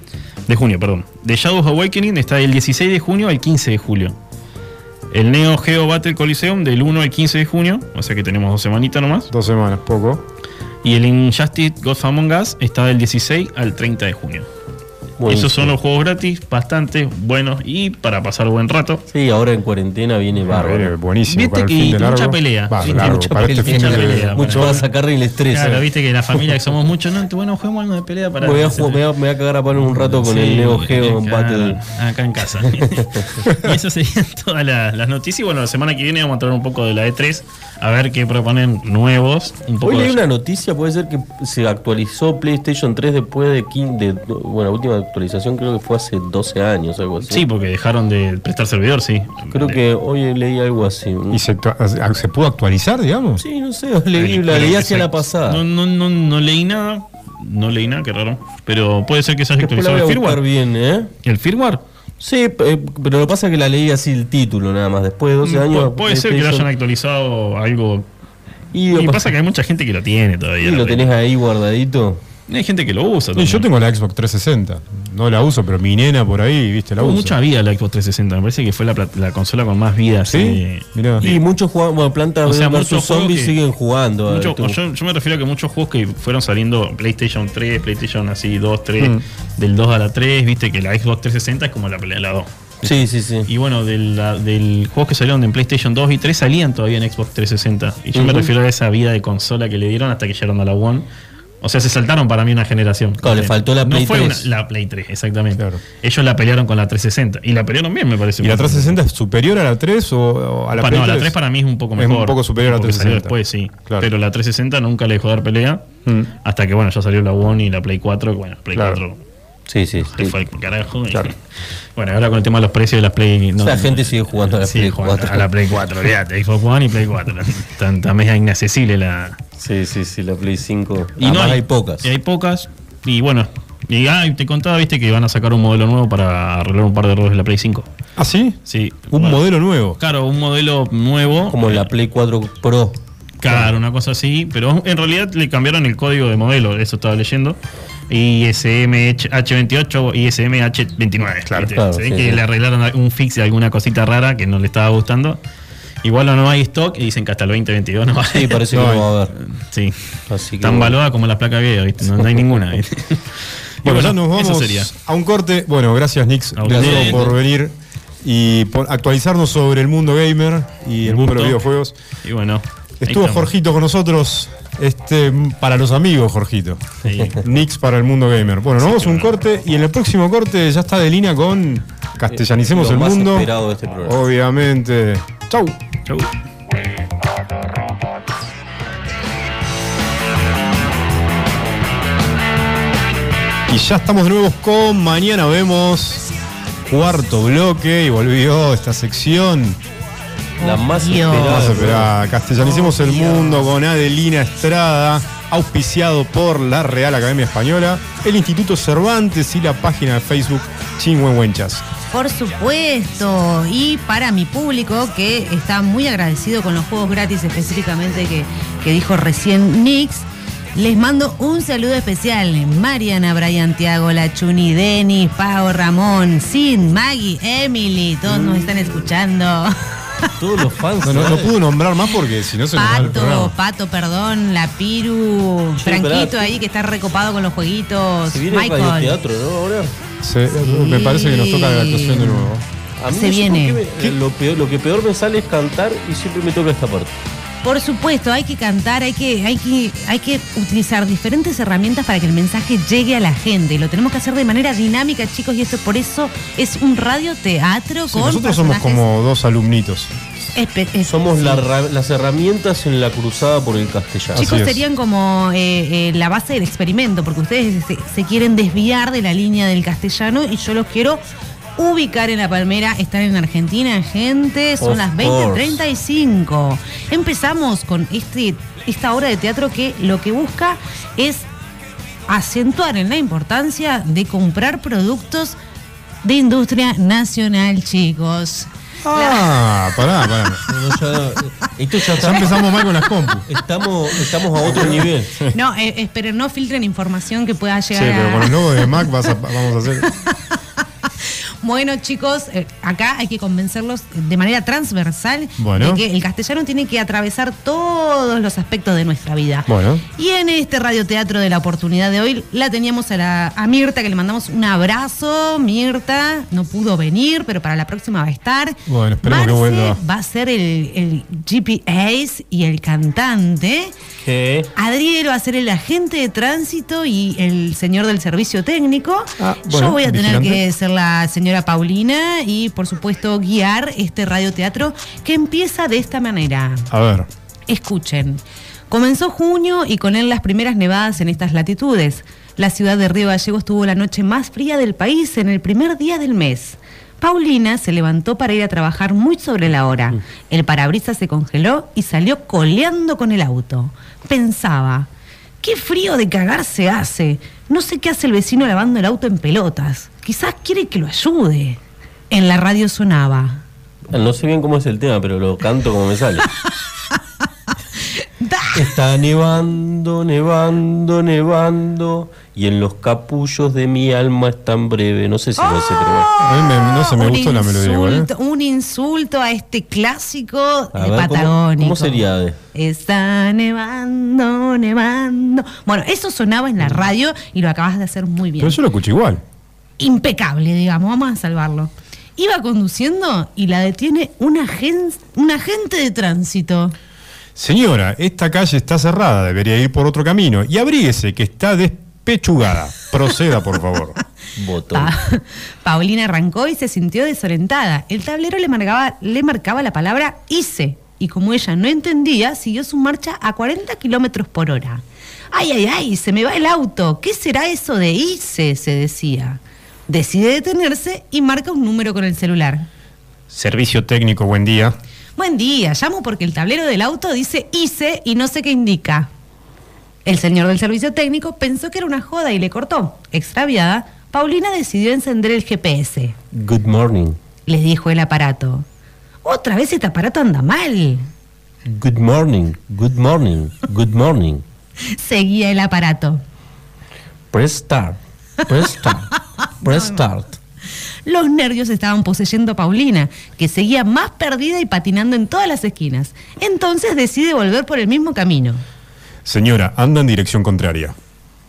[SPEAKER 7] De junio, perdón. The Shadows Awakening está del 16 de junio al 15 de julio. El Neo Geo Battle Coliseum del 1 al 15 de junio, o sea que tenemos dos semanitas nomás.
[SPEAKER 1] Dos semanas, poco.
[SPEAKER 7] Y el Injustice Gods Among Us está del 16 al 30 de junio.
[SPEAKER 3] Buenísimo.
[SPEAKER 7] Esos son los juegos gratis, bastante buenos y para pasar buen rato.
[SPEAKER 3] Sí, ahora en cuarentena
[SPEAKER 7] Ah,
[SPEAKER 3] viene
[SPEAKER 1] Viene
[SPEAKER 3] bárbaro.
[SPEAKER 1] Eh, buenísimo.
[SPEAKER 7] Viste
[SPEAKER 1] para el
[SPEAKER 7] que
[SPEAKER 1] fin de
[SPEAKER 7] mucha
[SPEAKER 1] largo.
[SPEAKER 7] pelea.
[SPEAKER 1] Va,
[SPEAKER 7] Sí,
[SPEAKER 1] largo,
[SPEAKER 3] mucha
[SPEAKER 1] para este
[SPEAKER 3] pelea,
[SPEAKER 1] fin de-
[SPEAKER 7] mucha pelea.
[SPEAKER 3] Mucho
[SPEAKER 7] Bueno,
[SPEAKER 3] vas a sacar el estrés.
[SPEAKER 7] Claro,
[SPEAKER 3] ¿eh?
[SPEAKER 7] viste que la familia que somos muchos, no, bueno, juguemos algo de pelea para.
[SPEAKER 3] Me voy, a jugar- me voy a- me voy a cagar a palo un rato con el Neo Geo en
[SPEAKER 7] acá,
[SPEAKER 3] Battle.
[SPEAKER 7] Acá en casa. y eso serían todas las, las noticias. Y bueno, la semana que viene vamos a traer un poco de la E3, a ver qué proponen nuevos. Un poco
[SPEAKER 3] Hoy leí
[SPEAKER 7] de-
[SPEAKER 3] una noticia, puede ser que se actualizó PlayStation 3 después de, quin- de bueno, la última actualización creo que fue hace 12 años, algo así.
[SPEAKER 7] Sí, porque dejaron de prestar servidor, sí.
[SPEAKER 3] Creo que hoy leí algo así.
[SPEAKER 1] ¿Y se, actua- ah, se pudo actualizar, digamos?
[SPEAKER 3] Sí, no sé, leí, la
[SPEAKER 7] Pero
[SPEAKER 3] leí
[SPEAKER 7] que
[SPEAKER 3] hacia
[SPEAKER 7] se-
[SPEAKER 3] la pasada.
[SPEAKER 7] E No, no, no, no leí nada. No leí nada, qué raro. Pero puede ser que se haya
[SPEAKER 3] Después la
[SPEAKER 7] actualizado
[SPEAKER 3] voy
[SPEAKER 7] el
[SPEAKER 3] a buscar
[SPEAKER 7] firmware.
[SPEAKER 3] bien, ¿eh?
[SPEAKER 7] ¿El firmware?
[SPEAKER 3] Sí, p- eh, pero lo que pasa es que la leí así el título nada más, después de 12 años.
[SPEAKER 7] Mm, Pu- puede ser que lo hayan
[SPEAKER 3] PlayStation-
[SPEAKER 7] actualizado algo.
[SPEAKER 3] Y,
[SPEAKER 7] Y
[SPEAKER 3] lo,
[SPEAKER 7] pasa que hay mucha gente que lo tiene todavía.
[SPEAKER 3] y
[SPEAKER 7] la
[SPEAKER 3] lo
[SPEAKER 7] Play.
[SPEAKER 3] tenés ahí guardadito.
[SPEAKER 7] Hay gente que lo usa.
[SPEAKER 1] Y yo
[SPEAKER 7] también.
[SPEAKER 1] tengo la Xbox 360. No la uso, pero mi nena por ahí, viste, la
[SPEAKER 7] Tuvo
[SPEAKER 1] usa.
[SPEAKER 7] mucha vida la Xbox 360. Me parece que fue la, plat- la consola con más vida.
[SPEAKER 1] ¿Sí?
[SPEAKER 7] así.
[SPEAKER 1] Mirá.
[SPEAKER 3] Y muchos jugadores, bueno, Planta
[SPEAKER 7] O sea,
[SPEAKER 3] versus
[SPEAKER 7] muchos juegos
[SPEAKER 3] Zombies
[SPEAKER 7] que-
[SPEAKER 3] siguen jugando. a
[SPEAKER 7] Mucho-
[SPEAKER 3] tú.
[SPEAKER 7] yo, yo me refiero a que muchos juegos que fueron saliendo PlayStation 3, PlayStation así 2, 3, del 2 a la 3, viste que la Xbox 360 es como la, la 2.
[SPEAKER 3] Sí, sí, sí.
[SPEAKER 7] Y bueno, del, la- del juegos que salieron en PlayStation 2 y 3 salían todavía en Xbox 360. Y yo me
[SPEAKER 3] Ujú.
[SPEAKER 7] refiero a esa vida de consola que le dieron hasta que llegaron a la One. O sea, se saltaron para mí una generación. Eh,
[SPEAKER 3] Claro, le faltó la
[SPEAKER 7] No
[SPEAKER 3] Play
[SPEAKER 7] fue
[SPEAKER 3] 3.
[SPEAKER 7] una- la Play 3, exactamente.
[SPEAKER 1] Claro.
[SPEAKER 7] Ellos la pelearon con la 360. Y la pelearon bien, me parece.
[SPEAKER 1] ¿Y la 360 es superior a la 3 o, o a la
[SPEAKER 7] Pa-
[SPEAKER 1] Play
[SPEAKER 7] no, la 3 para mí es un poco
[SPEAKER 1] Es
[SPEAKER 7] mejor.
[SPEAKER 1] un poco superior a la
[SPEAKER 7] porque salió
[SPEAKER 1] 360.
[SPEAKER 7] después, sí.
[SPEAKER 1] Claro.
[SPEAKER 7] Pero la 360 nunca le dejó dar pelea.
[SPEAKER 1] Mm.
[SPEAKER 7] Hasta que, bueno, ya salió la One y la Play 4. que, Bueno, Play
[SPEAKER 1] Claro.
[SPEAKER 7] 4
[SPEAKER 3] Sí, sí. sí.
[SPEAKER 7] se fue al carajo. y-
[SPEAKER 1] Claro.
[SPEAKER 7] bueno, ahora con el tema de los precios de las Play.
[SPEAKER 3] La gente sigue jugando a la
[SPEAKER 7] Sí,
[SPEAKER 3] Play
[SPEAKER 7] jugando
[SPEAKER 3] 4.
[SPEAKER 7] A la Play 4, olvídate. Xbox One y Play 4. Tan- También es inaccesible la.
[SPEAKER 3] Sí, sí, sí, la Play 5.
[SPEAKER 7] Y
[SPEAKER 3] Además hay pocas.
[SPEAKER 7] Y hay pocas. Y bueno. Y ah, y te contaba, viste, que van a sacar un modelo nuevo para arreglar un par de errores de la Play 5.
[SPEAKER 1] ¿Ah, sí?
[SPEAKER 7] Sí.
[SPEAKER 1] Un
[SPEAKER 7] bueno,
[SPEAKER 1] modelo nuevo.
[SPEAKER 7] Claro, un modelo nuevo.
[SPEAKER 3] Como la Play 4 Pro.
[SPEAKER 7] Claro, una cosa así, pero en realidad le cambiaron el código de modelo, eso estaba leyendo. ISM H28 ISM H29. Claro,
[SPEAKER 3] Claro,
[SPEAKER 7] Se ve
[SPEAKER 3] sí,
[SPEAKER 7] que
[SPEAKER 3] sí.
[SPEAKER 7] le arreglaron un fix de alguna cosita rara que no le estaba gustando. Igual no hay stock y dicen que hasta el 2022 no va a
[SPEAKER 3] Sí,
[SPEAKER 7] haber.
[SPEAKER 3] parece
[SPEAKER 1] No,
[SPEAKER 3] que no va a haber.
[SPEAKER 7] Sí.
[SPEAKER 3] Así que
[SPEAKER 7] Tan
[SPEAKER 3] bueno.
[SPEAKER 7] valuada como la placa video, ¿viste? No, no hay ninguna. ¿viste? Y
[SPEAKER 1] Bueno, ya nos
[SPEAKER 7] Eso
[SPEAKER 1] vamos
[SPEAKER 7] sería.
[SPEAKER 1] a un corte. Bueno, gracias Nix
[SPEAKER 7] A
[SPEAKER 1] de nuevo
[SPEAKER 7] ustedes.
[SPEAKER 1] por venir y por actualizarnos sobre el mundo gamer y el mundo de los
[SPEAKER 7] gusto.
[SPEAKER 1] videojuegos.
[SPEAKER 7] Y bueno. ahí
[SPEAKER 1] Estuvo
[SPEAKER 7] estamos.
[SPEAKER 1] Jorgito con nosotros, este para los amigos, Jorgito.
[SPEAKER 7] Sí.
[SPEAKER 1] Nix para el mundo gamer. Bueno, nos vamos a un corte y en el próximo corte ya está de línea con Castellanicemos
[SPEAKER 3] Lo
[SPEAKER 1] el
[SPEAKER 3] más
[SPEAKER 1] mundo.
[SPEAKER 3] esperado de este programa.
[SPEAKER 1] Obviamente. Chau.
[SPEAKER 7] Chau.
[SPEAKER 1] Y ya estamos de nuevo con Mañana Vemos, cuarto bloque, y volvió esta sección.
[SPEAKER 3] La más
[SPEAKER 2] Dios.
[SPEAKER 1] Más
[SPEAKER 3] esperada.
[SPEAKER 1] esperada. Castellanicemos el mundo con Adelina Estrada, auspiciado por la Real Academia Española, el Instituto Cervantes y la página de Facebook Chingüengüenchas.
[SPEAKER 2] Por supuesto, y para mi público que está muy agradecido con los juegos gratis específicamente que, que dijo recién Nix, les mando un saludo especial. Mariana, Brian, Tiago, Lachuni, Denis, Pau, Ramón, Sin, Maggie, Emily, todos nos están escuchando.
[SPEAKER 3] Todos los fans.
[SPEAKER 1] No, no, no
[SPEAKER 3] ¿sabes?
[SPEAKER 1] pudo nombrar más porque si no se nos va el
[SPEAKER 2] Pato,
[SPEAKER 1] programa.
[SPEAKER 2] Pato, perdón, La Piru,
[SPEAKER 3] Che,
[SPEAKER 2] Franquito
[SPEAKER 3] pará.
[SPEAKER 2] ahí que está recopado con los jueguitos,
[SPEAKER 3] Se viene el
[SPEAKER 2] Michael.
[SPEAKER 3] radioteatro, ¿no? Ahora.
[SPEAKER 1] Se- eh, Me parece que nos toca la actuación de nuevo.
[SPEAKER 3] A mí
[SPEAKER 2] Se
[SPEAKER 3] no sé por
[SPEAKER 2] viene.
[SPEAKER 3] qué me- lo, peor, lo que peor me sale es cantar y siempre me toca esta parte.
[SPEAKER 2] Por supuesto, hay que cantar, hay que, hay que, hay que utilizar diferentes herramientas para que el mensaje llegue a la gente. Y lo tenemos que hacer de manera dinámica, chicos, y esto por eso es un radioteatro
[SPEAKER 1] Sí,
[SPEAKER 2] con.
[SPEAKER 1] nosotros somos
[SPEAKER 2] personajes
[SPEAKER 1] como dos alumnitos.
[SPEAKER 2] espe- espe-
[SPEAKER 3] Somos la ra- las herramientas en la cruzada por el castellano.
[SPEAKER 1] Así
[SPEAKER 2] Chicos,
[SPEAKER 1] es.
[SPEAKER 2] serían como eh, eh, la base del experimento, porque ustedes se, se quieren desviar de la línea del castellano y yo los quiero ubicar en la palmera. Están en Argentina, gente, son
[SPEAKER 3] Of
[SPEAKER 2] las
[SPEAKER 3] course.
[SPEAKER 2] 20.35. Empezamos con este, esta obra de teatro que lo que busca es acentuar en la importancia de comprar productos de industria nacional, chicos.
[SPEAKER 1] Ah, pará, pará.
[SPEAKER 3] No, no, ya- esto ya
[SPEAKER 1] Ya
[SPEAKER 3] está-
[SPEAKER 1] empezamos mal con las compu.
[SPEAKER 3] estamos, estamos a otro nivel.
[SPEAKER 2] No, eh, eh, pero no filtren información que pueda
[SPEAKER 1] Sí,
[SPEAKER 2] llegar
[SPEAKER 1] pero
[SPEAKER 2] a...
[SPEAKER 1] con el logo de Mac vas a- vamos a hacer.
[SPEAKER 2] Bueno, chicos, eh, acá hay que convencerlos de manera transversal
[SPEAKER 1] Bueno.
[SPEAKER 2] de que el castellano tiene que atravesar todos los aspectos de nuestra vida.
[SPEAKER 1] Bueno.
[SPEAKER 2] Y en este radioteatro de la oportunidad de hoy la teníamos a, la, a Mirta, que le mandamos un abrazo. Mirta no pudo venir, pero para la próxima va a estar.
[SPEAKER 1] Bueno, esperemos que
[SPEAKER 2] Marce
[SPEAKER 1] vuelva.
[SPEAKER 2] Va a ser el, el GPS y el cantante.
[SPEAKER 3] ¿Qué?
[SPEAKER 2] Adriel va a ser el agente de tránsito y el señor del servicio técnico.
[SPEAKER 1] Ah, bueno,
[SPEAKER 2] Yo voy a tener
[SPEAKER 1] vigilante.
[SPEAKER 2] que ser la señora Paulina y, por supuesto, guiar este radioteatro que empieza de esta manera.
[SPEAKER 1] A ver.
[SPEAKER 2] Escuchen. Comenzó junio y con él las primeras nevadas en estas latitudes. La ciudad de Río Gallegos tuvo la noche más fría del país en el primer día del mes. Paulina se levantó para ir a trabajar muy sobre la hora. El parabrisas se congeló y salió coleando con el auto. Pensaba, qué frío de cagar se hace. No sé qué hace el vecino lavando el auto en pelotas. Quizás quiere que lo ayude. En la radio sonaba.
[SPEAKER 3] No sé bien cómo es el tema, pero lo canto como me sale. Está nevando, nevando, nevando. Y en los capullos de mi alma es tan breve. No sé si lo sé, pero bueno.
[SPEAKER 1] A mí me- no se me
[SPEAKER 2] Ah, Un
[SPEAKER 1] gustó la melodía igual. ¿eh?
[SPEAKER 2] insulto- Un insulto a este clásico
[SPEAKER 3] A
[SPEAKER 2] eh,
[SPEAKER 3] ver, ¿cómo-
[SPEAKER 2] patagónico.
[SPEAKER 3] cómo sería, Ade?
[SPEAKER 2] Está nevando, nevando. Bueno, eso sonaba en la
[SPEAKER 3] Mm.
[SPEAKER 2] radio y lo acabas de hacer muy bien.
[SPEAKER 1] Pero yo lo escucho igual.
[SPEAKER 2] Impecable, digamos, vamos a salvarlo. Iba conduciendo y la detiene un, agen- un agente de tránsito.
[SPEAKER 1] Señora, esta calle está cerrada, debería ir por otro camino. Y abríguese, que está despechugada. Proceda, por favor.
[SPEAKER 3] Botón.
[SPEAKER 2] Pa- Paulina arrancó y se sintió desalentada. El tablero le marcaba, le marcaba la palabra hice. Y como ella no entendía, siguió su marcha a 40 kilómetros por hora. ¡Ay, ay, ay! Se me va el auto. ¿Qué será eso de hice? se decía. Decide detenerse y marca un número con el celular.
[SPEAKER 1] Servicio técnico, buen día.
[SPEAKER 2] Buen día, llamo porque el tablero del auto dice hice y no sé qué indica. El señor del servicio técnico pensó que era una joda y le cortó. Extraviada, Paulina decidió encender el GPS.
[SPEAKER 3] Good morning.
[SPEAKER 2] les dijo el aparato. Otra vez este aparato anda mal.
[SPEAKER 3] Good morning. Good morning. Good morning.
[SPEAKER 2] Seguía el aparato.
[SPEAKER 3] Press start. Press start. Press start.
[SPEAKER 2] Los nervios estaban poseyendo a Paulina, que seguía más perdida y patinando en todas las esquinas. Entonces decide volver por el mismo camino,
[SPEAKER 1] Señora, anda en dirección contraria.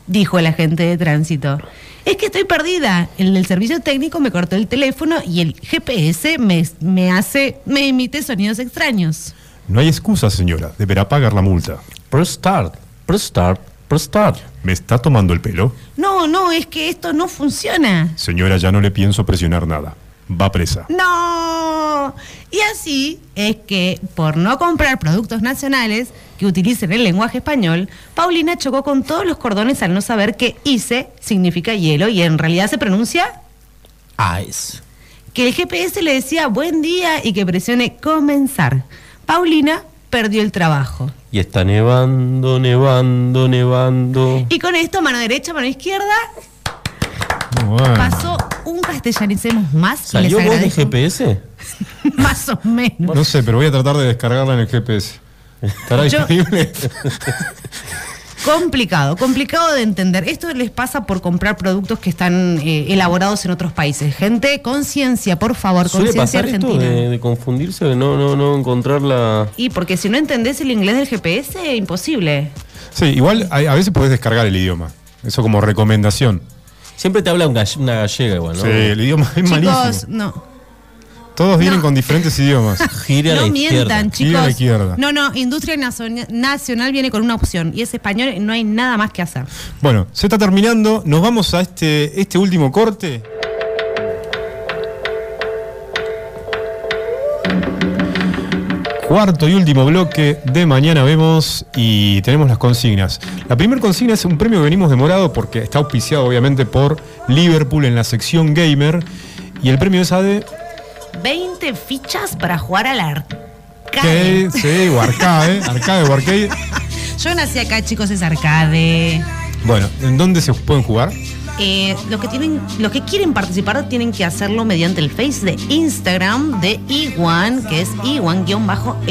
[SPEAKER 2] dijo el agente de tránsito. Es que estoy perdida. El del servicio técnico me cortó el teléfono y el GPS me, me hace, me emite sonidos extraños.
[SPEAKER 1] No hay excusa, señora. Deberá pagar la multa.
[SPEAKER 3] Press start. Press start. Press start.
[SPEAKER 1] ¿Me está tomando el pelo?
[SPEAKER 2] No, no, es que esto no funciona.
[SPEAKER 1] Señora, ya no le pienso presionar nada. Va presa.
[SPEAKER 2] ¡No! Y así es que, por no comprar productos nacionales que utilicen el lenguaje español, Paulina chocó con todos los cordones al no saber que ICE significa hielo y en realidad se pronuncia
[SPEAKER 3] Eyes.
[SPEAKER 2] que el GPS le decía buen día y que presione comenzar. Paulina perdió el trabajo.
[SPEAKER 3] Y está nevando, nevando, nevando.
[SPEAKER 2] Y con esto, mano derecha, mano izquierda,
[SPEAKER 1] Bueno.
[SPEAKER 2] pasó un castellanicemos más. y les
[SPEAKER 3] Ah. ¿Salió vos de
[SPEAKER 2] agradezco.
[SPEAKER 3] GPS?
[SPEAKER 2] Más o menos.
[SPEAKER 1] No sé, pero voy a tratar de descargarla en el GPS. ¿Estará
[SPEAKER 2] Yo-
[SPEAKER 1] disponible?
[SPEAKER 2] Complicado, complicado de entender. Esto les pasa por comprar productos que están eh, elaborados en otros países. Gente, conciencia, por favor,
[SPEAKER 3] ¿Suele
[SPEAKER 2] conciencia
[SPEAKER 3] pasar esto
[SPEAKER 2] argentina.
[SPEAKER 3] de, de confundirse, de no, no, no encontrar la...
[SPEAKER 2] Y porque si no entendés el inglés del GPS, imposible.
[SPEAKER 1] Sí, igual a, a veces podés descargar el idioma. Eso como recomendación.
[SPEAKER 3] Siempre te habla un gall- una gallega igual, ¿no?
[SPEAKER 1] Sí, el idioma es
[SPEAKER 2] Chicos,
[SPEAKER 1] malísimo.
[SPEAKER 2] no.
[SPEAKER 1] Todos vienen
[SPEAKER 2] no.
[SPEAKER 1] con diferentes idiomas.
[SPEAKER 3] Gire a la
[SPEAKER 2] no
[SPEAKER 3] izquierda.
[SPEAKER 2] mientan,
[SPEAKER 1] Gire a la
[SPEAKER 2] chicos.
[SPEAKER 1] izquierda.
[SPEAKER 2] No, no, Industria Nazo- Nacional viene con una opción y es español, no hay nada más que hacer.
[SPEAKER 1] Bueno, se está terminando. Nos vamos a este, este último corte. Cuarto y último bloque de mañana vemos y tenemos las consignas. La primera consigna es un premio que venimos demorado porque está auspiciado obviamente por Liverpool en la sección gamer y el premio es de
[SPEAKER 2] 20 fichas para jugar al arcade.
[SPEAKER 1] Arcade, sí, o Arcade, Arcade o Arcade.
[SPEAKER 2] Yo nací acá, chicos, es arcade.
[SPEAKER 1] Bueno, ¿en dónde se pueden jugar?
[SPEAKER 2] Eh, los, que tienen, los que quieren participar tienen que hacerlo mediante el Face de Instagram de Iwan, que es Iwan-RGL.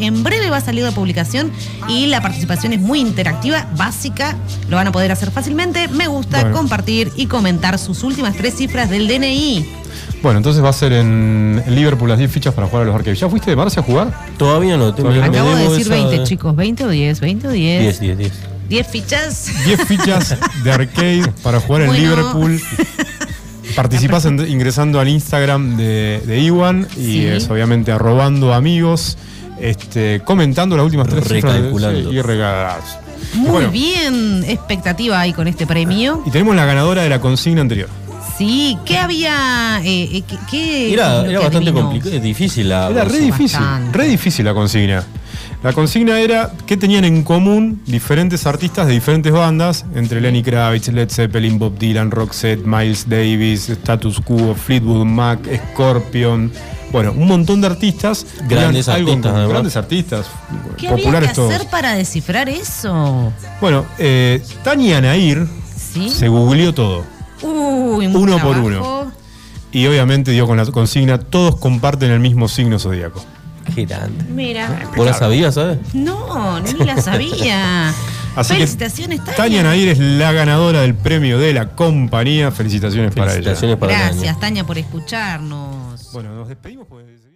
[SPEAKER 2] En breve va a salir la publicación y la participación es muy interactiva, básica. Lo van a poder hacer fácilmente. Me gusta,
[SPEAKER 1] Bueno.
[SPEAKER 2] compartir y comentar sus últimas tres cifras del DNI.
[SPEAKER 1] Bueno, entonces va a ser en Liverpool las 10 fichas para jugar a los arcades. ¿Ya fuiste de Marcia a jugar?
[SPEAKER 3] Todavía no. te-
[SPEAKER 1] Todavía
[SPEAKER 3] me-
[SPEAKER 1] no. eh.
[SPEAKER 3] me
[SPEAKER 2] Acabo de
[SPEAKER 3] debo
[SPEAKER 2] decir
[SPEAKER 3] esa
[SPEAKER 2] 20, chicos. 20 o 10, 20 o 10.
[SPEAKER 3] 10, 10, 10.
[SPEAKER 2] 10 fichas.
[SPEAKER 1] 10 fichas de arcade para jugar en
[SPEAKER 2] Bueno.
[SPEAKER 1] Liverpool. Participás en- ingresando al Instagram de, de Iwan y
[SPEAKER 2] Sí.
[SPEAKER 1] es obviamente arrobando amigos, este, comentando las últimas tres cifras de-
[SPEAKER 3] Recalculando.
[SPEAKER 1] sí, y regalas.
[SPEAKER 2] Muy
[SPEAKER 1] Bueno,
[SPEAKER 2] bien. Expectativa hay con este premio.
[SPEAKER 1] Y tenemos la ganadora de la consigna anterior.
[SPEAKER 2] Sí, ¿qué había? Eh, eh, ¿qué- qué-
[SPEAKER 3] Era,
[SPEAKER 2] lo
[SPEAKER 3] era
[SPEAKER 2] que
[SPEAKER 3] bastante
[SPEAKER 2] adivinó?
[SPEAKER 3] complicado, difícil la...
[SPEAKER 1] Era re difícil,
[SPEAKER 2] Bastante.
[SPEAKER 1] re difícil la consigna. La consigna era qué tenían en común diferentes artistas de diferentes bandas, entre Lenny Kravitz, Led Zeppelin, Bob Dylan, Roxette, Miles Davis, Status Quo, Fleetwood Mac, Scorpion. Bueno, un montón de artistas.
[SPEAKER 3] Grandes
[SPEAKER 1] tenían algo en
[SPEAKER 3] artistas,
[SPEAKER 1] común.
[SPEAKER 3] además.
[SPEAKER 1] Grandes artistas.
[SPEAKER 2] ¿Qué había que
[SPEAKER 1] populares todos.
[SPEAKER 2] hacer para descifrar eso?
[SPEAKER 1] Bueno, eh, Tania Nair
[SPEAKER 2] Sí.
[SPEAKER 1] se googleó todo.
[SPEAKER 2] Uy, mucho
[SPEAKER 1] Uno por
[SPEAKER 2] trabajo.
[SPEAKER 1] uno. Y obviamente dio con la consigna, todos comparten el mismo signo zodíaco.
[SPEAKER 3] Girante.
[SPEAKER 2] Mira,
[SPEAKER 3] ¿Vos la sabías, sabes?
[SPEAKER 2] no, ni la sabía.
[SPEAKER 1] Así
[SPEAKER 2] Felicitaciones,
[SPEAKER 1] que, Tania
[SPEAKER 2] Tania.
[SPEAKER 1] Nair es la ganadora del premio de la compañía. Felicitaciones, para ella.
[SPEAKER 3] Felicitaciones para el año.
[SPEAKER 2] Gracias, Tania, por escucharnos.
[SPEAKER 1] Bueno, nos despedimos. pues.